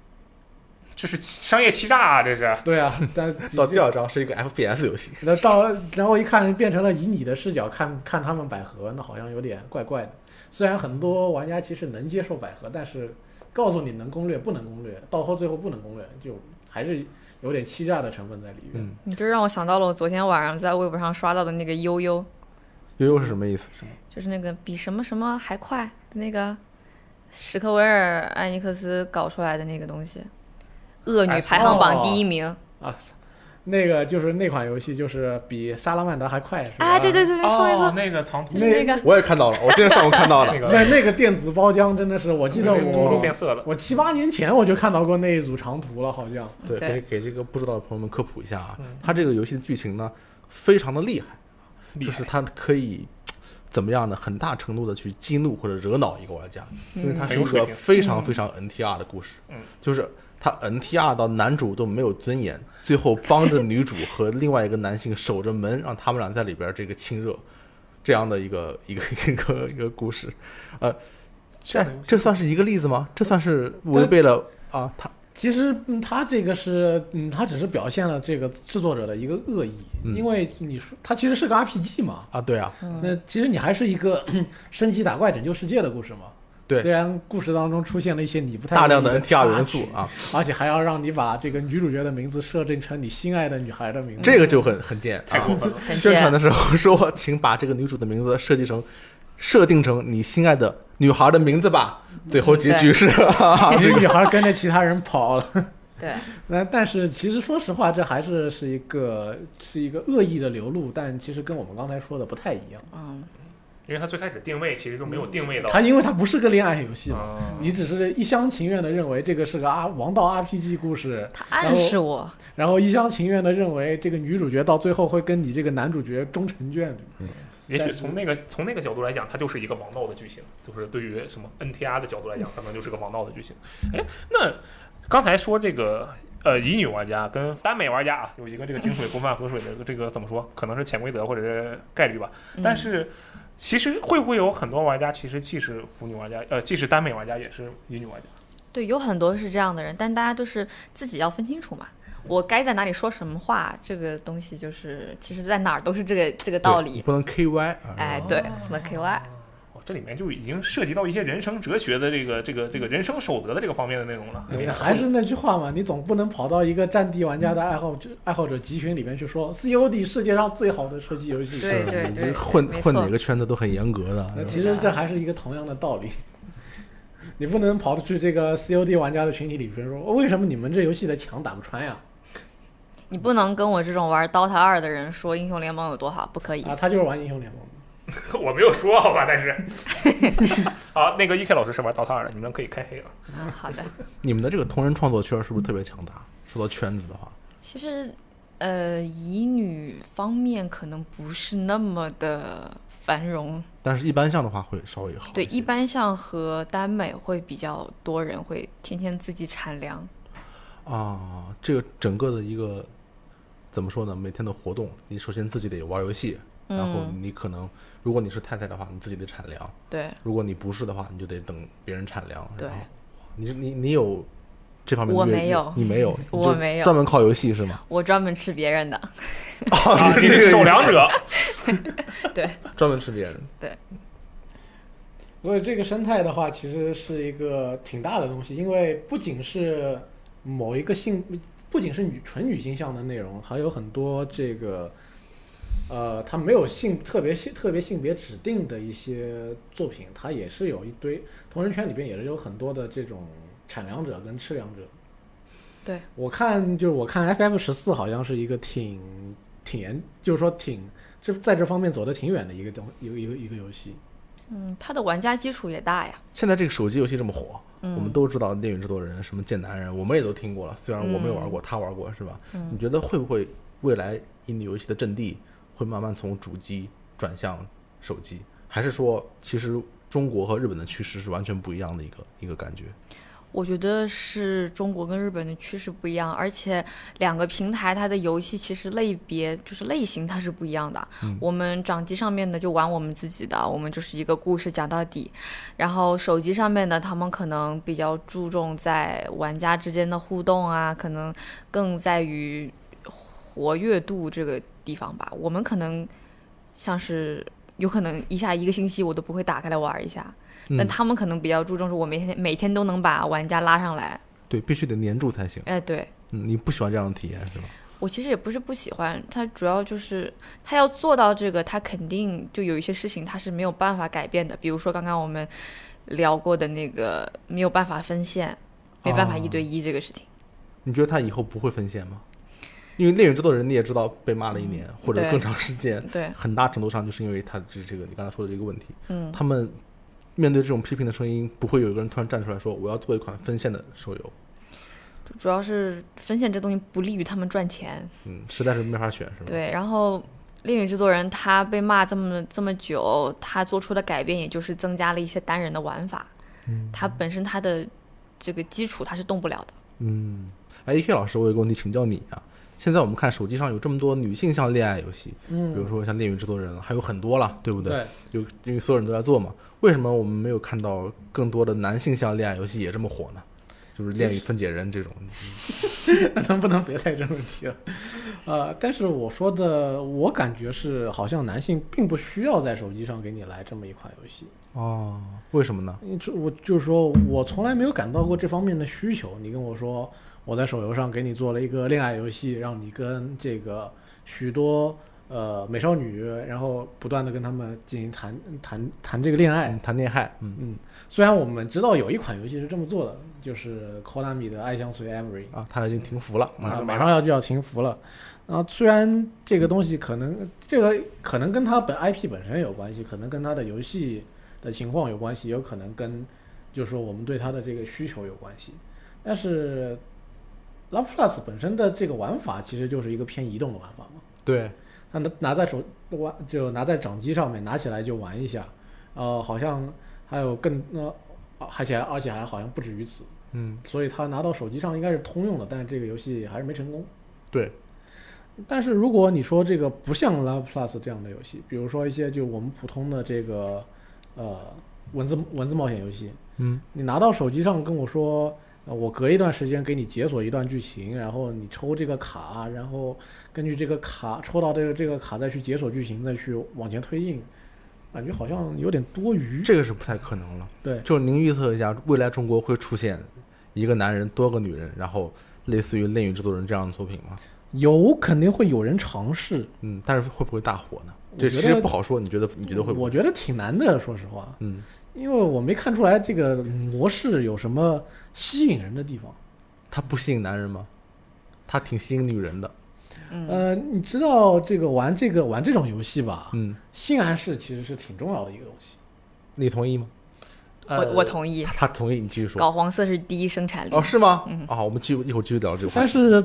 Speaker 2: 这是商业欺诈啊！这是
Speaker 3: 对啊，但
Speaker 4: 到第二章是一个 FPS 游戏，
Speaker 3: 那到然后一看变成了以你的视角看看他们百合，那好像有点怪怪的。虽然很多玩家其实能接受百合，但是告诉你能攻略不能攻略，到后最后不能攻略，就还是有点欺诈的成分在里面。
Speaker 4: 嗯
Speaker 5: 你这让我想到了我昨天晚上在微博上刷到的那个悠悠，
Speaker 4: 悠悠是什么意思？
Speaker 5: 就是那个比什么什么还快的那个史克威尔艾尼克斯搞出来的那个东西，恶女排行榜第一名。
Speaker 3: 啊，那个就是那款游戏，就是比《萨拉曼达》还快，是吧？
Speaker 5: 哎，对对对，没错没
Speaker 2: 哦，
Speaker 5: 错，
Speaker 2: 那个长途
Speaker 5: 就是那个
Speaker 4: 我也看到了，我今天上午看到了
Speaker 2: 那。个
Speaker 3: 那那个电子包浆真的是，我记得
Speaker 2: 图都变
Speaker 3: 我
Speaker 2: 色了。
Speaker 3: 我七八年前我就看到过那一组长图了，好像。
Speaker 4: 对，
Speaker 5: 对
Speaker 4: 给给这个不知道的朋友们科普一下啊
Speaker 2: 嗯，
Speaker 4: 它这个游戏的剧情呢，非常的厉害，啊
Speaker 2: 厉
Speaker 4: 就是
Speaker 2: 害
Speaker 4: 它可以怎么样呢？很大程度的去激怒或者惹恼一个玩家，因为它
Speaker 2: 很
Speaker 4: 是
Speaker 2: 有
Speaker 4: 一
Speaker 2: 水
Speaker 4: 个
Speaker 2: 平
Speaker 4: 非常非常 NTR 的故事，
Speaker 2: 嗯，
Speaker 4: 就是它 NTR 到男主都没有尊严，最后帮着女主和另外一个男性守着门，让他们俩在里边这个亲热，这样的一个 一个一个一个故事，呃，
Speaker 2: 这
Speaker 4: 这
Speaker 2: 样的游戏
Speaker 4: 这算是一个例子吗？这算是违背了啊？它
Speaker 3: 其实、嗯、他这个是，嗯，他只是表现了这个制作者的一个恶意，
Speaker 4: 嗯
Speaker 3: 因为你说他其实是个 RPG 嘛，
Speaker 4: 啊，对啊，
Speaker 3: 那其实你还是一个 升级打怪拯救世界的故事嘛。
Speaker 4: 对
Speaker 3: 虽然故事当中出现了一些你不太
Speaker 4: 大量
Speaker 3: 愿意
Speaker 4: 的 NTR 元素
Speaker 3: 插曲，
Speaker 4: 啊。
Speaker 3: 而且还要让你把这个女主角的名字设定成你心爱的女孩的名字，
Speaker 4: 这个就很很贱，啊
Speaker 2: 太过分了。
Speaker 5: 很
Speaker 4: 宣传
Speaker 5: 贱。
Speaker 4: 的时候说，请把这个女主的名字设计成设定成你心爱的女孩的名字吧。最后结局 是，
Speaker 3: 这个女孩跟着其他人跑了。
Speaker 5: 对，
Speaker 3: 那但是其实说实话，这还是是
Speaker 4: 哦
Speaker 3: 一个是一个恶意的流露，但其实跟我们刚才说的不太一样。
Speaker 5: 嗯，
Speaker 2: 因为它最开始定位其实就
Speaker 3: 嗯
Speaker 2: 没有定位到。
Speaker 3: 它因为它不是个恋爱游戏嘛，
Speaker 2: 啊
Speaker 3: 你只是一厢情愿的认为这个是个啊王道 RPG 故事，
Speaker 5: 他暗示我，
Speaker 3: 然后一厢情愿的认为这个女主角到最后会跟你这个男主角终成眷侣。
Speaker 2: 也许
Speaker 3: 但是
Speaker 2: 从那个从那个角度来讲，它就是一个王道的剧情，就是对于什么 NTR 的角度来讲，可能就是个王道的剧情。哎，那刚才说这个呃，乙女玩家跟耽美玩家啊，有一个这个井水不犯河水的这个怎么说，可能是潜规则或者是概率吧。但
Speaker 5: 嗯
Speaker 2: 是其实会不会有很多玩家，其实既是腐女玩家，呃，既是耽美玩家，也是乙女玩家？
Speaker 5: 对，有很多是这样的人，但大家就是自己要分清楚嘛。我该在哪里说什么话，这个东西就是，其实在哪儿都是这个这个道
Speaker 4: 对你
Speaker 5: 理。
Speaker 4: 不能 KY 啊。
Speaker 5: 哎，对，不能 KY。
Speaker 2: 哦，这里面就已经涉及到一些人生哲学的这个这个这个人生守则的这个方面的内容了。
Speaker 3: 对，还是那句话嘛，你总不能跑到一个战地玩家的爱好者爱好者集群里面去说 COD 世界上最好的射击游戏。
Speaker 5: 对
Speaker 4: 是
Speaker 5: 对
Speaker 4: 你
Speaker 5: 对
Speaker 4: 这混
Speaker 5: 没错
Speaker 4: 混哪个圈子都很严格的。
Speaker 3: 那
Speaker 4: 是吧
Speaker 3: 其实这还是一个同样的道理。你不能跑去这个 COD 玩家的群体里边说，哦为什么你们这游戏的墙打不穿呀？
Speaker 5: 你不能跟我这种玩 DOTA 二的人说英雄联盟有多好，不可以。
Speaker 3: 啊，他就是玩英雄联盟的。
Speaker 2: 我没有说好吧，但是 好，那个 E K 老师是玩 DOTA 二的，你们可以开黑了。
Speaker 5: 嗯好的，
Speaker 4: 你们的这个同人创作圈是不是特别强大？说到圈子的话，
Speaker 5: 其实，呃，乙女方面可能不是那么的繁荣，
Speaker 4: 但是一般像的话会稍微好些。
Speaker 5: 对，一般像和耽美会比较多人会天天自己产粮，
Speaker 4: 啊，这个整个的一个怎么说呢？每天的活动，你首先自己得玩游戏，然后
Speaker 5: 嗯
Speaker 4: 你可能如果你是太太的话，你自己得产粮；
Speaker 5: 对，
Speaker 4: 如果你不是的话，你就得等别人产粮。
Speaker 5: 对
Speaker 4: 然后，你你你有这方面的
Speaker 5: 我
Speaker 4: 阅历
Speaker 5: 没有
Speaker 4: 你没有，
Speaker 5: 我
Speaker 4: 你就
Speaker 5: 没有
Speaker 4: 专门靠游戏是 吗？
Speaker 5: 我专门吃别人的，
Speaker 3: 哦
Speaker 2: 啊，你
Speaker 4: 这
Speaker 2: 是
Speaker 4: 个
Speaker 2: 守良者，
Speaker 5: 对，
Speaker 4: 专门吃别人。
Speaker 3: 所以这个生态的话，其实是一个挺大的东西，因为不仅是某一个性，不仅是女纯女性向的内容，还有很多这个，呃，它没有性特别性特别性别指定的一些作品，它也是有一堆同人圈里边也是有很多的这种产粮者跟吃粮者。
Speaker 5: 对，
Speaker 3: 我看就是我看 FF 十四好像是一个挺挺严，就是说挺这在这方面走得挺远的一个东一个一个一个游戏。
Speaker 5: 嗯，他的玩家基础也大呀，
Speaker 4: 现在这个手机游戏这么火，
Speaker 5: 嗯
Speaker 4: 我们都知道《恋与制作人》什么《剑男人》，我们也都听过了。虽然我没有玩过，他玩过，是吧？
Speaker 5: 嗯
Speaker 4: 你觉得会不会未来印度游戏的阵地会慢慢从主机转向手机，还是说其实中国和日本的趋势是完全不一样的一个一个感觉？
Speaker 5: 我觉得是中国跟日本的趋势不一样，而且两个平台它的游戏其实类别就是类型它是不一样的。我们掌机上面的就玩我们自己的，我们就是一个故事讲到底；然后手机上面的他们可能比较注重在玩家之间的互动啊，可能更在于活跃度这个地方吧。我们可能像是有可能一下一个星期我都不会打开来玩一下。但
Speaker 4: 嗯
Speaker 5: 他们可能比较注重是我每天每天都能把玩家拉上来。
Speaker 4: 对，必须得黏住才行。
Speaker 5: 哎，对
Speaker 4: 嗯，你不喜欢这样的体验是吧？
Speaker 5: 我其实也不是不喜欢，他主要就是他要做到这个，他肯定就有一些事情他是没有办法改变的，比如说刚刚我们聊过的那个没有办法分线，没办法
Speaker 4: 哦
Speaker 5: 一对一这个事情。
Speaker 4: 你觉得他以后不会分线吗？因为《恋与制作人》你也知道被骂了一年、或者
Speaker 5: 对
Speaker 4: 更长时间，
Speaker 5: 对，
Speaker 4: 很大程度上就是因为他这这个你刚才说的这个问题，
Speaker 5: 嗯，
Speaker 4: 他们面对这种批评的声音，不会有一个人突然站出来说我要做一款分线的手游，
Speaker 5: 就主要是分线这东西不利于他们赚钱。
Speaker 4: 嗯，实在是没法选，是吧？，
Speaker 5: 对，然后《恋与制作人》他被骂这么这么久，他做出的改变也就是增加了一些单人的玩法，他本身他的这个基础他是动不了的。
Speaker 4: 嗯，哎，A K 老师，我有个问题请教你啊。现在我们看手机上有这么多女性向恋爱游戏，
Speaker 3: 嗯
Speaker 4: 比如说像《恋与制作人》，还有很多了，对不
Speaker 3: 对？
Speaker 4: 有因为所有人都在做嘛，为什么我们没有看到更多的男性向恋爱游戏也这么火呢？就是《恋与分解人》这种，
Speaker 3: 能不能别再这么提了？呃，但是我说的，我感觉是好像男性并不需要在手机上给你来这么一款游戏。
Speaker 4: 哦，为什么呢？
Speaker 3: 你就我就是说我从来没有感到过这方面的需求。你跟我说我在手游上给你做了一个恋爱游戏，让你跟这个许多呃美少女，然后不断的跟他们进行谈谈谈这个恋爱，
Speaker 4: 谈恋爱，嗯，
Speaker 3: 嗯，虽然我们知道有一款游戏是这么做的，就是 Konami 的《爱相随 Emery》
Speaker 4: 啊，他已经停服了，
Speaker 2: 马上
Speaker 3: 嗯啊，
Speaker 2: 就没
Speaker 3: 马
Speaker 2: 了
Speaker 3: 上要就要停服了。然后虽然这个东西可能这个可能跟它本 IP 本身有关系，可能跟它的游戏的情况有关系，有可能跟就是说我们对它的这个需求有关系。但是 Love Plus 本身的这个玩法其实就是一个偏移动的玩法嘛，
Speaker 4: 嗯对，
Speaker 3: 它拿拿在手玩就拿在掌机上面拿起来就玩一下，呃，好像还有更呃，而且而且还好像不止于此。
Speaker 4: 嗯，
Speaker 3: 所以它拿到手机上应该是通用的，但是这个游戏还是没成功。
Speaker 4: 对，
Speaker 3: 但是如果你说这个不像 Love Plus 这样的游戏，比如说一些就我们普通的这个呃文字文字冒险游戏，
Speaker 4: 嗯，
Speaker 3: 你拿到手机上跟我说，呃我隔一段时间给你解锁一段剧情，然后你抽这个卡，然后根据这个卡抽到这个这个卡再去解锁剧情，再去往前推进，感觉好像有点多余。
Speaker 4: 这个是不太可能了。
Speaker 3: 对
Speaker 4: 就您预测一下，未来中国会出现一个男人多个女人，然后类似于《恋与制作人》这样的作品吗？
Speaker 3: 有肯定会有人尝试，
Speaker 4: 嗯，但是会不会大火呢？
Speaker 3: 我
Speaker 4: 这
Speaker 3: 觉
Speaker 4: 其实
Speaker 3: 得
Speaker 4: 不好说。你觉得？你觉得会不会？
Speaker 3: 我觉得挺难的，说实话。
Speaker 4: 嗯，
Speaker 3: 因为我没看出来这个模式有什么吸引人的地方。
Speaker 4: 他不吸引男人吗？他挺吸引女人的。
Speaker 5: 嗯，
Speaker 3: 呃，你知道这个玩这个玩这种游戏吧，
Speaker 4: 嗯，
Speaker 3: 性暗示其实是挺重要的一个东西。
Speaker 4: 你同意吗？
Speaker 5: 我我同意，
Speaker 4: 他同意，你继续说。
Speaker 5: 搞黄色是第一生产力
Speaker 4: 哦，。是吗？
Speaker 5: 嗯
Speaker 4: 啊，我们继续一会儿继续聊这个话
Speaker 3: 但
Speaker 4: 题。
Speaker 3: 是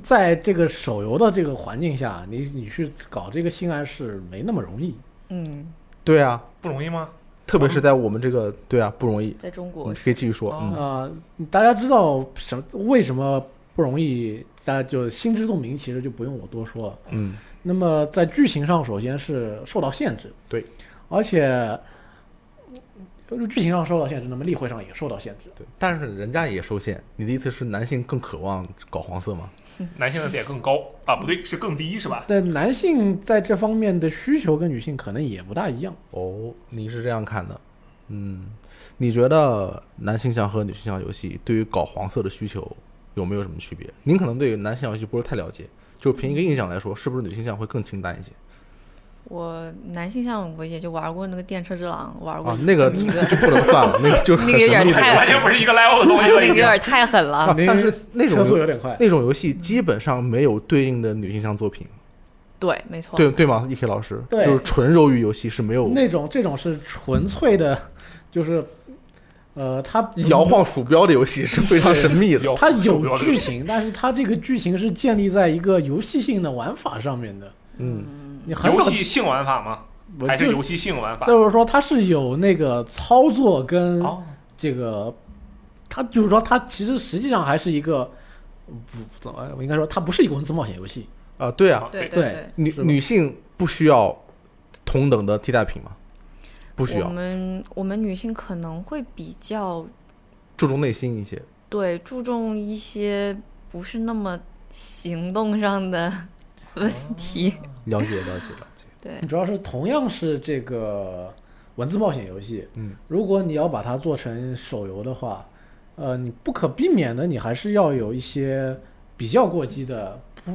Speaker 3: 在这个手游的这个环境下，你你去搞这个性暗示没那么容易。
Speaker 5: 嗯，
Speaker 4: 对啊，
Speaker 2: 不容易吗？
Speaker 4: 特别是在我们这个对啊不容易，
Speaker 5: 在中国
Speaker 4: 你，可以继续说。
Speaker 2: 哦
Speaker 4: 嗯，
Speaker 3: 啊、大家知道什么为什么不容易？大家就心知肚明，其实就不用我多说了。
Speaker 4: 嗯，
Speaker 3: 那么在剧情上，首先是受到限制，
Speaker 4: 对，
Speaker 3: 而且就是剧情上受到限制，那么例会上也受到限制。
Speaker 4: 对。但是人家也受限。你的意思是男性更渴望搞黄色吗？
Speaker 2: 男性的点更高啊，不对，是更低是吧？
Speaker 3: 但男性在这方面的需求跟女性可能也不大一样。
Speaker 4: 哦，你是这样看的。嗯，你觉得男性向和女性向游戏对于搞黄色的需求有没有什么区别？您可能对男性向游戏不是太了解，就凭一个印象来说，是不是女性向会更清淡一些？
Speaker 5: 我男性向我也就玩过那个电车之狼，玩过
Speaker 4: 啊，那个
Speaker 5: 这么一
Speaker 4: 就就不能算了，那个就很
Speaker 5: 那个有
Speaker 4: 神
Speaker 5: 点
Speaker 4: 秘的
Speaker 5: 太
Speaker 4: 游
Speaker 2: 完
Speaker 4: 戏
Speaker 2: 全不是一个 level 的东西
Speaker 5: 那
Speaker 2: 了，
Speaker 5: 个有
Speaker 2: 已经。
Speaker 5: 点太狠了
Speaker 4: 啊。但是那种
Speaker 3: 车速
Speaker 4: 游
Speaker 3: 有点快，
Speaker 4: 那种游戏基本上没有对应的女性向作品，
Speaker 5: 对，没错。
Speaker 4: 对对吗？E.K 老师，
Speaker 3: 对
Speaker 4: 就是纯柔语游戏是没有
Speaker 3: 那种这种是纯粹的，就是呃，它
Speaker 4: 摇，晃鼠标的游戏是非常神秘的。
Speaker 2: 有
Speaker 3: 它
Speaker 2: 不
Speaker 3: 有
Speaker 2: 要
Speaker 3: 剧情，但是它这个剧情是建立在一个游戏性的玩法上面的。
Speaker 4: 嗯，
Speaker 3: 你很
Speaker 2: 游
Speaker 3: 少，
Speaker 2: 戏性玩法吗？
Speaker 3: 我
Speaker 2: 还是
Speaker 3: 就
Speaker 2: 游戏性玩法？
Speaker 3: 就是说它是有那个操作跟
Speaker 2: 哦，
Speaker 3: 这个，它就是说它其实实际上还是一个不怎么，我应该说它不是一个文字冒险游戏。
Speaker 4: 啊，对啊，
Speaker 5: 对
Speaker 3: 对
Speaker 5: 对，
Speaker 4: 女
Speaker 3: 是吧
Speaker 4: 女性不需要同等的替代品吗？不需
Speaker 5: 我
Speaker 4: 要，
Speaker 5: 们我们女性可能会比较
Speaker 4: 注重内心一些。
Speaker 5: 对注重一些不是那么行动上的 问题。
Speaker 4: 了解了解了解。
Speaker 5: 对，
Speaker 3: 主要是同样是这个文字冒险游戏，
Speaker 4: 嗯，
Speaker 3: 如果你要把它做成手游的话，呃，你不可避免的，你还是要有一些比较过激的，不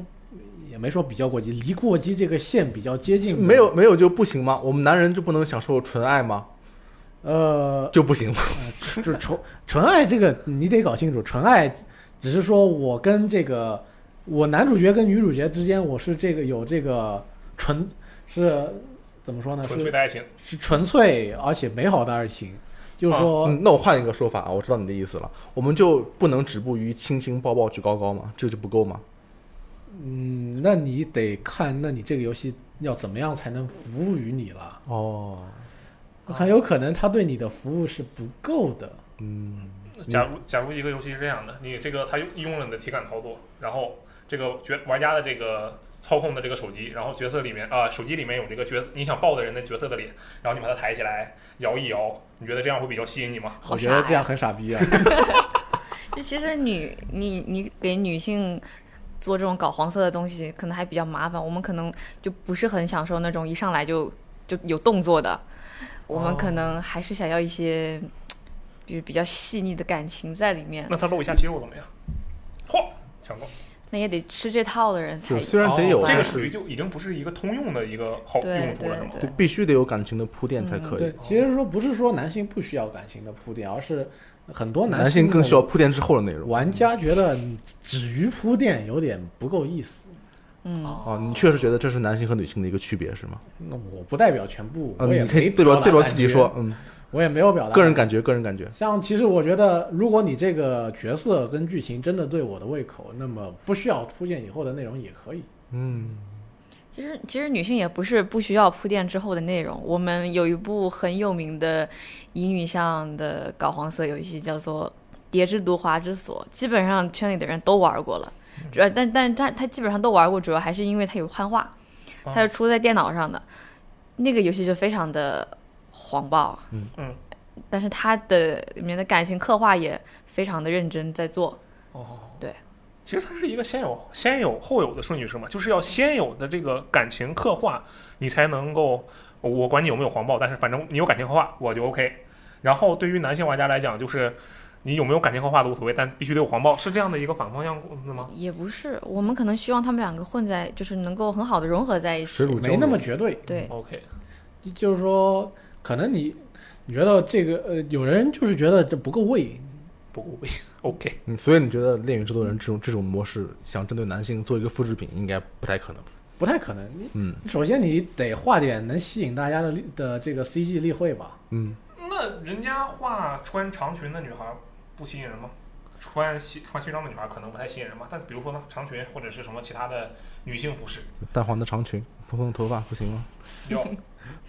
Speaker 3: 也没说比较过激，离过激这个线比较接近，
Speaker 4: 没有，没有就不行吗？我们男人就不能享受纯爱吗？
Speaker 3: 呃，
Speaker 4: 就不行吗？
Speaker 3: 就纯纯爱这个你得搞清楚，纯爱只是说我跟这个我男主角跟女主角之间，我是这个有这个纯是怎么说呢？
Speaker 2: 纯
Speaker 3: 是
Speaker 2: 粹的爱情。
Speaker 3: 是纯粹而且美好的爱情，就是说，
Speaker 4: 嗯， 那我换一个说法啊，我知道你的意思了。我们就不能止步于亲亲抱抱举高高吗？这就不够吗？
Speaker 3: 嗯，那你得看，那你这个游戏要怎么样才能服务于你了？
Speaker 4: 哦，
Speaker 5: 啊
Speaker 3: 很有可能他对你的服务是不够的。
Speaker 4: 嗯，
Speaker 2: 假如假如一个游戏是这样的，你这个它用用了你的体感操作，然后这个角玩家的这个操控的这个手机，然后角色里面啊、手机里面有这个角你想抱的人的角色的脸，然后你把它抬起来摇一摇，你觉得这样会比较吸引你吗？
Speaker 5: 好
Speaker 3: 我觉得
Speaker 5: 傻
Speaker 3: 这样很傻逼啊！
Speaker 5: 就其实女你你给女性做这种搞黄色的东西，可能还比较麻烦。我们可能就不是很享受那种一上来就就有动作的，我们
Speaker 4: 哦
Speaker 5: 可能还是想要一些，就是比较细腻的感情在里面。
Speaker 2: 那他露一下肌肉怎么样？嚯，强攻！
Speaker 5: 那也得吃这套的人才
Speaker 4: 对，。虽然得有，
Speaker 2: 哦这
Speaker 4: 但
Speaker 2: 个属于
Speaker 4: 是
Speaker 2: 就已经不是一个通用的一个好
Speaker 5: 对
Speaker 2: 用途了，是
Speaker 5: 对
Speaker 2: 吗？
Speaker 3: 嗯
Speaker 4: 对必须得有感情的铺垫才可以
Speaker 3: 对。，其实说不是说男性不需要感情的铺垫，而是很多
Speaker 4: 男性更需要铺垫之后的内容。
Speaker 3: 玩家觉得止于铺垫有点不够意思。
Speaker 5: 嗯，
Speaker 4: 哦，你确实觉得这是男性和女性的一个区别是吗？
Speaker 3: 那我不代表全部，我
Speaker 4: 嗯，
Speaker 3: 也
Speaker 4: 你可以
Speaker 3: 没
Speaker 4: 对着
Speaker 3: 达
Speaker 4: 对着
Speaker 3: 感
Speaker 4: 自己
Speaker 3: 觉
Speaker 4: 说，，嗯，
Speaker 3: 我也没有表达
Speaker 4: 个人
Speaker 3: 感
Speaker 4: 感觉，个人感觉
Speaker 3: 觉。。像其实我觉得，如果你这个角色跟剧情真的对我的胃口，那么不需要铺垫以后的内容也可以。
Speaker 4: 嗯，
Speaker 5: 其实其实女性也不是不需要铺垫之后的内容。我们有一部很有名的乙女向的搞黄色游戏，叫做《蝶之毒华之锁》，基本上圈里的人都玩过了。主要，但但它它基本上都玩过，主要还是因为它有汉化，
Speaker 2: 哦
Speaker 5: 它是出在电脑上的。那个游戏就非常的黄暴，
Speaker 4: 嗯
Speaker 2: 嗯，
Speaker 5: 但是它的里面的感情刻画也非常的认真在做。
Speaker 2: 哦，
Speaker 5: 对，
Speaker 2: 其实它是一个先有先有后有的顺序是吗？就是要先有的这个感情刻画，你才能够，我管你有没有黄暴，但是反正你有感情刻画我就 OK。然后对于男性玩家来讲，就是你有没有感情刻画都无所谓，但必须得有黄暴，是这样的一个反方向的吗？
Speaker 5: 也不是，我们可能希望他们两个混在，就是能够很好的融合在一
Speaker 4: 水
Speaker 5: 起。
Speaker 4: 乳交
Speaker 3: 没那
Speaker 4: 融
Speaker 3: 么绝对，
Speaker 5: 对，
Speaker 2: OK，
Speaker 3: 就是说，可能你你觉得这个呃，有人就是觉得这不够味，
Speaker 2: 不过位 OK，
Speaker 4: 嗯，所以你觉得《恋与制作人》这种这种模式想针对男性做一个复制品，应该不太可能。
Speaker 3: 不太可能。你
Speaker 4: 嗯
Speaker 3: 首先你得画点能吸引大家的立的这个 CG 例会吧。
Speaker 4: 嗯，
Speaker 2: 那人家画穿长裙的女孩不吸引人吗？穿西穿西装的女孩可能不太吸引人吧，但比如说呢，长裙或者是什么其他的女性服饰，
Speaker 4: 淡黄的长裙，蓬松的头发不行吗？
Speaker 2: 要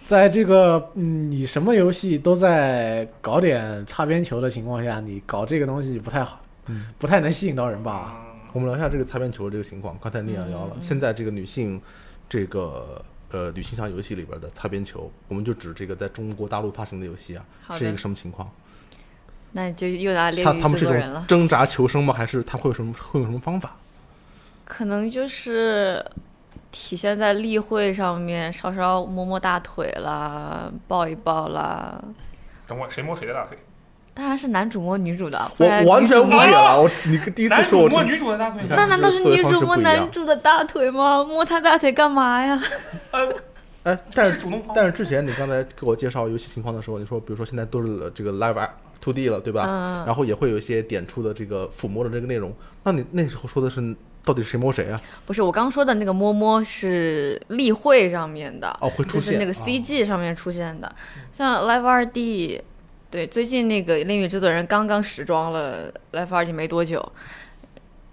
Speaker 3: 在这个嗯，你什么游戏都在搞点擦边球的情况下，你搞这个东西不太好，
Speaker 4: 嗯
Speaker 3: 不太能吸引到人吧？
Speaker 2: 嗯
Speaker 4: 我们聊一下这个擦边球的这个情况。刚才你也聊
Speaker 5: 嗯
Speaker 4: 了，现在这个女性，这个呃女性向游戏里边的擦边球，我们就指这个在中国大陆发行的游戏啊，
Speaker 5: 好
Speaker 4: 是一
Speaker 5: 的
Speaker 4: 个什么情况？
Speaker 5: 那就又拿猎
Speaker 4: 他
Speaker 5: 鱼
Speaker 4: 他们是
Speaker 5: 制
Speaker 4: 一
Speaker 5: 作人
Speaker 4: 种
Speaker 5: 了，
Speaker 4: 挣扎求生吗？还是他会有什么会有什么方法？
Speaker 5: 可能就是体现在例会上面，稍稍摸摸大腿啦，抱一抱啦。
Speaker 2: 等会儿谁摸谁的大腿？
Speaker 5: 当然是男主摸女主的啊，不
Speaker 4: 我
Speaker 5: 然
Speaker 4: 完
Speaker 5: 女
Speaker 4: 全
Speaker 5: 主
Speaker 4: 误
Speaker 5: 摸
Speaker 4: 解了，我你第一次
Speaker 2: 男
Speaker 4: 说
Speaker 2: 主
Speaker 4: 我
Speaker 2: 摸
Speaker 4: 这
Speaker 2: 女主的大腿
Speaker 4: 你
Speaker 2: 吗，
Speaker 5: 那难道是女主摸
Speaker 4: 这个思维方式不一
Speaker 5: 男
Speaker 4: 样
Speaker 5: 主的大腿吗？摸他大腿干嘛呀？
Speaker 2: 呃，
Speaker 4: 哎，但
Speaker 2: 是主动方
Speaker 4: 但是之前你刚才给我介绍游戏情况的时候，你说比如说现在都是这个 live to D 了，对吧？
Speaker 5: 嗯
Speaker 4: 然后也会有一些点出的这个抚摸的这个内容。那你那时候说的是到底谁摸谁啊？
Speaker 5: 不是，我刚说的那个摸摸是例会上面的，
Speaker 4: 哦会出
Speaker 5: 就是那
Speaker 4: 现
Speaker 5: 个
Speaker 4: 哦
Speaker 5: CG 上面出现的，像 Live 二 D，对，最近那个《恋与制作人》刚刚时装了 Live 二 D 没多久，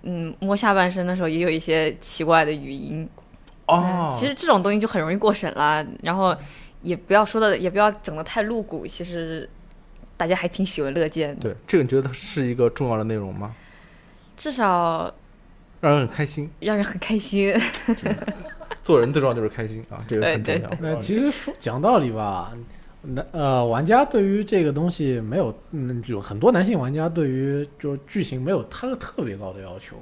Speaker 5: 嗯，摸下半身的时候也有一些奇怪的语音，
Speaker 4: 哦，
Speaker 5: 呃其实这种东西就很容易过审啦，然后也不要说的，也不要整的太露骨，其实大家还挺喜闻乐见的，
Speaker 4: 对这个你觉得它是一个重要的内容吗？
Speaker 5: 至少
Speaker 4: 让人很开心，
Speaker 5: 让人很开心。
Speaker 4: 做人最重要就是开心啊，这个
Speaker 5: 对
Speaker 4: 很重
Speaker 5: 对
Speaker 4: 要。
Speaker 3: 那其实说讲道理吧，那呃，玩家对于这个东西没有，嗯，有很多男性玩家对于就是剧情没有他特别高的要求。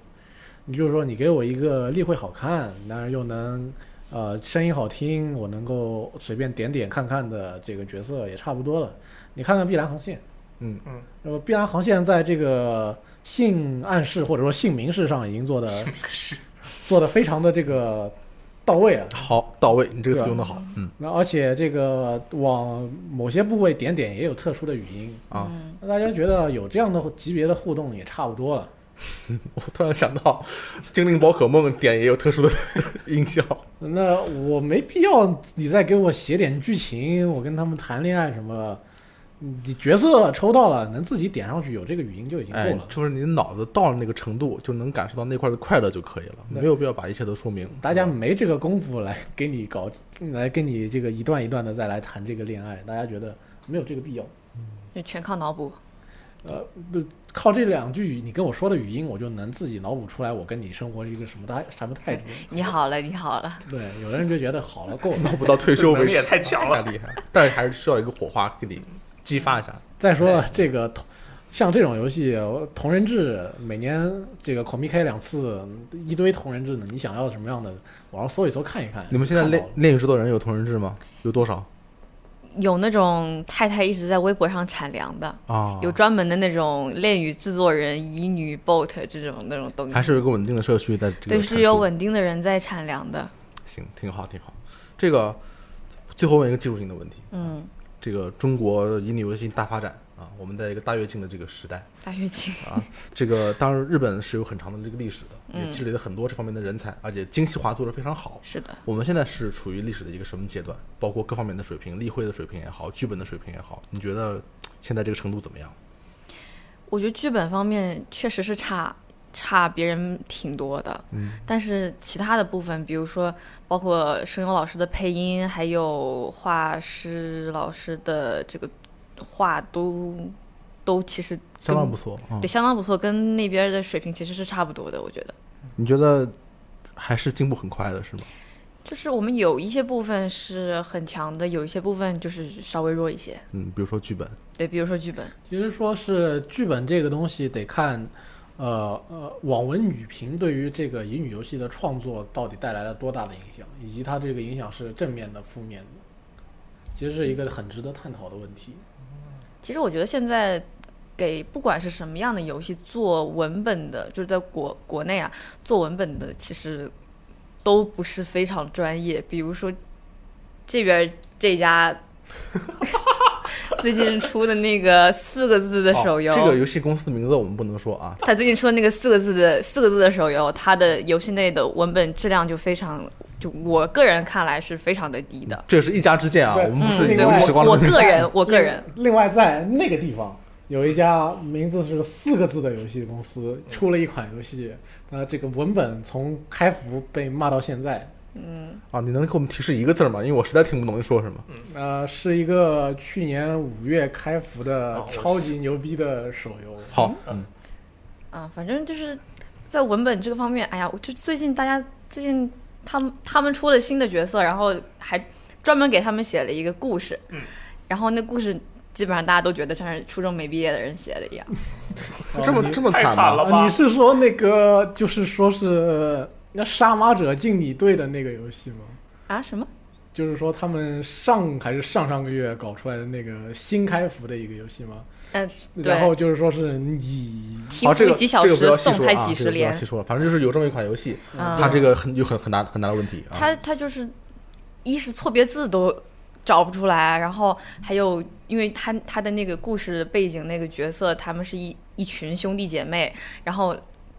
Speaker 3: 你就是说，你给我一个例会好看，当然又能呃声音好听，我能够随便点点看看的这个角色也差不多了。你看看《碧蓝航线》，
Speaker 4: 嗯
Speaker 2: 嗯，
Speaker 3: 那么《碧蓝航线》在这个性暗示或者说性明示上已经做的做的非常的这个到位了。
Speaker 4: 好，到位，你这个词
Speaker 3: 对
Speaker 4: 用的好，嗯
Speaker 3: 那而且这个往某些部位点点也有特殊的语音，
Speaker 4: 啊，
Speaker 5: 嗯
Speaker 3: 那大家觉得有这样的级别的互动也差不多了。
Speaker 4: 我突然想到，精灵宝可梦点也有特殊的 音效，
Speaker 3: 那我没必要你再给我写点剧情，我跟他们谈恋爱什么，你角色抽到了能自己点上去有这个语音就已经够
Speaker 4: 哎
Speaker 3: 了，。
Speaker 4: 就是你脑子到了那个程度，就能感受到那块的快乐就可以了，
Speaker 3: 对
Speaker 4: 没有必要把一切都说明。
Speaker 3: 大家没这个功夫来给你搞，来跟你这个一段一段的再来谈这个恋爱，大家觉得没有这个必要。
Speaker 5: 就全靠脑补，
Speaker 3: 呃，不靠这两句你跟我说的语音，我就能自己脑补出来我跟你生活是一个什么态什么态度。
Speaker 5: 你好了，你好了，
Speaker 3: 对，有的人就觉得好了够了。
Speaker 4: 不到退休为
Speaker 2: 能
Speaker 4: 止，
Speaker 2: 力也太强了
Speaker 4: 太厉害了。但是还是需要一个火花给你激发一下。
Speaker 3: 再说了，这个同像这种游戏，同人志每年这个孔密开两次，一堆同人志呢，你想要什么样的，网上搜一搜看一看。
Speaker 4: 你们现在
Speaker 3: 看到
Speaker 4: 恋
Speaker 3: 了
Speaker 4: 恋与制作人有同人志吗？有多少
Speaker 5: 有那种太太一直在微博上产粮的，
Speaker 4: 啊？
Speaker 5: 有专门的那种恋与制作人、乙女 bot 这种那种东西，
Speaker 4: 还是有一个稳定的社区在这个
Speaker 5: 对，
Speaker 4: 产
Speaker 5: 是
Speaker 4: 出
Speaker 5: 有稳定的人在产粮的。
Speaker 4: 行，挺好挺好。这个最后问一个技术性的问题，
Speaker 5: 嗯，
Speaker 4: 这个中国乙女游戏大发展，啊。我们在一个大跃进的这个时代，
Speaker 5: 大跃进，
Speaker 4: 这个当然日本是有很长的这个历史的，也
Speaker 5: 嗯
Speaker 4: 积累了很多这方面的人才，而且精细化做得非常好。
Speaker 5: 是的，
Speaker 4: 我们现在是处于历史的一个什么阶段？包括各方面的水平，例会的水平也好，剧本的水平也好，你觉得现在这个程度怎么样？
Speaker 5: 我觉得剧本方面确实是差差别人挺多的，
Speaker 4: 嗯，
Speaker 5: 但是其他的部分，比如说包括声优老师的配音，还有画师老师的这个画都都其实
Speaker 4: 相当
Speaker 5: 跟
Speaker 4: 不错啊
Speaker 5: 对，。相当不错，跟那边的水平其实是差不多的，我觉得。
Speaker 4: 你觉得还是进步很快的是吗？
Speaker 5: 就是我们有一些部分是很强的，有一些部分就是稍微弱一些。
Speaker 4: 嗯，比如说剧本，
Speaker 5: 对，比如说剧本，
Speaker 3: 其实说是剧本这个东西得看，呃呃，网文女评对于这个乙女游戏的创作到底带来了多大的影响，以及它这个影响是正面的、负面的，其实是一个很值得探讨的问题。
Speaker 5: 其实我觉得现在给不管是什么样的游戏做文本的，就是在国国内啊做文本的，其实都不是非常专业。比如说这边儿这家 最近出的那个四个字的手游，
Speaker 4: 哦这个游戏公司的名字我们不能说啊。
Speaker 5: 他最近出的那个四个字的四个字的手游，它的游戏内的文本质量就非常，就我个人看来是非常的低的。
Speaker 4: 这个是一家之见啊，
Speaker 3: 对
Speaker 4: 我们不
Speaker 5: 嗯，
Speaker 4: 是一
Speaker 5: 对
Speaker 4: 个历史
Speaker 5: 我
Speaker 4: 观
Speaker 5: 我
Speaker 4: 的。
Speaker 5: 个人，我个人，
Speaker 3: 另外，在那个地方有一家名字是四个字的游戏公司出了一款游戏，它这个文本从开服被骂到现在，
Speaker 4: 啊，你能给我们提示一个字儿吗？因为我实在听不懂你说啊什么。
Speaker 3: 呃，是一个去年五月开服的
Speaker 2: 哦我
Speaker 3: 超级牛逼的手游。
Speaker 4: 好，嗯，
Speaker 5: 啊，反正就是在文本这个方面，哎呀，我就最近大家最近他们他们出了新的角色，然后还专门给他们写了一个故事，
Speaker 2: 嗯
Speaker 5: 然后那故事基本上大家都觉得像是初中没毕业的人写的一样。
Speaker 3: 哦
Speaker 4: 嗯这么
Speaker 3: 你
Speaker 4: 这么
Speaker 2: 太
Speaker 4: 惨
Speaker 2: 惨
Speaker 4: 吗？
Speaker 2: 了
Speaker 3: 啊，
Speaker 2: 吧
Speaker 3: 你？是说那个就是说是那杀马者进你队的那个游戏吗？
Speaker 5: 啊什么？
Speaker 3: 就是说他们上还是上上个月搞出来的那个新开服的一个游戏吗？
Speaker 5: 嗯，
Speaker 3: 然后
Speaker 5: 对，
Speaker 3: 就是说是你
Speaker 5: 提
Speaker 4: 好，这
Speaker 5: 服
Speaker 4: 个
Speaker 5: 几小
Speaker 4: 这个
Speaker 5: 时
Speaker 4: 不要细
Speaker 5: 送
Speaker 4: 说
Speaker 5: 拍
Speaker 4: 啊，
Speaker 5: 几
Speaker 4: 这
Speaker 5: 十
Speaker 4: 个不要
Speaker 5: 连，
Speaker 4: 细说了，反正就是有这么一款游戏，
Speaker 5: 啊
Speaker 4: 它这个很有很很大很大的问题啊。
Speaker 5: 他他就是一是错别字都找不出来，然后还有因为他他的那个故事背景那个角色，他们是一一群兄弟姐妹，然后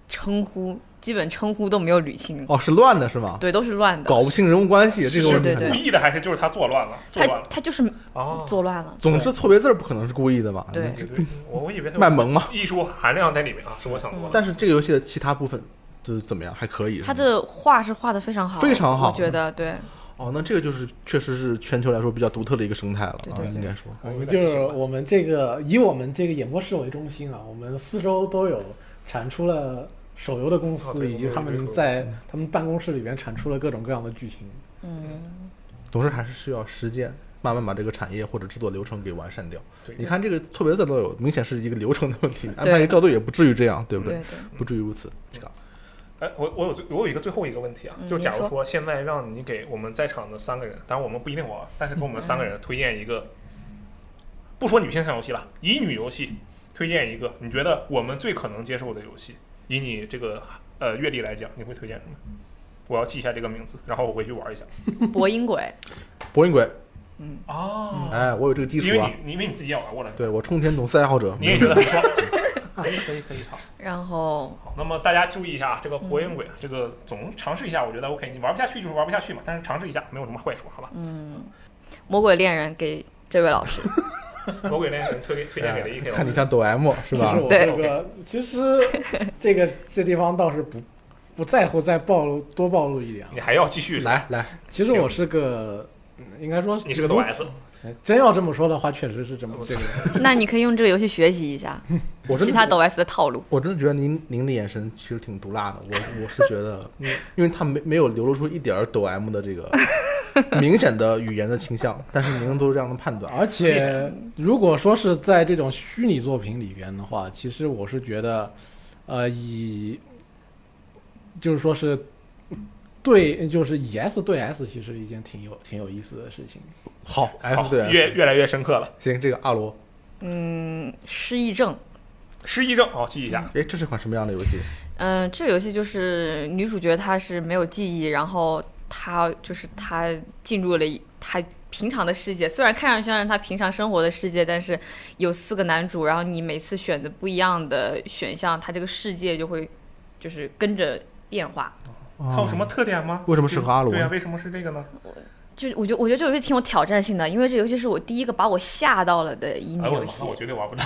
Speaker 5: 称呼基本称呼都没有捋清，
Speaker 4: 哦，是乱的是吗？
Speaker 5: 对，都是乱的。
Speaker 4: 搞不清人物关系，这个
Speaker 5: 是
Speaker 4: 问题
Speaker 5: 对
Speaker 4: 很
Speaker 5: 对
Speaker 4: 大
Speaker 2: 故。意的还是就是他作乱了？作
Speaker 5: 他
Speaker 2: 乱了
Speaker 5: 他就是
Speaker 2: 哦，
Speaker 5: 作乱了，
Speaker 4: 总之，错别字儿不可能是故意的吧？
Speaker 5: 对
Speaker 2: 也对，我我以为他有
Speaker 4: 卖萌嘛。
Speaker 2: 艺术含量在里面啊，是我想多了。
Speaker 4: 但是这个游戏的其他部分就是怎么样，还可以。
Speaker 5: 他
Speaker 4: 是吗
Speaker 5: 的画是画的非常好，
Speaker 4: 非常好
Speaker 5: 我觉得对。
Speaker 4: 哦，那这个就是确实是全球来说比较独特的一个生态了
Speaker 5: 对
Speaker 4: 啊
Speaker 5: 对，对
Speaker 4: 应该说。
Speaker 3: 我们嗯就是我们这个以我们这个演播室为中心啊，我们四周都有产出了手游的公
Speaker 2: 啊对
Speaker 3: 司，以及
Speaker 2: 我
Speaker 3: 他
Speaker 2: 们
Speaker 3: 们
Speaker 2: 有一堆手游
Speaker 3: 在他们办公室里面产出了各种各样的剧情。
Speaker 4: 总之还是需要时间，慢慢把这个产业或者制作流程给完善掉
Speaker 2: 对。
Speaker 4: 你看这个错别字都有，明显是一个流程的问题，安排一个校对也不至于这样，对不
Speaker 5: 对对？
Speaker 4: 不至于如此。这个
Speaker 2: 哎，我我有最我有一个最后一个问题啊，
Speaker 5: 嗯
Speaker 2: 就假如
Speaker 5: 您
Speaker 2: 说现在让你给我们在场的三个人，当然我们不一定玩，但是给我们三个人推荐一个，不说女性向游戏了，乙女游戏，推荐一个你觉得我们最可能接受的游戏，以你这个呃阅历来讲，你会推荐什么？我要记一下这个名字，然后我回去玩一下。
Speaker 5: 博音轨，
Speaker 4: 博音鬼，
Speaker 2: 哦，
Speaker 4: 哎，我有这个基
Speaker 2: 因
Speaker 4: 础
Speaker 2: 为
Speaker 4: 啊。
Speaker 2: 你你因为你自己也玩过了，
Speaker 4: 对我冲田总四爱好者，
Speaker 2: 你也觉得很爽。可以可以可以，好，
Speaker 5: 然后
Speaker 2: 好那么大家注意一下啊，这个火影鬼，这个总尝试一下，我觉得 OK，你玩不下去就是玩不下去嘛，但是尝试一下没有什么坏处，好吧？
Speaker 5: 魔鬼恋人给这位 老师，
Speaker 2: 魔鬼恋人推推荐给了 EK，
Speaker 4: 哎看你像抖 M 是
Speaker 3: 其实
Speaker 4: 吧？
Speaker 3: 我
Speaker 5: 对
Speaker 3: 这个，其实这个这地方倒是不不在乎再暴露多暴露一点啊。
Speaker 2: 你还要继续，
Speaker 4: 来来，
Speaker 3: 其实我是个，嗯应该说
Speaker 2: 你是个
Speaker 3: 如
Speaker 2: 抖 S，
Speaker 3: 真要这么说的话，确实是这么
Speaker 4: 嗯
Speaker 2: 我
Speaker 3: 这个。
Speaker 5: 那你可以用这个游戏学习一下
Speaker 4: 我真
Speaker 5: 其
Speaker 4: 的
Speaker 5: 他抖 S 的套路。
Speaker 4: 我真的觉得您您的眼神其实挺毒辣的， 我我是觉得，因为他没没有流露出一点儿抖 M 的这 个明显的语言的倾向，但是您都是这样的判断，
Speaker 3: 而且，如果说是在这种虚拟作品里边的话，其实我是觉得，呃，以就是说是对，就是以 S 对 S，其实是一件挺有挺有意思的事情。
Speaker 4: 好
Speaker 2: 好
Speaker 4: ，F 哎对啊 F，
Speaker 2: 越越来越深刻了。
Speaker 4: 行，这个阿罗，
Speaker 5: 嗯，失忆症。
Speaker 2: 失忆症，好记一下。
Speaker 4: 哎，这是款什么样的游戏？
Speaker 5: 嗯，这个游戏就是女主角她是没有记忆，然后她就是她进入了一，他平常的世界，虽然看上去像是他平常生活的世界，但是有四个男主，然后你每次选择不一样的选项，他这个世界就会就是跟着变化。
Speaker 2: 它有什么特点吗？
Speaker 4: 嗯为什么适合阿罗
Speaker 2: 对啊，为什么是这个呢？
Speaker 5: 就我觉得我觉得这游戏挺有挑战性的，因为这游戏是我第一个把我吓到了的乙女
Speaker 2: 哎，我
Speaker 5: 游
Speaker 2: 的
Speaker 5: 戏
Speaker 2: 妈，我绝对玩不了，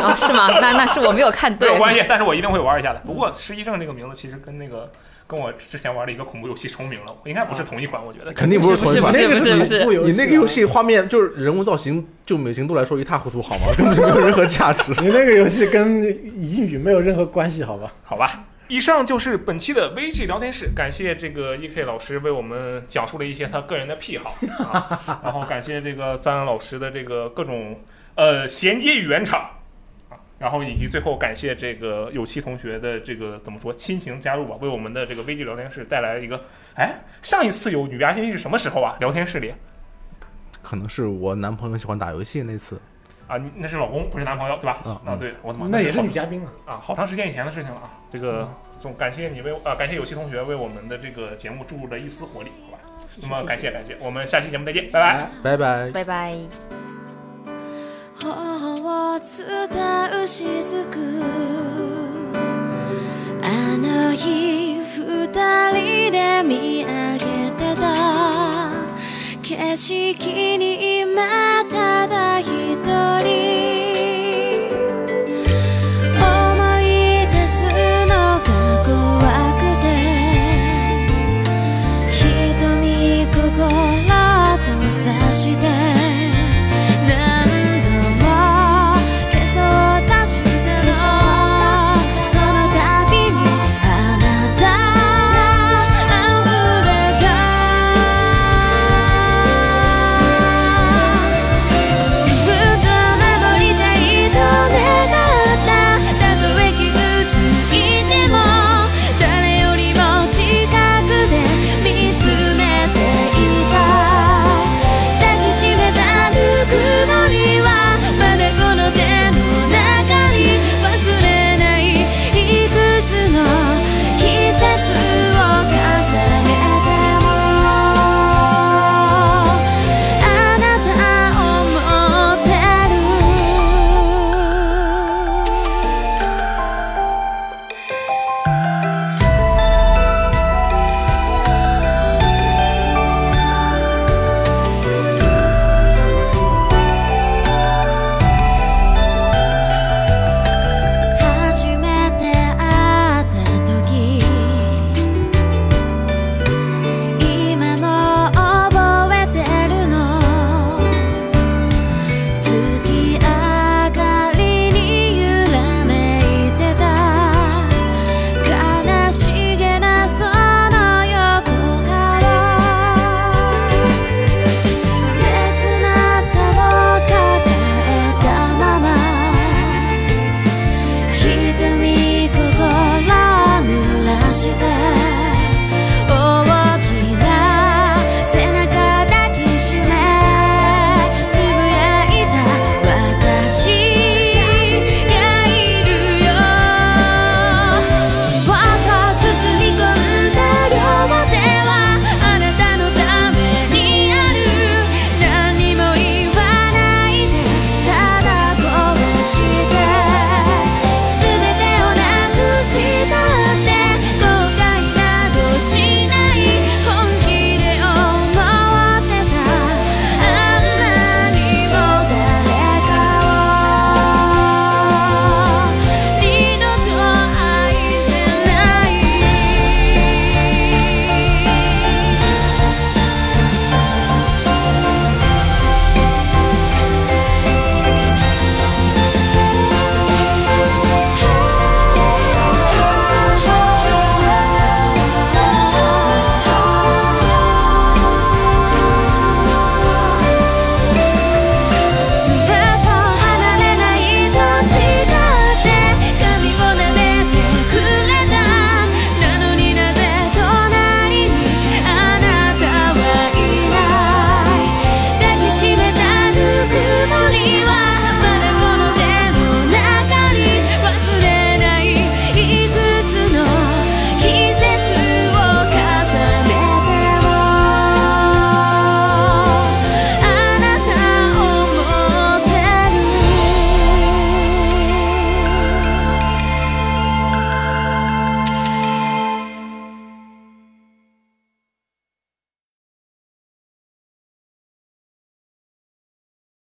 Speaker 5: 啊、是吗？那那是我没有看
Speaker 2: 没
Speaker 5: 对
Speaker 2: 有。关系，但是我一定会玩一下的。不过失忆症这个名字其实跟那个跟我之前玩的一个恐怖游戏重名了，应该不是同一款，我觉得。
Speaker 4: 肯定啊不是同一款，
Speaker 5: 不是
Speaker 4: 那个
Speaker 5: 不是不是
Speaker 4: 你
Speaker 3: 不是。
Speaker 4: 你那个游戏啊画面就是人物造型，就美型度来说一塌糊涂，好吗？根本就没有任何价值
Speaker 3: 你那个游戏跟乙女没有任何关系，好吧？
Speaker 2: 好吧。以上就是本期的 VG 聊天室，感谢这个 E.K 老师为我们讲述了一些他个人的癖好，啊、 然后感谢这个赞恩老师的这个各种呃衔接原厂，啊，然后以及最后感谢这个有期同学的这个怎么说亲情加入吧，为我们的这个 VG 聊天室带来了一个，哎，上一次有女嘉宾是什么时候啊？聊天室里
Speaker 4: 可能是我男朋友喜欢打游戏那次，
Speaker 2: 啊，你那是老公不是男朋友对吧？
Speaker 4: 嗯
Speaker 2: 啊，对，我的妈，
Speaker 3: 那也是
Speaker 2: 好
Speaker 3: 女嘉宾啊。
Speaker 2: 啊，好长时间以前的事情了啊。这个总感谢你为啊、感谢有希同学为我们的这个节目注入了一丝活力，好吧？那么感谢感谢，我们下期节目再见，嗯拜拜。
Speaker 4: 拜拜。
Speaker 5: 拜拜。
Speaker 1: 頬を伝う雫あの日二人で見上げてた景色に今ただ一人